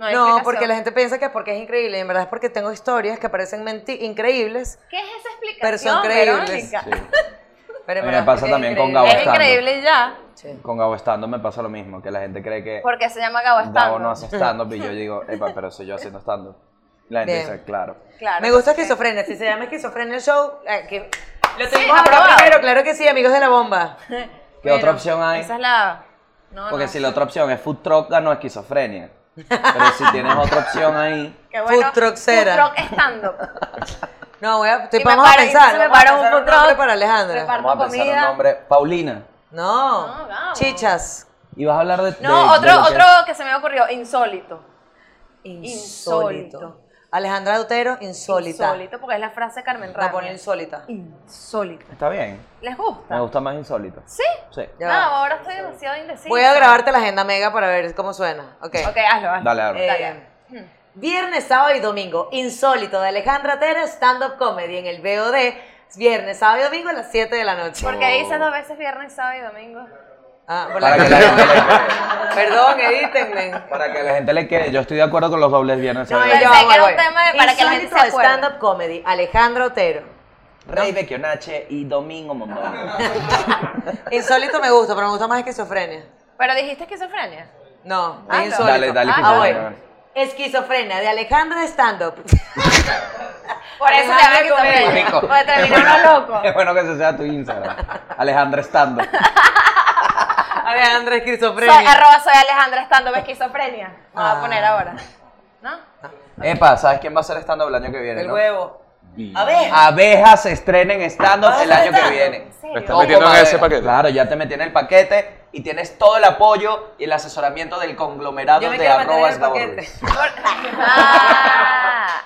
Speaker 8: No, hay
Speaker 2: No,
Speaker 8: explicación.
Speaker 2: porque la gente piensa que es porque es increíble, y en verdad es porque tengo historias que parecen menti- increíbles,
Speaker 8: ¿Qué es esa explicación?
Speaker 2: Pero son creíbles.
Speaker 8: Verónica?
Speaker 3: Sí.
Speaker 2: [LAUGHS] pero en
Speaker 3: A mí me
Speaker 2: verdad es
Speaker 3: pasa
Speaker 2: porque es
Speaker 3: también con
Speaker 2: increíble.
Speaker 3: Gabo.
Speaker 8: Es
Speaker 3: Estando.
Speaker 8: increíble y ya,
Speaker 2: Sí.
Speaker 3: Con Gabo Estando me pasa lo mismo, que la gente cree que
Speaker 8: porque se llama Gabo
Speaker 3: Gabo
Speaker 8: Estando.
Speaker 3: no hace
Speaker 2: [LAUGHS]
Speaker 3: stand-up y yo digo, epa, pero soy yo haciendo stand-up. La gente
Speaker 2: Bien.
Speaker 3: dice, claro.
Speaker 8: Claro.
Speaker 2: Me gusta esquizofrenia, si se llama esquizofrenia el show, eh, que- lo tuvimos acá
Speaker 8: aprobado.
Speaker 2: primero, claro que sí, amigos de la bomba.
Speaker 3: ¿Qué otra opción hay?
Speaker 8: Esa es la. No,
Speaker 3: Porque
Speaker 8: no.
Speaker 3: si la otra opción es food truck, ganó esquizofrenia. Pero si tienes otra opción ahí,
Speaker 8: Qué bueno,
Speaker 2: Food truckera.
Speaker 8: Food truck
Speaker 2: [LAUGHS]
Speaker 8: stand up.
Speaker 2: No, voy a, te,
Speaker 8: Y me
Speaker 2: vamos a
Speaker 8: paro- y
Speaker 2: pensar,
Speaker 8: se me
Speaker 2: vamos a
Speaker 8: para un
Speaker 2: pensar
Speaker 8: food truck,
Speaker 2: nombre para Alejandra.
Speaker 8: Reparto
Speaker 3: vamos a pensar un
Speaker 8: comida.
Speaker 3: nombre. Paulina.
Speaker 2: No,
Speaker 8: No, Gabo.
Speaker 2: chichas.
Speaker 3: Y vas a hablar de.
Speaker 8: No,
Speaker 3: de- de
Speaker 8: otro,
Speaker 3: lo que-
Speaker 8: otro que se me ocurrió, insólito.
Speaker 2: Insólito. Alejandra Dutero, insólita.
Speaker 8: Insólito, porque es la frase de Carmen Ramos.
Speaker 2: Va a poner insólita.
Speaker 8: Insólito.
Speaker 3: Está bien.
Speaker 8: ¿Les gusta?
Speaker 3: Me gusta más insólito.
Speaker 8: ¿Sí?
Speaker 3: Sí.
Speaker 8: No, ahora estoy demasiado indecisa.
Speaker 2: Voy a grabarte la agenda mega para ver cómo suena. Ok.
Speaker 8: Ok, hazlo, hazlo.
Speaker 3: Dale, hazlo.
Speaker 2: Eh, Viernes, sábado y domingo, Insólito de Alejandra Tera, stand-up comedy en el BOD. Viernes, sábado y domingo a las 7 de la noche.
Speaker 8: Porque dices dos veces viernes, sábado y domingo.
Speaker 2: Ah, por
Speaker 3: Para
Speaker 2: la-
Speaker 3: que la
Speaker 2: [LAUGHS]
Speaker 3: gente le quede.
Speaker 2: Perdón, edítenme.
Speaker 3: Para que la gente le quede. Yo estoy de acuerdo con los dobles viernes.
Speaker 2: No,
Speaker 3: ¿sabes?
Speaker 2: ya
Speaker 8: Pensé
Speaker 2: va,
Speaker 8: que era
Speaker 2: voy,
Speaker 8: un
Speaker 2: voy.
Speaker 8: tema de- para que la gente
Speaker 2: Insólito
Speaker 8: se acuerde.
Speaker 2: stand-up comedy, Alejandra Otero.
Speaker 3: Rey Becchionache y Domingo Mondongo.
Speaker 2: Insólito me gusta, pero me gusta más esquizofrenia.
Speaker 8: Pero dijiste esquizofrenia.
Speaker 2: No,
Speaker 8: Ah,
Speaker 2: es
Speaker 8: no.
Speaker 2: insólito.
Speaker 3: Dale, dale,
Speaker 2: Ah,
Speaker 3: cuidado,
Speaker 2: bueno.
Speaker 3: dale.
Speaker 2: Esquizofrenia de Alejandra stand-up.
Speaker 8: Por eso se llama
Speaker 2: Alejandra
Speaker 8: esquizofrenia.
Speaker 3: Rico.
Speaker 8: Porque
Speaker 3: Es
Speaker 8: terminó
Speaker 3: bueno- [LAUGHS]
Speaker 8: uno loco.
Speaker 3: Es bueno que ese sea tu Instagram.
Speaker 2: [LAUGHS]
Speaker 3: Alejandra Estando.
Speaker 2: Alejandra
Speaker 8: Soy,
Speaker 2: esquizofrenia.
Speaker 8: arroba soy Alejandra estando esquizofrenia. Me voy a poner ahora. ¿No?
Speaker 3: Epa, ¿sabes quién va a ser stand-up el año que viene?
Speaker 2: El
Speaker 3: no?
Speaker 2: huevo. A ver.
Speaker 3: Abejas se estrena en stand-up
Speaker 2: ¿Vas a
Speaker 3: el año
Speaker 2: hacer
Speaker 3: que
Speaker 2: stand-up?
Speaker 3: viene.
Speaker 8: ¿En serio?
Speaker 11: Lo estás
Speaker 3: Toco
Speaker 11: metiendo en
Speaker 3: madera.
Speaker 11: ese paquete.
Speaker 3: Claro, ya te metí en el paquete y tienes todo el apoyo y el asesoramiento del conglomerado
Speaker 2: Yo me
Speaker 3: de
Speaker 2: quiero meter en
Speaker 3: arroba
Speaker 2: el
Speaker 3: Gabo
Speaker 2: paquete.
Speaker 3: Ruiz.
Speaker 8: Ah.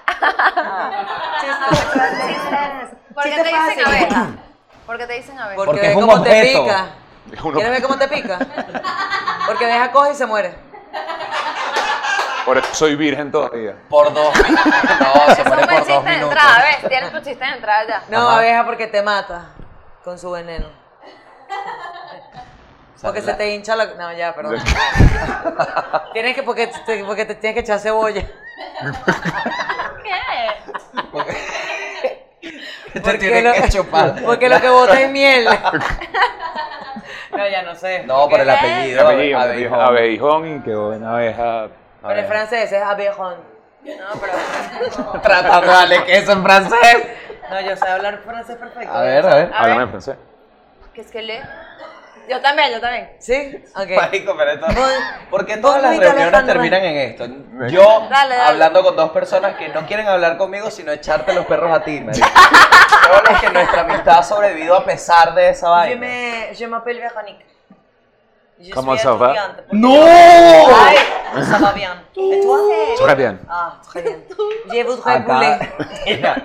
Speaker 8: ¿Por qué
Speaker 2: Chiste
Speaker 8: te dicen
Speaker 2: fácil.
Speaker 8: abeja? ¿Por qué te dicen abeja?
Speaker 2: Porque,
Speaker 3: Porque
Speaker 2: ve
Speaker 3: es un
Speaker 2: cómo te
Speaker 3: objeto.
Speaker 2: pica.
Speaker 11: Es [LAUGHS] uno-
Speaker 2: ¿Quieres ver cómo te pica? Porque deja coge y se muere.
Speaker 11: Por eso soy virgen
Speaker 3: [LAUGHS]
Speaker 11: todavía.
Speaker 3: Por dos. No, se
Speaker 8: Eso
Speaker 3: muere
Speaker 8: fue el
Speaker 3: por dos
Speaker 8: chiste de
Speaker 3: minutos.
Speaker 8: entrada, ¿ves? Tienes tu chiste de entrada ya.
Speaker 2: No,
Speaker 3: Ajá.
Speaker 2: abeja porque te mata con su
Speaker 3: [LAUGHS]
Speaker 2: veneno. Porque se
Speaker 3: Sale
Speaker 2: te hincha la... No, ya,
Speaker 3: [LAUGHS]
Speaker 2: perdón. tienes que... Porque te, porque te tienes que echar cebolla.
Speaker 8: ¿Qué?
Speaker 3: la- Te tiene que chupar.
Speaker 2: [LAUGHS] porque lo que bota es miel. [LAUGHS] no, ya no sé.
Speaker 3: [LAUGHS] No, por el
Speaker 11: El
Speaker 3: apellido.
Speaker 11: apellido, me dijo
Speaker 3: Abejón.
Speaker 11: abejón y quedó en abeja.
Speaker 2: Pero en francés es abejón.
Speaker 8: No, pero.
Speaker 3: Tratando de darle queso en francés.
Speaker 2: No, yo sé hablar francés perfecto.
Speaker 3: A ver, a ver.
Speaker 2: Ah,
Speaker 8: A
Speaker 11: Háblame
Speaker 8: ver,
Speaker 11: en francés.
Speaker 8: ¿qué es que le? Yo también, yo también.
Speaker 2: ¿Sí?
Speaker 3: [LAUGHS]
Speaker 2: Ok.
Speaker 3: Marico, pero esto...
Speaker 2: Voy-
Speaker 3: ¿Por qué
Speaker 2: voy
Speaker 3: todas las
Speaker 2: muy
Speaker 3: reuniones
Speaker 2: Alejandra.
Speaker 3: terminan en esto? Yo
Speaker 8: Dale, dale.
Speaker 3: hablando con dos personas que no quieren hablar conmigo, sino echarte los perros a
Speaker 2: [LAUGHS]
Speaker 3: ti, marico. Lo es que nuestra amistad ha sobrevivido a pesar de esa
Speaker 2: Je
Speaker 3: vaina.
Speaker 2: me- je m'appelle Véronique. Je
Speaker 11: Comment
Speaker 2: suis
Speaker 11: ça va?
Speaker 2: étudiante, porque-
Speaker 3: ¡No!
Speaker 2: Ay, ça va
Speaker 3: [LAUGHS]
Speaker 2: bien. Et toi?
Speaker 11: Très bien.
Speaker 2: Ah, très [LAUGHS] bien. Je voudrais
Speaker 3: Acá.
Speaker 2: poulet.
Speaker 3: Mira,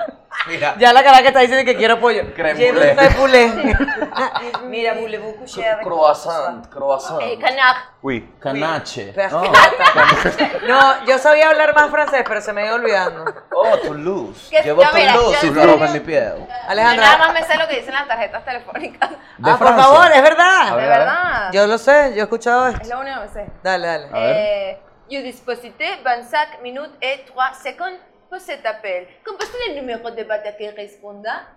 Speaker 3: mira.
Speaker 2: Ya la cara que está diciendo que quiero pollo.
Speaker 3: Crème
Speaker 2: Je
Speaker 3: poulet.
Speaker 2: voudrais poulet. [LAUGHS] Mira, voulez-vous coucher avec moi ce soir?
Speaker 3: Croissant, croissant.
Speaker 8: El canaj.
Speaker 11: Uy.
Speaker 3: Canache.
Speaker 2: Pero-
Speaker 3: Oh,
Speaker 2: No, yo sabía hablar más francés, pero se me iba olvidando.
Speaker 3: oh, Toulouse.
Speaker 8: Que-
Speaker 3: Llevo
Speaker 8: no, mira,
Speaker 3: Toulouse,
Speaker 8: yo-
Speaker 3: Toulouse en mi piel.
Speaker 2: Alejandra.
Speaker 8: Nada más me sé lo que dicen las tarjetas telefónicas.
Speaker 3: De
Speaker 2: ah, por
Speaker 3: Francia.
Speaker 2: favor, es
Speaker 3: A
Speaker 8: De
Speaker 2: verdad.
Speaker 3: ver, a ver.
Speaker 8: verdad.
Speaker 2: Yo lo sé, yo he escuchado
Speaker 8: Es
Speaker 2: esto.
Speaker 8: lo único que sé.
Speaker 2: Dale, dale.
Speaker 11: A ver.
Speaker 8: Eh, you disposité 25 minutes et 3 secondes pour cet appel. Composez el número de bata que responda.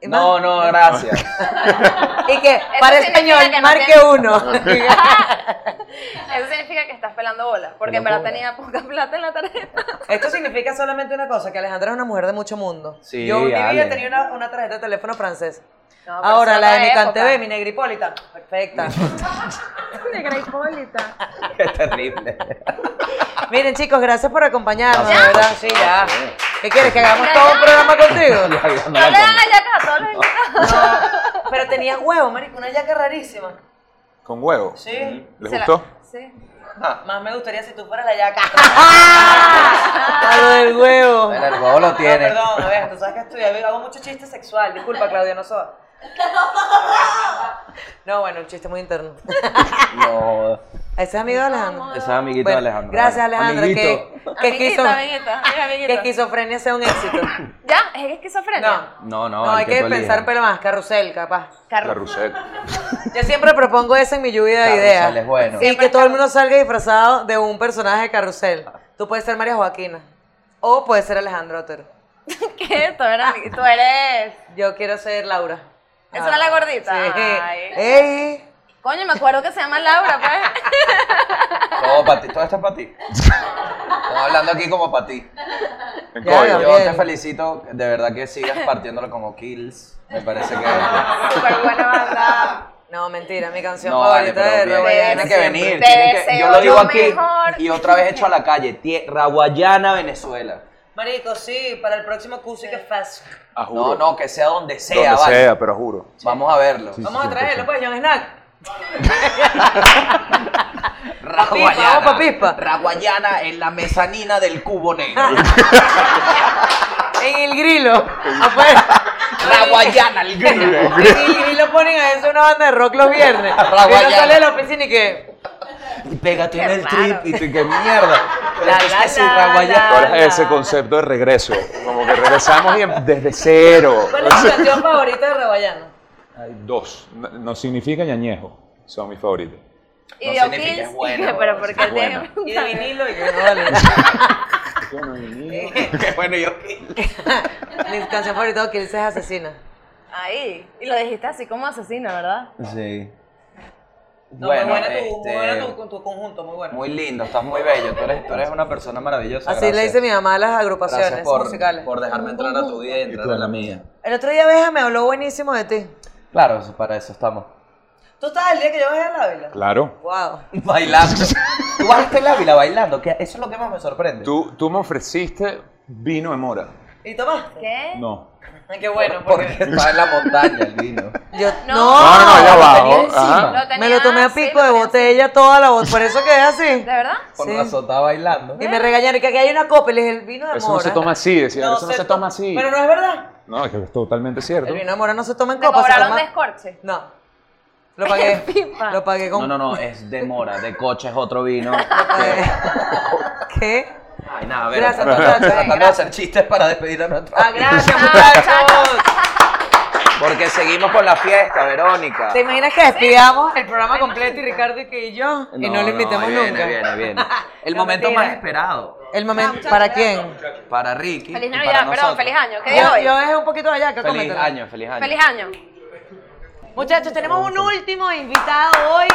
Speaker 2: ¿Y más?
Speaker 3: No,
Speaker 2: [LAUGHS]
Speaker 3: no, gracias. [LAUGHS] Ah.
Speaker 2: Y que para
Speaker 8: significa
Speaker 2: español,
Speaker 8: que no
Speaker 2: marque
Speaker 8: tiene-
Speaker 2: uno.
Speaker 8: Eso significa que estás pelando bolas, porque en
Speaker 3: Pelando
Speaker 8: verdad tenía poca plata en la tarjeta.
Speaker 2: [LAUGHS] Esto significa solamente una cosa, que Alejandra es una mujer de mucho mundo.
Speaker 3: Sí,
Speaker 2: Yo en mi vida
Speaker 3: Ale.
Speaker 2: tenía una, una tarjeta de teléfono francés.
Speaker 8: No, pero
Speaker 2: Ahora
Speaker 8: eso
Speaker 2: la
Speaker 8: no
Speaker 2: de
Speaker 8: es
Speaker 2: Nican
Speaker 8: época.
Speaker 2: TV, mi negra Hipólita. Perfecta.
Speaker 8: [LAUGHS] Negra Hipólita.
Speaker 3: Qué terrible.
Speaker 2: Miren chicos, gracias por acompañarnos,
Speaker 8: Ya.
Speaker 2: de verdad. Sí, ya. ¿Qué quieres? ¿Que hagamos todo un programa
Speaker 3: [LAUGHS]
Speaker 2: contigo?
Speaker 8: No [LAUGHS] le dan allá acá a todos los invitados.
Speaker 2: No, pero tenías huevo, marico, una yaca rarísima.
Speaker 11: ¿Con huevo?
Speaker 2: Sí.
Speaker 11: ¿Les
Speaker 8: Se la-
Speaker 11: gustó?
Speaker 8: [LAUGHS] Sí.
Speaker 2: Más me gustaría si tú fueras la [LAUGHS] yaca. A lo del huevo.
Speaker 3: Bueno, el huevo lo
Speaker 2: No, Ah,
Speaker 3: tiene.
Speaker 2: perdón, a ver, tú sabes que estudié, hago mucho chiste sexual. Disculpa, Claudia, no soy. No, bueno, un chiste muy interno.
Speaker 3: No.
Speaker 2: Ese es amigo de Alejandro.
Speaker 3: Ese es amiguito
Speaker 2: Bueno,
Speaker 3: de Alejandro.
Speaker 2: Gracias, Alejandro. Que, que, esquizo-
Speaker 8: Amiguita, amiguita, mira,
Speaker 2: que
Speaker 8: amiguita.
Speaker 2: esquizofrenia sea un [LAUGHS] éxito.
Speaker 8: ¿Ya? ¿Es esquizofrenia?
Speaker 2: No,
Speaker 3: No, no,
Speaker 2: no,
Speaker 3: el
Speaker 2: hay que,
Speaker 3: tú
Speaker 2: pensar un
Speaker 3: elijas.
Speaker 2: pelo más. Carrusel, capaz.
Speaker 11: La Rousset.
Speaker 2: Yo siempre propongo eso en mi lluvia de
Speaker 3: Carrusel
Speaker 2: ideas.
Speaker 3: es bueno.
Speaker 2: Y que todo el mundo salga disfrazado de un personaje de carrusel. Tú puedes ser María Joaquina. O puedes ser Alejandro Otero.
Speaker 8: [LAUGHS] ¿Qué? Tú eres. Tú eres...
Speaker 2: Yo quiero ser Laura.
Speaker 8: ¿Esa era la gordita?
Speaker 2: Sí.
Speaker 8: Ay.
Speaker 2: ¡Ey!
Speaker 8: Coño, me acuerdo que se llama Laura, pues.
Speaker 3: Todo para ti, todo esto es para ti. Estamos hablando aquí como para ti.
Speaker 11: [LAUGHS] En
Speaker 2: Ya,
Speaker 3: Yo
Speaker 11: código.
Speaker 3: te
Speaker 2: Gabriel.
Speaker 3: felicito, de verdad que sigas partiéndolo como kills. Me parece que.
Speaker 8: Súper buena banda.
Speaker 2: No, mentira, mi canción
Speaker 3: [LAUGHS] No, vale,
Speaker 2: favorita de
Speaker 3: pero bien,
Speaker 2: Raguayana
Speaker 3: tiene que
Speaker 2: siempre.
Speaker 3: venir.
Speaker 8: Te
Speaker 3: tiene que- yo
Speaker 8: deseo
Speaker 3: lo digo
Speaker 8: lo
Speaker 3: aquí
Speaker 8: mejor.
Speaker 3: y otra vez hecho a la calle. Tierra Guayana, Venezuela.
Speaker 2: Marico, sí, para el próximo curso que fast.
Speaker 11: Ah,
Speaker 3: No,
Speaker 11: juro.
Speaker 3: no, que sea donde sea,
Speaker 11: Donde
Speaker 3: vale.
Speaker 11: sea, pero juro.
Speaker 3: Vamos a verlo.
Speaker 11: Sí, sí.
Speaker 2: Vamos a traerlo, pues, John Snack.
Speaker 3: Raguayana.
Speaker 2: Vamos pa' pispa.
Speaker 3: Raguayana en la mezanina del cubo negro.
Speaker 2: En el grilo. [LAUGHS]
Speaker 3: ah.
Speaker 2: Afuera.
Speaker 3: Raguayana, el grilo.
Speaker 2: En el grilo ponen a eso una banda de rock los viernes. Que no
Speaker 3: Raguayana.
Speaker 2: sale de la oficina y que.
Speaker 3: Y pégate en
Speaker 2: Qué
Speaker 3: el
Speaker 2: raro.
Speaker 3: trip y tú, qué mierda. Pero
Speaker 2: La,
Speaker 3: es
Speaker 2: la,
Speaker 3: que si
Speaker 2: la,
Speaker 3: Raguayana.
Speaker 11: ¿Cuál es ese concepto de regreso? Como que regresamos y em- desde cero.
Speaker 2: ¿Cuál es tu canción favorita de Raguayana?
Speaker 11: Hay dos. No, no significa ñañejo. Son mis favoritos.
Speaker 8: Y
Speaker 3: No
Speaker 8: dio
Speaker 3: significa es
Speaker 8: 15,
Speaker 3: bueno,
Speaker 8: [LAUGHS] pero porque
Speaker 11: es
Speaker 8: él
Speaker 11: bueno.
Speaker 8: tiene-
Speaker 2: Y de vinilo y que no
Speaker 3: [LAUGHS]
Speaker 2: vale.
Speaker 3: [LAUGHS]
Speaker 2: Eh,
Speaker 3: Qué bueno, yo qué.
Speaker 2: Mi canción favorita que dice es Asesina.
Speaker 8: Ahí. Y lo dijiste así como asesino, ¿verdad?
Speaker 3: Sí.
Speaker 10: No,
Speaker 3: bueno,
Speaker 10: muy buena tu, muy
Speaker 3: este,
Speaker 10: buena tu- con tu conjunto, muy buena.
Speaker 3: muy lindo, estás muy bello. Tú eres, tú eres una persona maravillosa.
Speaker 2: Así le
Speaker 3: gracias.
Speaker 2: dice mi mamá a las agrupaciones
Speaker 3: Gracias por,
Speaker 2: musicales.
Speaker 3: por dejarme entrar a tu vida y entrar a la mía.
Speaker 2: El otro día Beja me habló buenísimo de ti.
Speaker 3: Claro, eso- para eso estamos.
Speaker 2: ¿Tú estabas el día que yo bajé a la vela?
Speaker 11: Claro.
Speaker 2: Wow.
Speaker 3: Bailando. Tú bajaste el Ávila bailando, que eso es lo que más me sorprende.
Speaker 11: Tú, tú me ofreciste vino de mora.
Speaker 2: ¿Y tomaste?
Speaker 8: ¿Qué?
Speaker 11: No.
Speaker 2: Ay, Qué bueno,
Speaker 3: porque [LAUGHS]
Speaker 2: porque...
Speaker 3: estaba en la montaña el vino.
Speaker 2: Yo,
Speaker 8: No.
Speaker 2: no,
Speaker 11: No, no, no, ya va.
Speaker 3: tenía
Speaker 11: oh,
Speaker 3: encima.
Speaker 11: ajá.
Speaker 8: tenía
Speaker 2: me lo tomé a
Speaker 8: así,
Speaker 2: pico de
Speaker 8: lo tenía
Speaker 2: botella toda la voz, por eso quedé
Speaker 8: así.
Speaker 2: así.
Speaker 8: ¿De verdad?
Speaker 3: Por
Speaker 2: Sí.
Speaker 3: razón estaba bailando.
Speaker 2: Y me regañaron, que aquí hay una copa, y les dije, el vino de
Speaker 11: Eso
Speaker 2: mora.
Speaker 11: no se toma así, decía. eso no se,
Speaker 2: to-
Speaker 11: toma así.
Speaker 2: Pero no es verdad.
Speaker 11: No, es que es totalmente cierto.
Speaker 2: El vino de mora no se toma en
Speaker 8: ¿Te
Speaker 2: copa, se
Speaker 8: cobraron
Speaker 2: toma...
Speaker 8: descorche?
Speaker 2: No. Lo
Speaker 8: [LAUGHS]
Speaker 2: pagué.
Speaker 8: Pipa.
Speaker 2: lo pagué con...
Speaker 3: No, no, no, es de mora, de coche es
Speaker 2: [LAUGHS]
Speaker 3: otro vino.
Speaker 2: ¿Qué?
Speaker 3: Ay, nada, a ver,
Speaker 2: Gracias,
Speaker 3: tratando-
Speaker 2: muchachos.
Speaker 3: tratando de hacer chistes para despedir a nuestro [LAUGHS]
Speaker 2: Ah, gracias, muchachos.
Speaker 3: Porque seguimos con la fiesta, Verónica.
Speaker 2: ¿Te imaginas que despidamos el programa completo y Ricardo y que y yo? y no lo invitamos
Speaker 3: viene,
Speaker 2: nunca. [LAUGHS]
Speaker 3: Viene, viene. El
Speaker 2: No,
Speaker 3: momento
Speaker 2: mentira.
Speaker 3: más esperado
Speaker 2: El momento. ¿Para quién?
Speaker 3: para Ricky.
Speaker 8: Feliz
Speaker 3: y
Speaker 8: Navidad,
Speaker 3: para
Speaker 8: perdón,
Speaker 3: nosotros.
Speaker 8: feliz año. ¿Qué día
Speaker 2: Yo,
Speaker 8: hoy?
Speaker 2: yo dejé un poquito allá, que
Speaker 3: Feliz
Speaker 2: coméntalo.
Speaker 3: año, feliz año.
Speaker 8: Feliz año.
Speaker 2: Muchachos, tenemos un último invitado hoy.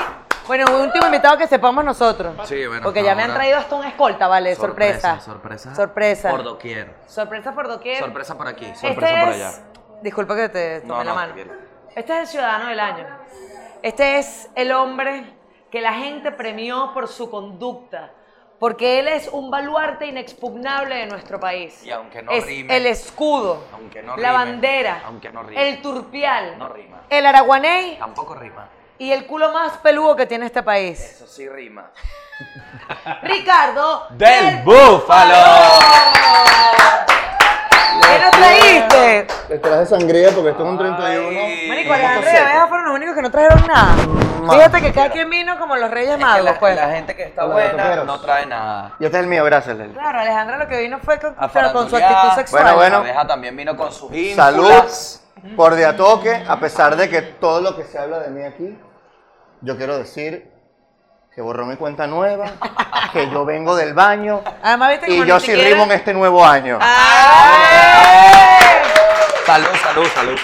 Speaker 2: Bueno, un último invitado que sepamos nosotros.
Speaker 3: Sí, bueno,
Speaker 2: Porque ya me han
Speaker 3: ahora-
Speaker 2: traído hasta un escolta, vale, sorpresa.
Speaker 3: Sorpresa.
Speaker 2: Sorpresa.
Speaker 3: Por doquier.
Speaker 2: Sorpresa por doquier.
Speaker 3: Sorpresa por aquí,
Speaker 2: Este
Speaker 3: sorpresa por
Speaker 2: es-
Speaker 3: allá.
Speaker 2: Disculpa que te tomé
Speaker 3: No,
Speaker 2: la
Speaker 3: no,
Speaker 2: mano.
Speaker 3: tranquilo.
Speaker 2: Este es el ciudadano del año. Este es el hombre que la gente premió por su conducta, porque él es un baluarte inexpugnable de nuestro país.
Speaker 3: Y aunque no
Speaker 2: es
Speaker 3: rime.
Speaker 2: el escudo,
Speaker 3: Aunque no
Speaker 2: la
Speaker 3: rime.
Speaker 2: bandera,
Speaker 3: Aunque no rime.
Speaker 2: el turpial,
Speaker 3: No rima.
Speaker 2: el araguaney
Speaker 3: Tampoco rima.
Speaker 2: y el culo más peludo que tiene este
Speaker 3: [LAUGHS]
Speaker 2: país.
Speaker 3: Eso sí rima.
Speaker 2: Ricardo
Speaker 3: ¡Del Búfalo!
Speaker 2: Oh. ¿Qué nos traíste?
Speaker 4: Detrás de sangría porque esto es un 31.
Speaker 2: Marico, Alejandro y Abeja fueron los únicos que no trajeron nada.
Speaker 4: Mm,
Speaker 2: Fíjate que cada quien vino como los Reyes Magos,
Speaker 3: la,
Speaker 2: pues.
Speaker 3: la gente que está
Speaker 4: Hola,
Speaker 3: buena
Speaker 4: rockeros.
Speaker 3: no trae nada.
Speaker 4: Y este es el mío, gracias, Leli.
Speaker 2: Claro, Alejandra lo que vino fue con,
Speaker 3: A
Speaker 2: pero con su
Speaker 3: farandulear.
Speaker 2: actitud sexual.
Speaker 4: Bueno, bueno.
Speaker 3: La abeja también vino con sus
Speaker 4: Salud
Speaker 3: ínfulas.
Speaker 4: por de a toque, a pesar de que todo lo que se habla de mí aquí, yo quiero decir que borró mi cuenta nueva, que yo vengo del baño
Speaker 2: Además, viste como
Speaker 4: y
Speaker 2: ni
Speaker 4: yo sí
Speaker 2: siquiera-
Speaker 4: rimo en este nuevo año.
Speaker 2: Ah. ¡Ay!
Speaker 3: Salud, salud, salud.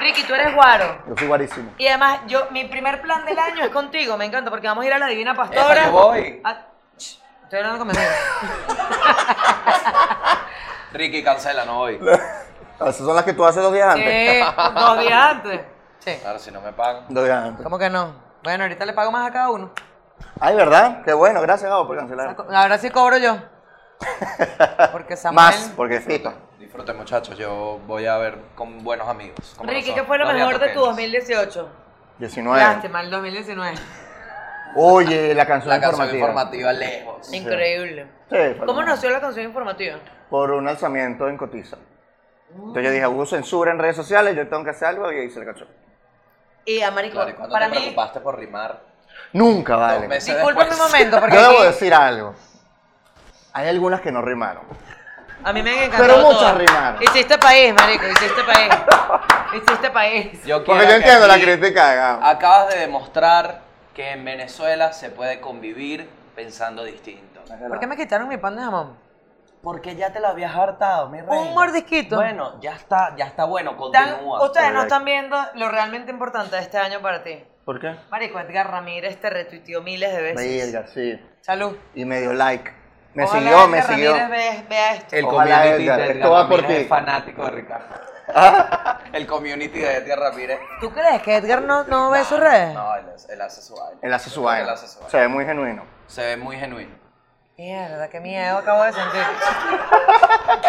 Speaker 2: Ricky, tú eres guaro.
Speaker 4: Yo soy guarísimo.
Speaker 2: Y además, yo, mi primer plan del año es contigo, me encanta, porque vamos a ir a la Divina
Speaker 3: Ahora
Speaker 2: Pastora.
Speaker 3: voy.
Speaker 2: Ah, ch, Estoy hablando con mi
Speaker 4: [LAUGHS]
Speaker 2: amigo.
Speaker 3: Ricky, cancela, no voy.
Speaker 4: Esas son las que tú haces dos días antes.
Speaker 2: Sí, Eh, dos días antes. Sí.
Speaker 3: Claro, si no me pagan.
Speaker 4: Dos días antes.
Speaker 2: ¿Cómo que no? Bueno, ahorita le pago más a cada uno.
Speaker 4: Ay, ¿verdad? Qué bueno, gracias, Gabo, por cancelar.
Speaker 2: Ahora sí cobro
Speaker 4: [LAUGHS]
Speaker 2: yo. Porque Samuel...
Speaker 4: Más, porque es frito.
Speaker 3: Disfruten, muchachos. Yo voy a ver con buenos amigos. como
Speaker 2: Ricky,
Speaker 3: nosotros,
Speaker 2: ¿qué fue lo
Speaker 3: los
Speaker 2: mejor de tu
Speaker 3: riatoqueños.
Speaker 2: 2018?
Speaker 4: 19.
Speaker 2: Lástima, el 2019.
Speaker 4: Oye, la canción
Speaker 3: La canción
Speaker 4: informativa.
Speaker 3: informativa lejos.
Speaker 2: Increíble.
Speaker 4: Sí, fue
Speaker 2: ¿Cómo
Speaker 4: hermosa.
Speaker 2: nació la canción informativa?
Speaker 4: Por un alzamiento en cotiza. Entonces yo dije, hubo censura en redes sociales, yo tengo que hacer algo y hice la canción.
Speaker 2: Y a Marico,
Speaker 3: Claro, y cuando
Speaker 2: para
Speaker 3: te
Speaker 2: mí,
Speaker 3: preocupaste por rimar.
Speaker 4: Nunca,
Speaker 3: Dos
Speaker 4: vale.
Speaker 3: meses
Speaker 2: disculpen un
Speaker 3: después.
Speaker 2: momento, porque
Speaker 4: Yo debo
Speaker 2: aquí
Speaker 4: decir algo. Hay algunas que no rimaron.
Speaker 2: a mí me han encantado
Speaker 4: Pero muchas
Speaker 2: todas.
Speaker 4: rimaron.
Speaker 2: Hiciste país, Marico, hiciste
Speaker 3: [LAUGHS]
Speaker 2: país. hiciste país.
Speaker 3: [LAUGHS] Yo
Speaker 4: Porque
Speaker 3: quiero
Speaker 4: yo
Speaker 3: que
Speaker 4: entiendo la
Speaker 3: aquí
Speaker 4: crítica de Gabo.
Speaker 3: Acabas de demostrar que en Venezuela se puede convivir pensando distinto.
Speaker 2: ¿Por qué me quitaron mi pan de jamón?
Speaker 3: Porque ya te lo habías hartado, mi reina.
Speaker 2: Un mordisquito.
Speaker 3: Bueno, ya está, ya está bueno,
Speaker 2: Están-
Speaker 3: continúa.
Speaker 2: ustedes no
Speaker 4: correcto.
Speaker 2: están viendo lo realmente importante de este año para ti.
Speaker 4: ¿Por qué?
Speaker 2: Marico, Edgar Ramírez te retuiteó miles de veces.
Speaker 4: Verga, sí.
Speaker 2: Salud.
Speaker 4: Y me dio like. Me
Speaker 2: Ojalá
Speaker 4: siguió, me
Speaker 2: Edgar
Speaker 4: siguió.
Speaker 2: Ramírez ve- vea esto.
Speaker 3: El
Speaker 4: Ojalá,
Speaker 3: community
Speaker 4: Edgar,
Speaker 3: de
Speaker 4: esto
Speaker 3: Edgar
Speaker 4: va por
Speaker 3: Ramírez
Speaker 4: ti. ¿Ah?
Speaker 3: es fanático de
Speaker 4: [LAUGHS]
Speaker 3: Ricardo. El community de Edgar Ramírez.
Speaker 2: ¿Tú crees que Edgar no, no ve sus redes?
Speaker 3: No, él, él hace su baile.
Speaker 4: Él hace su
Speaker 3: Yo creo que
Speaker 4: vaina.
Speaker 3: él hace su
Speaker 4: Se ve muy genuino.
Speaker 3: Se ve muy genuino.
Speaker 2: Mierda, qué miedo acabo de sentir.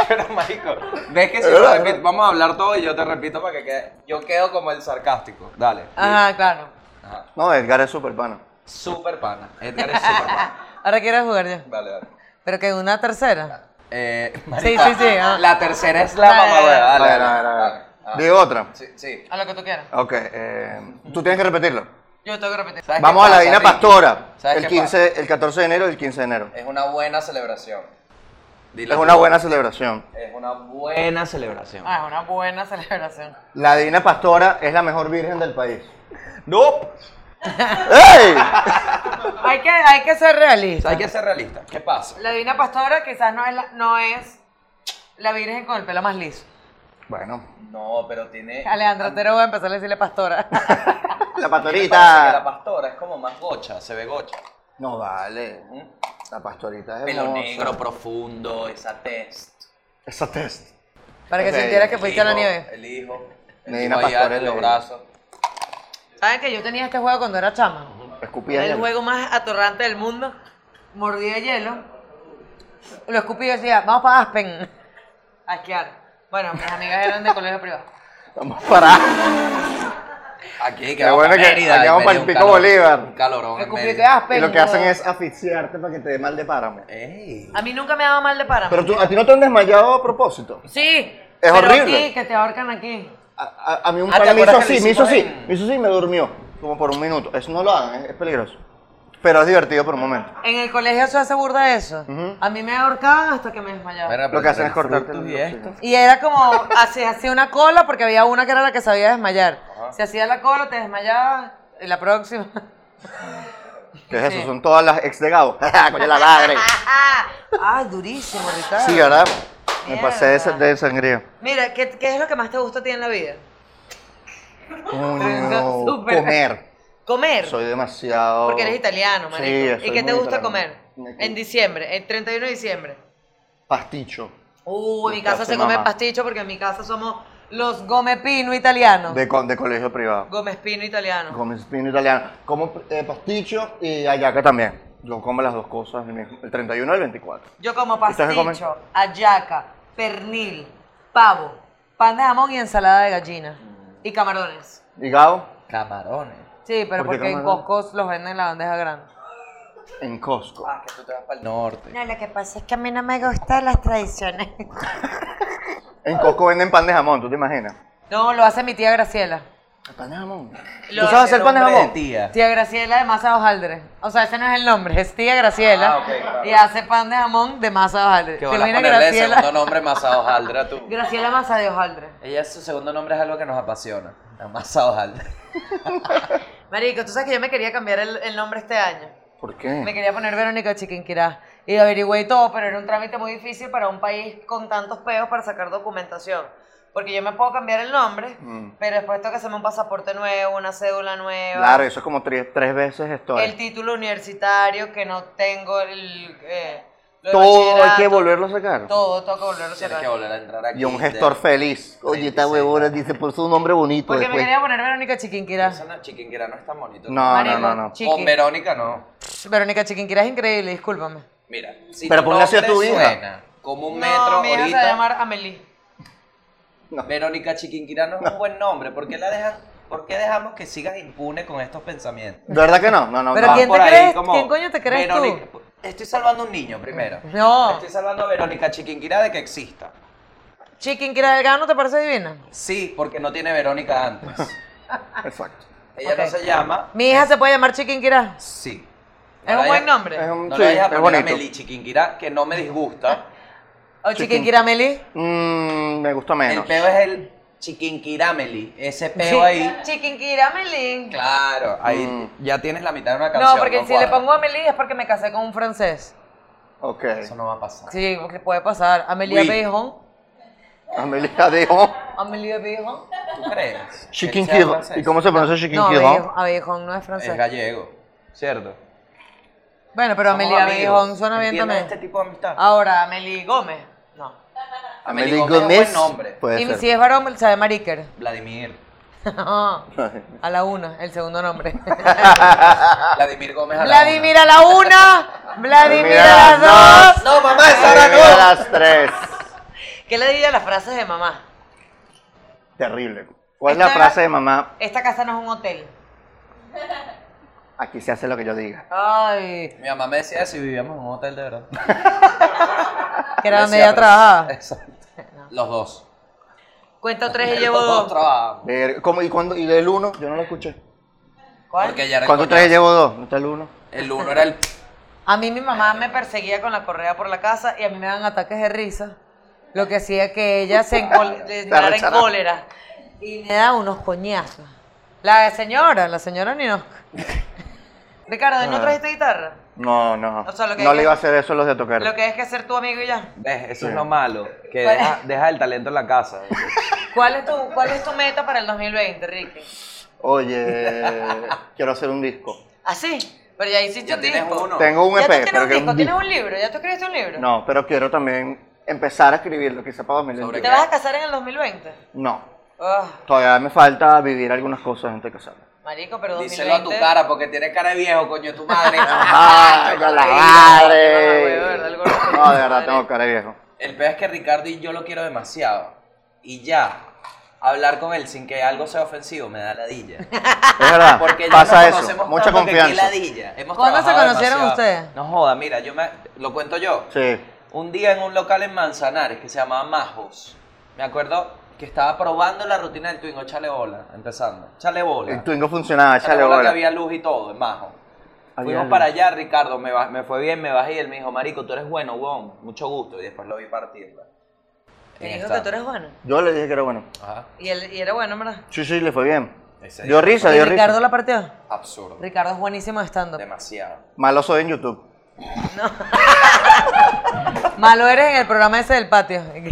Speaker 3: Pero, marico, ves que si lo repito, vamos a hablar todo y yo te repito para que quede. Yo quedo como el sarcástico. Dale.
Speaker 2: Ajá, claro.
Speaker 4: No, Edgar es super pana.
Speaker 3: Super pana. Edgar es super pana.
Speaker 2: Ahora quieres jugar ya.
Speaker 3: Dale, dale.
Speaker 2: Pero que una tercera.
Speaker 3: Eh, [LAUGHS]
Speaker 2: Sí, eh.
Speaker 3: marica,
Speaker 2: sí, sí. ah.
Speaker 3: La tercera es la mamá.
Speaker 2: dale,
Speaker 4: [LAUGHS] A
Speaker 3: Dale,
Speaker 4: ver,
Speaker 3: dale,
Speaker 4: a ver, a ver.
Speaker 3: dale.
Speaker 4: Digo otra.
Speaker 3: Sí, sí.
Speaker 2: A lo que tú quieras.
Speaker 4: Ok, eh, tú tienes que repetirlo.
Speaker 2: Yo tengo que repetir.
Speaker 3: ¿Sabes
Speaker 4: Vamos
Speaker 3: qué
Speaker 4: a la
Speaker 3: pasa,
Speaker 4: Dina
Speaker 3: Ricky?
Speaker 4: Pastora.
Speaker 3: ¿Sabes
Speaker 4: El,
Speaker 3: qué pasa?
Speaker 4: 15, el 14 de enero y el 15 de enero.
Speaker 3: Es una buena celebración. Dilo
Speaker 4: Es
Speaker 3: tú.
Speaker 4: una buena celebración.
Speaker 3: Es una buena celebración.
Speaker 2: Ah, es una buena celebración.
Speaker 4: La Dina Pastora es la mejor virgen del país.
Speaker 3: No.
Speaker 4: [LAUGHS] ¡Ey!
Speaker 2: Hay que, hay que ser realista.
Speaker 3: Hay que ser realista. ¿Qué pasa?
Speaker 2: La divina pastora quizás no es la, no es la virgen con el pelo más liso.
Speaker 4: Bueno,
Speaker 3: No, pero tiene.
Speaker 2: Alejandro Otero va a empezar a decirle pastora. [LAUGHS]
Speaker 4: la
Speaker 3: Parece que la
Speaker 4: pastorita.
Speaker 3: pastora es como más gocha, se ve gocha.
Speaker 4: No vale.
Speaker 3: Mm.
Speaker 4: La pastorita es
Speaker 3: Pelo
Speaker 4: hermosa.
Speaker 3: negro profundo, esa test.
Speaker 4: Esa test.
Speaker 2: Para que
Speaker 4: Ok.
Speaker 2: sintiera que fuiste a la
Speaker 3: Hijo,
Speaker 2: nieve.
Speaker 3: El hijo. El
Speaker 4: Medina
Speaker 3: hijo allá
Speaker 4: Pastora
Speaker 3: en
Speaker 4: es
Speaker 3: los
Speaker 4: bella.
Speaker 3: brazos.
Speaker 2: ¿Saben que yo tenía este juego cuando era chama?
Speaker 4: Escupí
Speaker 2: Era
Speaker 4: allá.
Speaker 2: el juego más atorrante del mundo. Mordía hielo. Lo escupí y decía, vamos para Aspen. A esquiar. Bueno, mis amigas eran de colegio
Speaker 4: [LAUGHS]
Speaker 2: privado.
Speaker 4: Vamos para.
Speaker 3: Aquí
Speaker 4: Qué bueno
Speaker 3: para
Speaker 4: que-
Speaker 3: Mérida,
Speaker 4: aquí
Speaker 3: en medio
Speaker 4: vamos pa'l
Speaker 3: de un
Speaker 4: Pico
Speaker 3: calor-
Speaker 4: Bolívar.
Speaker 3: Un calorón.
Speaker 2: Lo
Speaker 3: en
Speaker 2: escupí y
Speaker 3: medio.
Speaker 2: que Aspen.
Speaker 4: Y lo que hacen
Speaker 2: huevón".
Speaker 4: es asfixiarte para que te dé mal de páramo.
Speaker 3: Ey.
Speaker 2: A mí nunca me daba mal de páramo.
Speaker 4: Pero tú, a ti no te han desmayado a propósito.
Speaker 2: Sí.
Speaker 4: Es
Speaker 2: pero
Speaker 4: horrible.
Speaker 2: aquí, que te ahorcan aquí.
Speaker 4: A, a- a mí un
Speaker 3: Ah, ¿te
Speaker 4: pana me hizo
Speaker 3: acuerdas que
Speaker 4: así,
Speaker 3: lo
Speaker 4: me hizo así,
Speaker 3: hicimos en-
Speaker 4: me hizo así y me durmió. Como por un minuto. Eso no lo hagan, ¿eh? es, es peligroso. Pero es divertido por un momento.
Speaker 2: En el colegio se hace burda de eso.
Speaker 4: Ujú.
Speaker 2: A mí me ahorcaban hasta que me desmayaba.
Speaker 3: Mira,
Speaker 4: Lo que
Speaker 3: pero
Speaker 4: hacen es
Speaker 3: el
Speaker 4: cortarte
Speaker 3: fructus
Speaker 4: el
Speaker 3: y
Speaker 4: dedo,
Speaker 3: esto.
Speaker 2: Y era como, [LAUGHS] hacía hacía una cola porque había una que era la que sabía desmayar. Se hacía la cola, te desmayaban y la próxima.
Speaker 4: Que es eso, son todas las ex de [LAUGHS] Gabo. Ah, Coño la madre.
Speaker 2: [LAUGHS] Ay, durísimo, Ricardo.
Speaker 4: Sí, ¿verdad? Me pasé de,
Speaker 2: Mierda.
Speaker 4: pues, de sangría.
Speaker 2: Mira, ¿qué, qué es lo que más te gusta a ti en la vida?
Speaker 4: Coño,
Speaker 2: Súper.
Speaker 4: comer.
Speaker 2: Comer.
Speaker 4: Soy demasiado.
Speaker 2: Porque eres italiano, marico.
Speaker 4: Sí,
Speaker 2: ¿Y
Speaker 4: soy
Speaker 2: qué te
Speaker 4: muy
Speaker 2: gusta
Speaker 4: italiano.
Speaker 2: comer?
Speaker 4: Me-
Speaker 2: En diciembre, el 31 de diciembre.
Speaker 4: Pasticho.
Speaker 2: Uh, en mi
Speaker 4: Lo que
Speaker 2: casa
Speaker 4: hace
Speaker 2: se come
Speaker 4: mamá.
Speaker 2: pasticho porque en mi casa somos los gomepino italianos.
Speaker 4: De, co- de colegio privado.
Speaker 2: Gomespino italiano.
Speaker 4: Como espino italiano. Como eh, pasticho y ayaca también. Yo como las dos cosas el mismo. El 31 y el 24.
Speaker 2: Yo como
Speaker 4: ¿Ustedes qué comen?
Speaker 2: pasticho, ayaca, pernil, pavo, pan de jamón y ensalada de gallina. Y camarones.
Speaker 4: ¿Y Gabo?
Speaker 3: Camarones.
Speaker 2: Sí, pero
Speaker 4: ¿Por qué
Speaker 2: porque en
Speaker 4: camarones?
Speaker 2: Costco los venden en la bandeja grande.
Speaker 4: En Costco.
Speaker 3: Ah, que tú te vas para el norte.
Speaker 2: No, lo que pasa es que a mí no me gustan las tradiciones.
Speaker 4: En Costco venden pan de jamón, ¿tú te imaginas?
Speaker 2: No, lo hace mi tía Graciela.
Speaker 4: Pan de jamón. ¿Tú
Speaker 2: Lo
Speaker 4: sabes
Speaker 2: hace
Speaker 4: hacer pan de
Speaker 3: Hombre
Speaker 4: jamón?
Speaker 3: tía.
Speaker 2: Tía Graciela de masa de hojaldre. O sea, ese no es el nombre, es tía Graciela.
Speaker 3: Ah, ok, claro.
Speaker 2: Y hace pan de jamón de masa de hojaldre.
Speaker 3: Que
Speaker 2: Te
Speaker 3: van a
Speaker 2: viene
Speaker 3: ponerle
Speaker 2: Graciela.
Speaker 3: segundo nombre Masa
Speaker 2: [LAUGHS]
Speaker 3: Hojaldra tú.
Speaker 2: Graciela masa de hojaldre.
Speaker 3: Ella, su segundo nombre es algo que nos apasiona. La Masa
Speaker 2: [LAUGHS]
Speaker 3: Hojaldra.
Speaker 2: Marico, tú sabes que yo me quería cambiar el, el nombre este año.
Speaker 4: ¿Por
Speaker 2: Me
Speaker 4: qué?
Speaker 2: quería poner Verónica Chiquinquirá. Y averigüé todo, pero era un trámite muy difícil para un país con tantos peos para sacar documentación. Porque yo me puedo cambiar el nombre,
Speaker 4: Mm.
Speaker 2: pero después tengo que hacerme un pasaporte nuevo, una cédula nueva.
Speaker 4: Claro, eso es como tres, tres veces esto.
Speaker 2: el título universitario que no tengo el eh, lo de
Speaker 4: Todo hay que
Speaker 2: bachillerato.
Speaker 4: volverlo a sacar.
Speaker 2: todo tengo que volverlo a
Speaker 3: Tienes que
Speaker 2: sacar
Speaker 3: volver a entrar aquí.
Speaker 4: Y un gestor feliz. Oye, esta huevona dice por su nombre bonito
Speaker 2: porque me
Speaker 4: después.
Speaker 2: quería poner Verónica Chiquinquirá
Speaker 3: Eso no, chiquinquera no es tan bonito.
Speaker 4: No, no, no, no.
Speaker 2: Marico. Chiqui.
Speaker 3: Con Verónica no.
Speaker 2: Verónica Chiquinquirá es increíble discúlpame
Speaker 3: Mira, si
Speaker 4: Pero
Speaker 3: tu
Speaker 4: ponle así a
Speaker 3: nombre
Speaker 4: tu hija.
Speaker 3: suena Como un metro
Speaker 2: no mi hija se va
Speaker 3: ahorita.
Speaker 2: a llamar Amelie
Speaker 3: Verónica Chiquinquirá no es un buen nombre. ¿Por qué, la dejan, ¿Por qué dejamos que sigas impune con estos pensamientos?
Speaker 4: ¿De ¿Verdad que no? No, no,
Speaker 2: Pero [LAUGHS]
Speaker 4: no.
Speaker 2: ¿quién
Speaker 3: por
Speaker 2: te
Speaker 3: ahí,
Speaker 2: crees?
Speaker 3: como,
Speaker 2: ¿Quién coño te crees tú?
Speaker 3: Verónica, Estoy salvando a un niño primero.
Speaker 2: no
Speaker 3: Estoy salvando a Verónica Chiquinquirá de que exista.
Speaker 2: Chiquinquirá Delgado ¿no te parece divina?
Speaker 3: Sí, porque no tiene
Speaker 2: [LAUGHS]
Speaker 3: Verónica antes.
Speaker 4: Exacto.
Speaker 3: Ella no
Speaker 2: Ok.
Speaker 3: se llama.
Speaker 2: mi hija se puede llamar Chiquinquirá
Speaker 3: Sí.
Speaker 2: es un buen nombre
Speaker 4: Es un-
Speaker 3: No
Speaker 4: sí,
Speaker 3: le vayas a
Speaker 4: es
Speaker 3: poner a
Speaker 4: bonito.
Speaker 3: Meli Chiquinquirá, que no me disgusta.
Speaker 2: o Chiquinquirá Amelie
Speaker 4: Mm, me gusta
Speaker 3: El
Speaker 4: menos.
Speaker 3: peo es el Chiquinquirá Meli. Ese peo ahí.
Speaker 2: [LAUGHS] Chiquinquirá Amelie
Speaker 3: Claro, ahí
Speaker 4: Mm.
Speaker 3: ya tienes la mitad de una canción.
Speaker 2: no porque si le
Speaker 3: cuadra.
Speaker 2: pongo Amelie es porque me casé con un francés
Speaker 4: Ok.
Speaker 3: Eso no va a pasar.
Speaker 2: sí porque puede pasar Amelie
Speaker 3: Oui.
Speaker 2: Beijón
Speaker 4: Amelia dijo
Speaker 2: Amelie Beijón
Speaker 3: ¿Tú
Speaker 4: [LAUGHS]
Speaker 3: crees?
Speaker 4: Chicken
Speaker 3: Él sea
Speaker 4: Kid.
Speaker 3: francés.
Speaker 4: ¿Y cómo se pronuncia Chicken
Speaker 2: No,
Speaker 4: Kid?
Speaker 2: abellejón, abellejón no es
Speaker 3: Es
Speaker 2: francés.
Speaker 3: gallego, ¿cierto?
Speaker 2: bueno, pero Amelie
Speaker 3: Somos amigos.
Speaker 2: Abellejón suena bien
Speaker 3: ¿Entiendes
Speaker 2: también. Ah.
Speaker 3: este tipo de amistad?
Speaker 2: Ahora, Amelie Gómez. No.
Speaker 4: Amelia
Speaker 3: Amelie Gómez es
Speaker 4: Gómez.
Speaker 3: buen nombre.
Speaker 4: Puede
Speaker 2: y
Speaker 4: ser.
Speaker 2: si es varón, se llama Iker.
Speaker 3: Vladimir.
Speaker 2: a la una, el segundo nombre.
Speaker 3: Vladimir Gómez a la
Speaker 2: Ah. Vladimir a la una, Vladimir a
Speaker 4: Mira,
Speaker 2: las dos.
Speaker 3: una. No, mamá, es
Speaker 4: Ay,
Speaker 3: ahora
Speaker 4: mira
Speaker 3: no.
Speaker 4: las tres.
Speaker 2: ¿Qué le diría a las frases de mamá?
Speaker 4: Terrible. ¿Cuál es la
Speaker 2: Esta-
Speaker 4: frase de mamá?
Speaker 2: Esta casa no es un hotel.
Speaker 4: Aquí se hace lo que yo diga.
Speaker 2: Ay.
Speaker 3: Mi mamá me decía eso y vivíamos en un hotel de verdad.
Speaker 2: Que era
Speaker 3: Me
Speaker 2: donde
Speaker 3: decía,
Speaker 2: ella
Speaker 3: pero-
Speaker 2: trabajaba.
Speaker 3: [LAUGHS] Exacto. Los dos.
Speaker 2: Cuento tres y llevo
Speaker 3: Los dos
Speaker 2: dos.
Speaker 3: trabajábamos.
Speaker 4: Ver- ¿Cómo, y, cuando, ¿Y del uno? Yo no lo escuché.
Speaker 3: Porque ya era
Speaker 4: ¿Cuánto
Speaker 3: coñazo.
Speaker 4: traje llevo dos? ¿No está el uno?
Speaker 3: El uno era [LAUGHS] el.
Speaker 2: A mí mi mamá me perseguía con la correa por la casa y a mí me daban ataques de risa, lo que hacía que ella
Speaker 4: [LAUGHS]
Speaker 2: se encol- le entrara en
Speaker 4: arrechara.
Speaker 2: cólera y me daba unos coñazos. La señora, la señora ni
Speaker 4: [LAUGHS]
Speaker 2: nos... Ricardo, ¿y ¿no
Speaker 4: Ah.
Speaker 2: trajiste guitarra?
Speaker 4: No, no.
Speaker 2: O sea, lo que
Speaker 4: no
Speaker 2: hay
Speaker 4: le
Speaker 2: que-
Speaker 4: iba a hacer eso a los de tocar.
Speaker 2: Lo que es que ser tu amigo y ya.
Speaker 3: ¿Ves? Eso
Speaker 4: Sí.
Speaker 3: es lo malo. Que
Speaker 2: ¿Cuál
Speaker 3: deja, deja el talento en la [LAUGHS] casa.
Speaker 2: ¿Cuál es tu, cuál es tu meta para el 2020, Ricky? [LAUGHS]
Speaker 4: Oye, quiero hacer un disco.
Speaker 2: ¿Ah, sí? Pero ya hiciste un disco.
Speaker 4: Tengo un
Speaker 2: ¿Ya
Speaker 4: EP,
Speaker 2: tú tienes
Speaker 4: pero
Speaker 2: un
Speaker 4: que es
Speaker 2: disco?
Speaker 4: un
Speaker 2: ¿Tienes
Speaker 4: disco.
Speaker 2: un libro? ¿Ya tú escribiste un libro?
Speaker 4: No, pero quiero también empezar a escribirlo, quizá para 2020.
Speaker 2: ¿Te vas a casar en el 2020?
Speaker 4: No,
Speaker 2: Ah,
Speaker 4: todavía me falta vivir algunas cosas antes de casarme.
Speaker 2: marico, pero 2020...
Speaker 3: Díselo a tu cara porque tiene cara de viejo, coño, de tu
Speaker 4: [LAUGHS]
Speaker 3: madre. Ah,
Speaker 4: ¡Ay, con la madre! No, de verdad,
Speaker 2: madre.
Speaker 4: tengo cara de viejo.
Speaker 3: El peor es que Ricardo y yo lo quiero demasiado. Y ya. Hablar con él sin que algo sea ofensivo me da
Speaker 4: [LAUGHS]
Speaker 3: ladilla.
Speaker 4: Es verdad,
Speaker 3: Porque ya
Speaker 4: pasa
Speaker 3: nos
Speaker 4: eso,
Speaker 3: conocemos
Speaker 4: mucha
Speaker 3: tanto que qué
Speaker 4: confianza.
Speaker 3: ladilla. Hemos
Speaker 2: ¿Cuándo se
Speaker 3: trabajado
Speaker 2: conocieron
Speaker 3: demasiado.
Speaker 2: ustedes?
Speaker 3: No joda, mira, yo me lo cuento yo.
Speaker 4: Sí,
Speaker 3: Un día en un local en Manzanares que se llamaba Majos. Me acuerdo que estaba probando la rutina del Twingo Chale Bola, empezando. Chale Bola.
Speaker 4: el Twingo funcionaba,
Speaker 3: Chale
Speaker 4: échale
Speaker 3: Bola que
Speaker 4: bola.
Speaker 3: había luz y todo en Majos.
Speaker 4: Había
Speaker 3: Fuimos
Speaker 4: luz.
Speaker 3: para allá, Ricardo, me, ba- me fue bien, me bajé y él me dijo, marico, tú eres bueno, weón, mucho gusto. Y después lo vi partir.
Speaker 2: Y dijo que tú eres bueno.
Speaker 4: Yo le dije que era bueno.
Speaker 3: Ajá.
Speaker 2: Y, él, y era bueno, ¿verdad?
Speaker 4: Sí, sí, le fue bien.
Speaker 3: Ese día
Speaker 4: Dio risa,
Speaker 2: ¿Y
Speaker 4: dio
Speaker 2: Ricardo
Speaker 4: risa.
Speaker 2: la partió?
Speaker 3: fue Absurdo.
Speaker 2: Ricardo es buenísimo estando.
Speaker 3: Demasiado.
Speaker 4: Malo soy en YouTube.
Speaker 2: Malo eres en el programa ese del patio. [LAUGHS]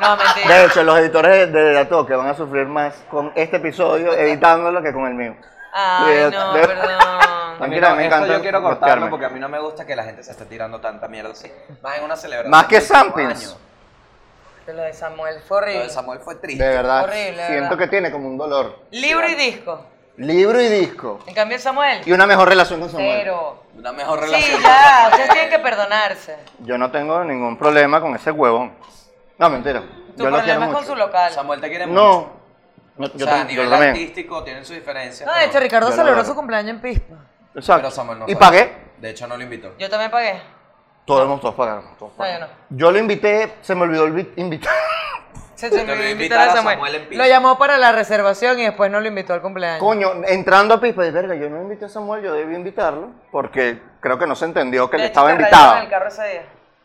Speaker 2: No, mentira.
Speaker 4: De hecho, los editores de, de la Toque van a sufrir más con este episodio editándolo que con el mío.
Speaker 2: Ay, no,
Speaker 4: de-
Speaker 2: perdón.
Speaker 3: A mí
Speaker 4: Tranquila,
Speaker 3: no,
Speaker 4: me
Speaker 3: esto
Speaker 4: encanta
Speaker 3: yo quiero cortarlo
Speaker 4: rostearme.
Speaker 3: porque a mí no me gusta que la gente se esté tirando tanta mierda así. Más en una celebración.
Speaker 4: Más que
Speaker 3: de cinco
Speaker 4: Zampins.
Speaker 3: años.
Speaker 2: Lo de Samuel fue
Speaker 3: Lo de
Speaker 2: horrible.
Speaker 3: Samuel fue triste.
Speaker 4: De verdad,
Speaker 2: Horrible, de
Speaker 4: siento
Speaker 2: verdad.
Speaker 4: que tiene como un dolor.
Speaker 2: Libro y disco.
Speaker 4: Libro y disco.
Speaker 2: En cambio, Samuel.
Speaker 4: Y una mejor relación con Samuel.
Speaker 2: Cero.
Speaker 3: Una mejor
Speaker 2: Sí,
Speaker 3: relación.
Speaker 2: ya. Ustedes tienen que perdonarse.
Speaker 4: Yo no tengo ningún problema con ese huevón. No, mentira.
Speaker 2: Tu
Speaker 4: yo lo quiero
Speaker 2: problema es
Speaker 4: mucho.
Speaker 2: con su local.
Speaker 3: Samuel te quiere mucho.
Speaker 4: No. no,
Speaker 3: O
Speaker 4: yo,
Speaker 3: sea, a
Speaker 4: tam- yo
Speaker 3: nivel
Speaker 4: también.
Speaker 3: artístico tienen su diferencia.
Speaker 2: No, de hecho, Ricardo
Speaker 4: Yo lo
Speaker 2: celebró
Speaker 4: adoro.
Speaker 2: su cumpleaños en Pispa.
Speaker 4: Exacto.
Speaker 3: pero Samuel no
Speaker 4: y
Speaker 3: fue.
Speaker 4: pagué.
Speaker 3: De hecho, no lo invitó.
Speaker 2: Yo también pagué.
Speaker 3: Ah.
Speaker 4: Todos hemos todos pagaron. todos
Speaker 2: No, yo
Speaker 4: pagaron.
Speaker 2: no.
Speaker 4: Yo lo invité, se me olvidó el invitar.
Speaker 2: Se,
Speaker 3: Te
Speaker 2: me
Speaker 3: olvidó
Speaker 2: olvidó
Speaker 3: invitar
Speaker 2: invitar
Speaker 3: a Samuel en Pispa.
Speaker 2: Lo llamó para la reservación y después no lo invitó al cumpleaños.
Speaker 4: Coño, entrando a Pipa, y verga, yo no invité a Samuel, yo debí invitarlo, porque creo que no se entendió que
Speaker 2: De
Speaker 4: él
Speaker 2: hecho,
Speaker 4: estaba
Speaker 2: te rayaron el
Speaker 4: invitado.
Speaker 2: carro ese día.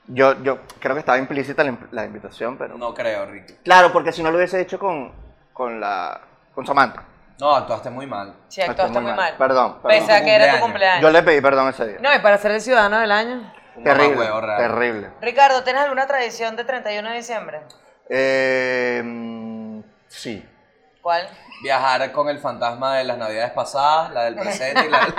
Speaker 4: Yo, yo creo que estaba implícita la, imp- la invitación, pero.
Speaker 3: No creo, Ricky.
Speaker 4: Claro, porque si no lo hubiese hecho con, con la. con Samantha.
Speaker 3: No, actuaste muy mal.
Speaker 2: Sí, actuaste muy mal.
Speaker 4: Ah, Perdón, perdón.
Speaker 2: Pese a que era tu
Speaker 3: Cumpleaños.
Speaker 2: cumpleaños.
Speaker 4: Yo le pedí perdón ese día.
Speaker 2: No, y para ser el ciudadano del año.
Speaker 3: Un
Speaker 4: terrible.
Speaker 3: mamahuevo raro.
Speaker 4: terrible.
Speaker 2: Ricardo, ¿tienes alguna tradición de 31 de diciembre?
Speaker 4: Eh, mm, sí.
Speaker 2: ¿Cuál?
Speaker 3: Viajar con el fantasma de las navidades pasadas, la del presente y la del...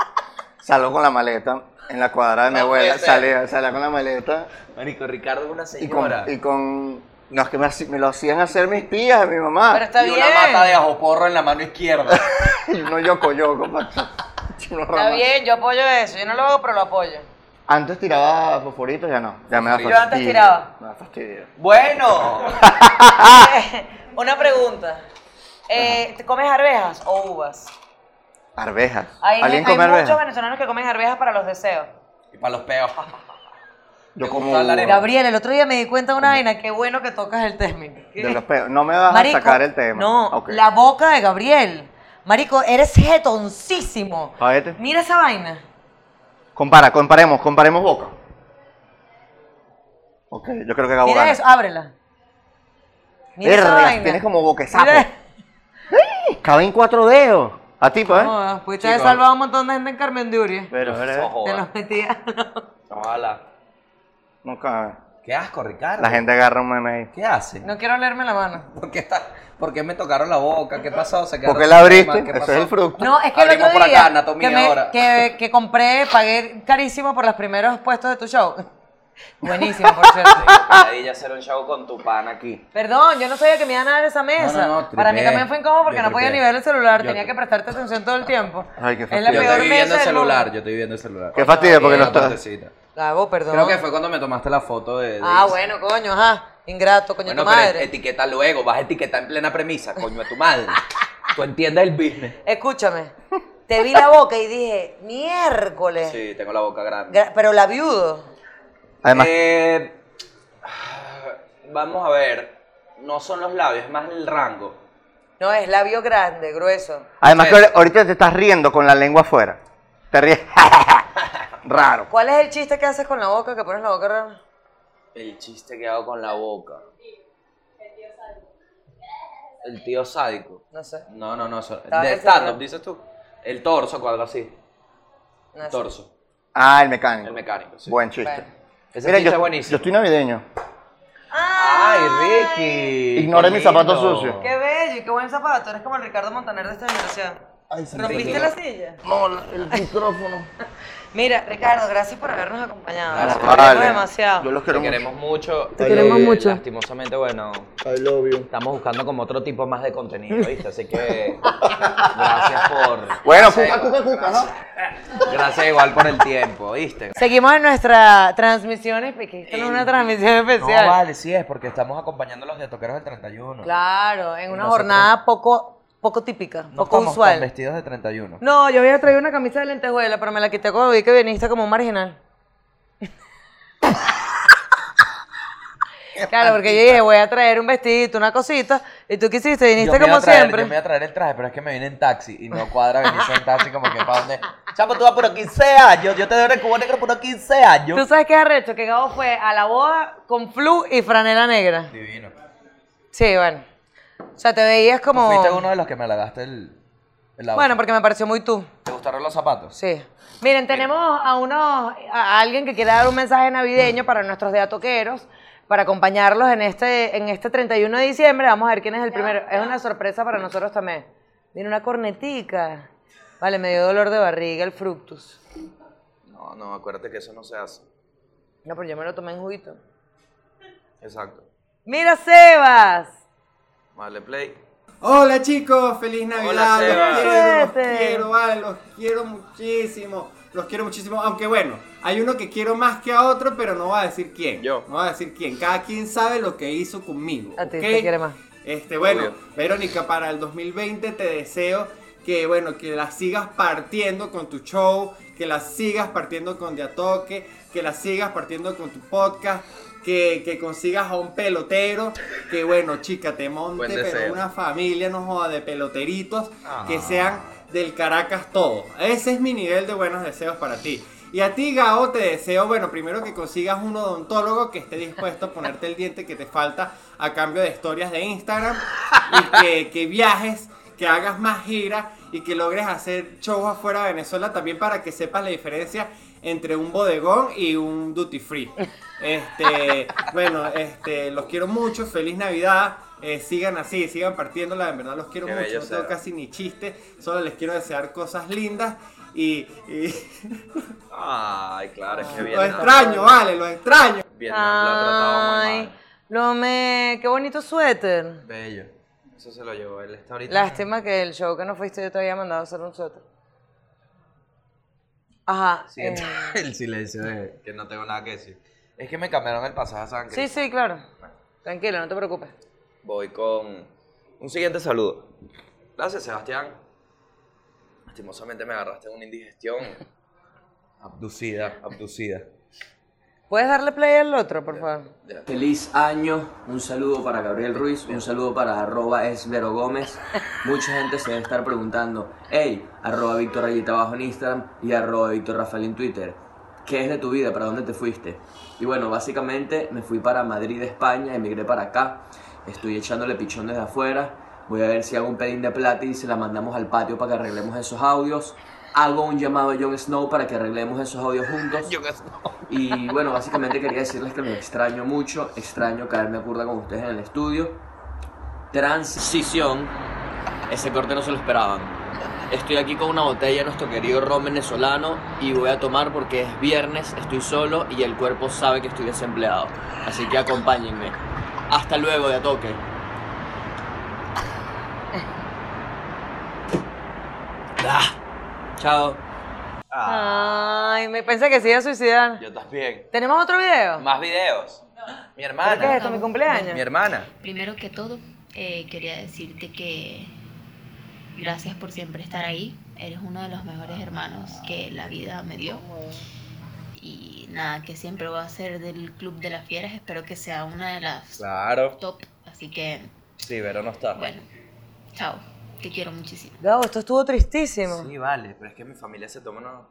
Speaker 2: [LAUGHS]
Speaker 4: Salgo con la maleta en la cuadra de mi
Speaker 3: No puede
Speaker 4: abuela.
Speaker 3: ser.
Speaker 4: Salía, salía con la maleta
Speaker 3: Marico, Ricardo es una
Speaker 4: y con,
Speaker 3: señora.
Speaker 4: y con- No, es que me, haci- me lo hacían hacer mis tías, mi mamá.
Speaker 2: Pero está
Speaker 3: y
Speaker 2: bien.
Speaker 3: una mata de ajo porro en la mano izquierda.
Speaker 4: [LAUGHS] Y uno yoco yoco. pa- chino
Speaker 2: Está
Speaker 4: rama.
Speaker 2: bien, yo apoyo eso. Yo no lo hago, pero lo apoyo.
Speaker 4: Antes tiraba fosforito, ya no. Ya me da
Speaker 3: Yo
Speaker 4: fastidio.
Speaker 2: antes tiraba.
Speaker 4: Me da fastidio.
Speaker 3: bueno.
Speaker 2: Una pregunta. Eh, ¿Te comes arvejas o uvas?
Speaker 4: Arvejas.
Speaker 2: Hay,
Speaker 4: ¿Alguien
Speaker 2: hay
Speaker 4: come
Speaker 2: muchos
Speaker 4: arvejas?
Speaker 2: venezolanos que comen arvejas para los deseos.
Speaker 3: y para los
Speaker 4: [LAUGHS]
Speaker 3: peos.
Speaker 4: Yo
Speaker 3: ¿Te
Speaker 4: como
Speaker 3: gusta la arena?
Speaker 4: uva.
Speaker 2: Gabriel, el otro día me di cuenta de una vaina. Qué bueno que tocas el término.
Speaker 4: de los peos. No me vas
Speaker 2: Marico,
Speaker 4: a sacar el tema.
Speaker 2: No,
Speaker 4: Ok.
Speaker 2: la boca de Gabriel. Marico, eres jetoncísimo.
Speaker 4: Jodete.
Speaker 2: Mira esa vaina.
Speaker 4: este. Compara, comparemos, comparemos boca. Ok, yo creo que Gabo
Speaker 2: Mira
Speaker 4: gana.
Speaker 2: eso, ábrela. Mira esa
Speaker 4: Verga,
Speaker 2: vaina.
Speaker 4: tienes como boca de sapo. ¿eh?
Speaker 2: Mira-
Speaker 4: Caben cuatro dedos. A ti, pues. ¿eh?
Speaker 2: No, pudiste haber Oh, salvado a un montón de gente en Carmen Duria.
Speaker 4: Pero,
Speaker 3: No
Speaker 4: pero,
Speaker 2: Te
Speaker 3: jodas.
Speaker 2: los metía.
Speaker 3: Ojalá.
Speaker 4: no cabe.
Speaker 3: Qué asco, Ricardo.
Speaker 4: La gente agarra un meme ahí.
Speaker 3: ¿Qué
Speaker 2: [LAUGHS]
Speaker 3: hace?
Speaker 2: No quiero olerme la mano.
Speaker 3: ¿Por, qué está- por qué me tocaron la boca? ¿Qué pasó? ¿Se
Speaker 4: ¿Por
Speaker 3: quedaron
Speaker 4: qué la
Speaker 3: sin
Speaker 4: abriste?
Speaker 3: tema? ¿Qué
Speaker 4: Ese es
Speaker 3: pasó?
Speaker 4: el fruto.
Speaker 2: No, es que el
Speaker 3: Abrimos
Speaker 2: otro
Speaker 3: por acá,
Speaker 2: día
Speaker 3: anatomía
Speaker 2: que, me-
Speaker 3: ahora.
Speaker 2: que- que compré, pagué carísimo por los primeros puestos de tu show. Buenísimo, por
Speaker 3: [LAUGHS]
Speaker 2: cierto.
Speaker 3: Ahí ya hacer un show con tu pan aquí.
Speaker 2: Perdón, yo no sabía que me iban a dar esa mesa.
Speaker 3: No, no, no,
Speaker 2: Para mí
Speaker 3: tripé.
Speaker 2: también fue incómodo porque
Speaker 3: Yo
Speaker 2: no podía
Speaker 3: tripé.
Speaker 2: ni ver el celular,
Speaker 3: Yo
Speaker 2: tenía
Speaker 3: tripé.
Speaker 2: que prestarte atención
Speaker 3: [LAUGHS]
Speaker 2: todo el tiempo.
Speaker 4: Ay, qué
Speaker 2: Es la
Speaker 4: fastidio.
Speaker 3: Yo
Speaker 2: peor
Speaker 3: estoy viendo
Speaker 2: mesa
Speaker 3: el
Speaker 2: del
Speaker 3: celular,
Speaker 2: mundo.
Speaker 3: yo estoy viendo el celular.
Speaker 4: Qué fastidio porque no
Speaker 3: La
Speaker 4: estás.
Speaker 3: partecita.
Speaker 2: Gago, perdón.
Speaker 3: Creo que fue cuando me tomaste la foto de. de
Speaker 2: Ah,
Speaker 3: Isa.
Speaker 2: bueno, coño, ajá. Ingrato, coño,
Speaker 3: Bueno,
Speaker 2: tu
Speaker 3: pero
Speaker 2: madre.
Speaker 3: etiqueta luego, vas a etiquetar en plena premisa, coño, a tu madre. Tú entiendes el business. [LAUGHS]
Speaker 2: Escúchame. Te vi la boca y dije, miércoles.
Speaker 3: Sí, tengo la boca grande.
Speaker 2: Gra- Pero la viudo.
Speaker 4: Además-
Speaker 3: Eh, [SIGHS] vamos a ver. No son los labios, es más el rango.
Speaker 2: No, es labio grande, grueso.
Speaker 4: Además que ahor- ahorita te estás riendo con la lengua afuera. Te ríes. [LAUGHS] Raro.
Speaker 2: ¿Cuál es el chiste que haces con la boca, que pones la boca rara?
Speaker 3: El chiste que hago con la boca. El tío sádico.
Speaker 2: No sé.
Speaker 3: No, no, no. eso-
Speaker 2: Estaba
Speaker 3: De
Speaker 2: pensando.
Speaker 3: stand-up, dices tú. El torso, cuadro así.
Speaker 2: No sé.
Speaker 3: torso.
Speaker 4: Ah, el mecánico.
Speaker 3: El mecánico, sí.
Speaker 4: Buen chiste.
Speaker 2: Bueno.
Speaker 3: Ese
Speaker 4: Mira,
Speaker 3: chiste
Speaker 4: yo,
Speaker 3: es buenísimo.
Speaker 4: yo estoy navideño.
Speaker 3: ¡Ay, Ricky!
Speaker 4: Ignoré
Speaker 3: qué
Speaker 4: mis zapatos
Speaker 3: lindo.
Speaker 4: sucios.
Speaker 2: Qué bello y qué buen zapato. Eres como el Ricardo Montaner de esta generación. ¿Rompiste la silla?
Speaker 4: No, la- el micrófono.
Speaker 2: [LAUGHS] Mira, Ricardo, gracias por habernos acompañado.
Speaker 3: Gracias.
Speaker 2: Te queremos
Speaker 4: Vale.
Speaker 2: demasiado.
Speaker 4: Yo los
Speaker 3: Te
Speaker 4: quiero mucho.
Speaker 3: queremos mucho. Eh,
Speaker 12: Te queremos mucho.
Speaker 3: Lastimosamente, bueno,
Speaker 4: I love you.
Speaker 3: estamos buscando como otro tipo más de contenido, ¿viste? Así que gracias por...
Speaker 4: [LAUGHS] Bueno,
Speaker 3: gracias
Speaker 4: cuca,
Speaker 3: igual-
Speaker 4: cuca, cuca, ¿no?
Speaker 3: Gracias igual por el tiempo, ¿viste?
Speaker 2: Seguimos en nuestra transmisión, espe- que esto no es una transmisión
Speaker 3: No,
Speaker 2: especial.
Speaker 3: vale, sí es, porque estamos acompañando a los de Toqueros del 31.
Speaker 2: Claro, en
Speaker 3: Y
Speaker 2: una
Speaker 3: nosotros-
Speaker 2: jornada poco, poco típica,
Speaker 3: No
Speaker 2: poco
Speaker 3: estamos
Speaker 2: usual.
Speaker 3: tan vestidos de 31.
Speaker 2: No, yo había traído una camisa de lentejuela, pero me la quité cuando vi que viniste como un marginal. claro, porque yo dije, voy a traer un vestidito, una cosita, y tú quisiste, viniste
Speaker 3: Yo me iba
Speaker 2: como
Speaker 3: a traer-
Speaker 2: siempre.
Speaker 3: Yo me iba a traer el traje, pero es que me vine en taxi y no cuadra venir en taxi como que para donde. Chapo, tú vas por 15 años. Yo te doy el cubo negro por 15 años.
Speaker 2: Tú sabes qué arrecho, que Gabo fue a la boda con flu y franela negra.
Speaker 3: Divino.
Speaker 2: Sí, bueno. O sea, te veías
Speaker 3: Tú
Speaker 2: como...
Speaker 3: Fuiste uno de los que me halagaste el. el outfit.
Speaker 2: Bueno, porque me pareció muy tú.
Speaker 3: ¿Te gustaron los zapatos?
Speaker 2: Sí. Miren, tenemos a unos, a alguien que quiere dar un mensaje navideño para nuestros deatoqueros, para acompañarlos en este, en este 31 de diciembre. Vamos a ver quién es el primero. Es una sorpresa para nosotros también. Viene una cornetica. Vale, me dio dolor de barriga el fructus.
Speaker 3: No, no, acuérdate que eso no se hace.
Speaker 2: No, pero yo me lo tomé en juguito.
Speaker 3: Exacto.
Speaker 2: Mira, Sebas.
Speaker 3: Vale, play.
Speaker 13: Hola chicos, feliz Navidad.
Speaker 3: Seba.
Speaker 13: los quiero, los
Speaker 2: Suerte.
Speaker 13: quiero, vale, los quiero muchísimo. Los quiero muchísimo, aunque bueno, hay uno que quiero más que a otro, pero no va a decir quién.
Speaker 3: Yo.
Speaker 13: No va a decir quién. Cada quien sabe lo que hizo conmigo.
Speaker 2: A ti
Speaker 13: ¿ok?
Speaker 2: te quiere más.
Speaker 13: Este, bueno,
Speaker 3: Obvio.
Speaker 13: Verónica, para el 2020 te deseo que, bueno, que la sigas partiendo con tu show, que la sigas partiendo con Diatoque, que la sigas partiendo con tu podcast, que, que consigas a un pelotero, que bueno, chica, te monte,
Speaker 3: Buen
Speaker 13: pero
Speaker 3: deseo.
Speaker 13: una familia, no joda, de peloteritos, que sean del Caracas todo. Ese es mi nivel de buenos deseos para ti. Y a ti, Gao, te deseo, bueno, primero que consigas un odontólogo que esté dispuesto a ponerte el diente que te falta a cambio de historias de Instagram y que, que viajes, que hagas más giras y que logres hacer shows afuera de Venezuela también para que sepas la diferencia entre un bodegón y un duty free. Este, bueno, este, los quiero mucho, feliz Navidad. eh, sigan así, sigan partiéndola, en verdad los quiero
Speaker 3: Qué
Speaker 13: mucho,
Speaker 3: bello
Speaker 13: no tengo
Speaker 3: sea.
Speaker 13: casi ni chiste, solo les quiero desear cosas lindas y, y-
Speaker 3: Ay, claro, es que bien.
Speaker 13: lo extraño, vale, lo extraño.
Speaker 3: Vietnam lo ha tratado muy
Speaker 2: Ay,
Speaker 3: mal.
Speaker 2: lo me... Qué bonito suéter.
Speaker 3: Bello. Eso se lo llevó él. Está ahorita.
Speaker 2: Lástima que el show que no fuiste yo te había mandado a hacer un suéter. Ajá.
Speaker 3: Sí,
Speaker 2: eh,
Speaker 3: [LAUGHS] el silencio de que no tengo nada que decir. Es que me cambiaron el pasaje a San
Speaker 2: sí,
Speaker 3: Cristóbal.
Speaker 2: sí, claro. Tranquilo, no te preocupes.
Speaker 3: Voy con un siguiente saludo. Gracias, Sebastián. Lastimosamente me agarraste en una indigestión. Abducida, abducida.
Speaker 2: ¿Puedes darle play al otro, por favor?
Speaker 14: Feliz año, un saludo para Gabriel Ruiz, un saludo para arroba esvero Gómez. Mucha gente se debe estar preguntando, hey, arroba Víctor Rayita abajo en Instagram y arroba Víctor Rafael en Twitter. ¿Qué es de tu vida? ¿Para dónde te fuiste? Y bueno, básicamente me fui para Madrid, España, emigré para acá. Estoy echándole pichón desde afuera. Voy a ver si hago un pedín de plata y se la mandamos al patio para que arreglemos esos audios. Hago un llamado a Jon Snow para que arreglemos esos audios juntos. Y bueno, básicamente quería decirles que los extraño mucho, extraño caerme a curda con ustedes en el estudio. Transición, ese corte no se lo esperaban. Estoy aquí con una botella de nuestro querido ron venezolano y voy a tomar porque es viernes, estoy solo y el cuerpo sabe que estoy desempleado. Así que acompáñenme. Hasta luego de a toque. Ah, chao.
Speaker 2: Ay, me pensé que se iba a suicidar.
Speaker 3: Yo también.
Speaker 2: ¿Tenemos otro video?
Speaker 3: Más videos.
Speaker 2: ¿Pero ¿Qué
Speaker 3: Mi
Speaker 2: es
Speaker 3: hermana.
Speaker 2: esto? ¿Mi cumpleaños?
Speaker 3: Mi hermana.
Speaker 8: Primero que todo, eh, quería decirte que gracias por siempre estar ahí, Eres uno de los mejores hermanos que la vida me dio. Y nada, que siempre va a ser del Club de las Fieras. Espero que sea una de las
Speaker 4: Claro.
Speaker 8: top. Así que,
Speaker 4: Sí, Vero no está.
Speaker 8: bueno, chao. Te quiero muchísimo.
Speaker 2: Gabo, esto estuvo tristísimo.
Speaker 4: Sí, vale, pero es que mi familia se toma unos...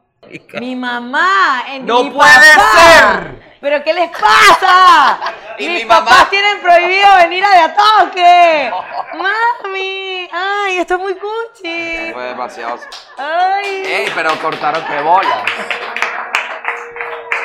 Speaker 2: Mi mamá, en
Speaker 4: ¡No
Speaker 2: mi
Speaker 4: puede
Speaker 2: papá. ¿Pero qué les pasa?
Speaker 4: [LAUGHS] Y
Speaker 2: Mis
Speaker 4: mi mamá.
Speaker 2: papás tienen prohibido venir a de ataque. Mami, ay, esto es muy cuchi.
Speaker 4: Fue demasiado...
Speaker 2: Ay.
Speaker 4: ¡Ey, pero cortaron que bola!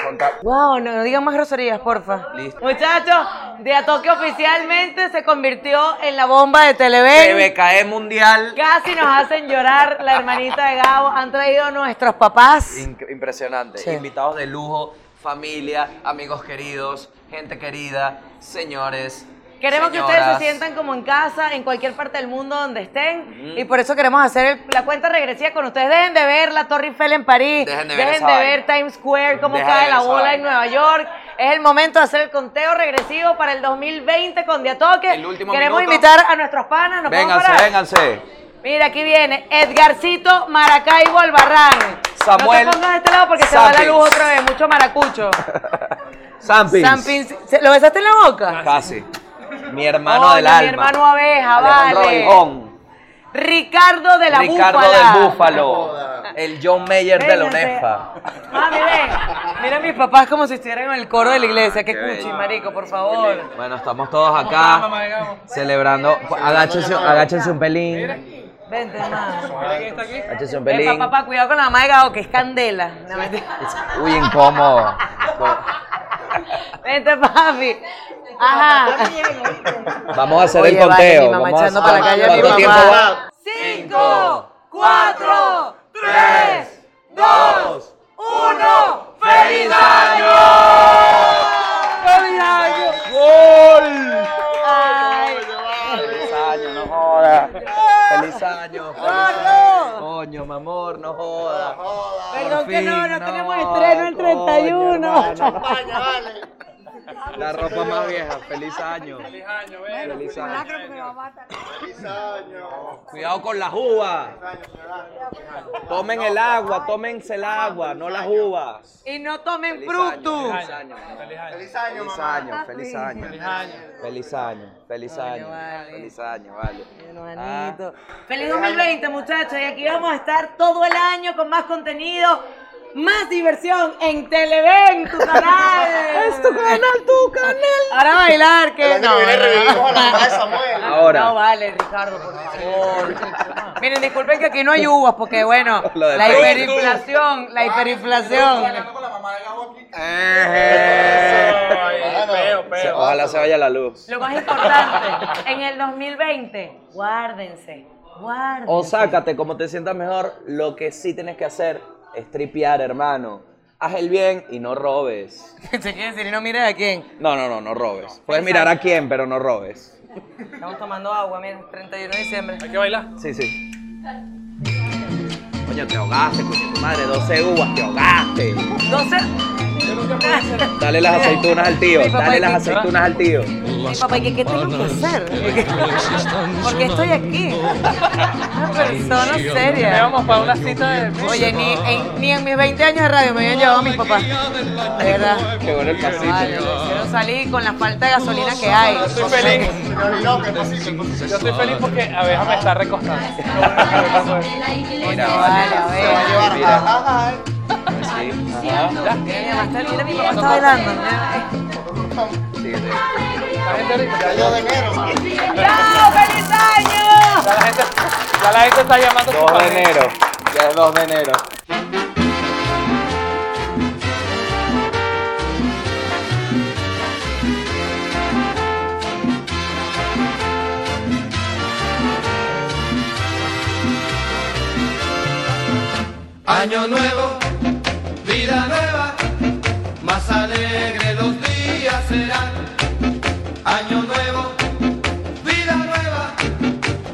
Speaker 4: Corta-
Speaker 2: Wow, no, no digan más groserías, porfa.
Speaker 4: Listo.
Speaker 2: Muchachos, de Atoque oficialmente se convirtió en la bomba de Televen.
Speaker 4: TVKE Mundial.
Speaker 2: Casi nos hacen llorar la hermanita de Gabo. Han traído nuestros papás.
Speaker 4: Inc- impresionante.
Speaker 2: Sí.
Speaker 4: Invitados de lujo, familia, amigos queridos, gente querida, señores.
Speaker 2: Queremos que ustedes
Speaker 4: señoras.
Speaker 2: se sientan como en casa, en cualquier parte del mundo donde estén.
Speaker 4: Ujú.
Speaker 2: Y por eso queremos hacer el- la cuenta regresiva con ustedes. Dejen de ver la Torre Eiffel en París.
Speaker 4: Dejen de ver esa vaina.
Speaker 2: Times Square, cómo
Speaker 4: Deja de
Speaker 2: cae
Speaker 4: ver
Speaker 2: la
Speaker 4: esa
Speaker 2: bola
Speaker 4: vaina.
Speaker 2: en Nueva York. Es el momento de hacer el conteo regresivo para el 2020 con Diatoque.
Speaker 4: El último
Speaker 2: queremos
Speaker 4: minuto.
Speaker 2: invitar a nuestros panas. ¿Nos podemos
Speaker 4: Vénganse,
Speaker 2: parar?
Speaker 4: vénganse.
Speaker 2: Mira, aquí viene Edgarcito Maracaibo Albarrán.
Speaker 4: Samuel
Speaker 2: No te pongas de este lado porque se va la
Speaker 4: Sampins.
Speaker 2: luz otra vez. Mucho maracucho.
Speaker 4: Sampins.
Speaker 2: Sampins. ¿Se- ¿Lo besaste en la boca?
Speaker 4: Casi. Mi hermano
Speaker 2: Oye,
Speaker 4: del
Speaker 2: mi
Speaker 4: alma.
Speaker 2: hermano abeja,
Speaker 4: Alejandro
Speaker 2: vale.
Speaker 4: Obregón,
Speaker 2: Ricardo de la
Speaker 4: Ricardo
Speaker 2: Búfala.
Speaker 4: del Búfalo. El John Mayer de la
Speaker 2: Vénganse.
Speaker 4: UNEFA.
Speaker 2: Mami, ven. Mira a mis papás como si estuvieran en el coro de la iglesia. Qué
Speaker 4: Qué
Speaker 2: cuchi,
Speaker 4: bello.
Speaker 2: marico, por favor.
Speaker 4: Bueno, estamos todos
Speaker 2: está, mamá de Gabo?
Speaker 4: acá celebrando. Agáchense, agáchense un pelín.
Speaker 2: Vente, mamá.
Speaker 4: Agáchense un
Speaker 2: Eh,
Speaker 4: pelín.
Speaker 2: papá, cuidado con la mamá de Gabo, que es candela. No, mentira.
Speaker 4: Uy, incómodo.
Speaker 2: Vente, papi. Ajá.
Speaker 4: Vamos a hacer
Speaker 2: Oye,
Speaker 4: el
Speaker 2: vale,
Speaker 4: conteo.
Speaker 2: mi mamá
Speaker 4: Vamos a-
Speaker 2: echando para la calle a mi
Speaker 4: ¿Cuánto tiempo
Speaker 2: mamá.
Speaker 4: va?
Speaker 2: Cinco, cuatro, tres,
Speaker 4: dos,
Speaker 2: uno.
Speaker 4: ¡Feliz año!
Speaker 2: ¡Feliz año!
Speaker 4: ¡Gol!
Speaker 2: Ay.
Speaker 4: ¡Feliz año, no joda! ¡Feliz año! ¡Feliz año! ¡Coño, mi amor, no joda!
Speaker 2: Perdón que no, no tenemos
Speaker 4: no,
Speaker 2: estreno el 31.
Speaker 4: La ropa más vieja, feliz año. Feliz año, Feliz año. Cuidado con las uvas. Tomen el agua, tómense el agua, no las uvas.
Speaker 2: Y no tomen
Speaker 4: Feliz
Speaker 2: fructus.
Speaker 4: año, Feliz año. Feliz año, feliz año, feliz año. Feliz año. Feliz año, feliz año. Feliz año, vale.
Speaker 2: Juanito. Feliz 2020, muchachos. Y aquí vamos a estar todo el año con más contenido, más diversión en Televen, tu
Speaker 4: [LAUGHS]
Speaker 2: canal. es tu canal, tu canal. Ahora a bailar, que
Speaker 15: El año que viene revivimos a la mamá de Samuel.
Speaker 4: Ah, Ahora.
Speaker 2: Ah, No vale, Ricardo, por favor. Miren, disculpen que aquí no hay uvas, porque bueno,
Speaker 4: [LAUGHS] Lo de
Speaker 2: la
Speaker 4: Facebook.
Speaker 2: hiperinflación, la hiperinflación.
Speaker 4: Se- Ojalá se vaya la luz.
Speaker 2: Lo más importante, en el 2020, guárdense, guárdense.
Speaker 4: O sácate como te sientas mejor. Lo que sí tienes que hacer es tripear, hermano. Haz el bien y
Speaker 2: [LAUGHS]
Speaker 4: no robes.
Speaker 2: Se quiere decir, y no mires a quién.
Speaker 4: No, no, no, no robes. Puedes mirar a quién, pero no robes.
Speaker 2: Estamos tomando agua, mira, 31 de diciembre. Hay que bailar.
Speaker 4: Sí, sí. Coño, te ahogaste, coño, tu madre. 12 uvas, te ahogaste.
Speaker 2: Entonces,
Speaker 4: [LAUGHS] Dale las aceitunas al tío.
Speaker 2: Mi papá
Speaker 4: Dale las
Speaker 2: dice-
Speaker 4: aceitunas al tío.
Speaker 2: mi papá, ¿y qué, qué tengo que hacer? Porque estoy aquí. Una persona seria.
Speaker 7: Ya vamos para una cita de-
Speaker 2: Oye, ni en, ni en mis 20 años de radio me habían llevado mis papás. De verdad.
Speaker 4: Qué bueno el pasito.
Speaker 2: Vale, me hicieron salir con la falta de gasolina que hay.
Speaker 7: Estoy feliz. Yo estoy feliz porque Abeja me
Speaker 4: [LAUGHS]
Speaker 7: está recostando.
Speaker 4: Mira,
Speaker 2: vale, a ver.
Speaker 4: Mira. Sí, ajá.
Speaker 2: Mira, más tarde, mira, mi papá está bailando.
Speaker 4: Sí, sí.
Speaker 2: ¡Chao, feliz año!
Speaker 7: Ya la gente, ya la gente está llamando a su
Speaker 4: 2 de
Speaker 7: familia.
Speaker 4: enero. Ya es 2 de enero.
Speaker 13: Año nuevo, vida nueva, más alegre los días serán. Año nuevo, vida nueva,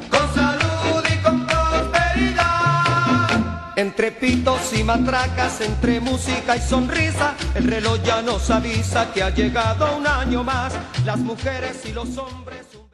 Speaker 13: con salud y con prosperidad. Entre pitos y matracas, entre música y sonrisa, el reloj ya nos avisa que ha llegado un año más. Las mujeres y los hombres.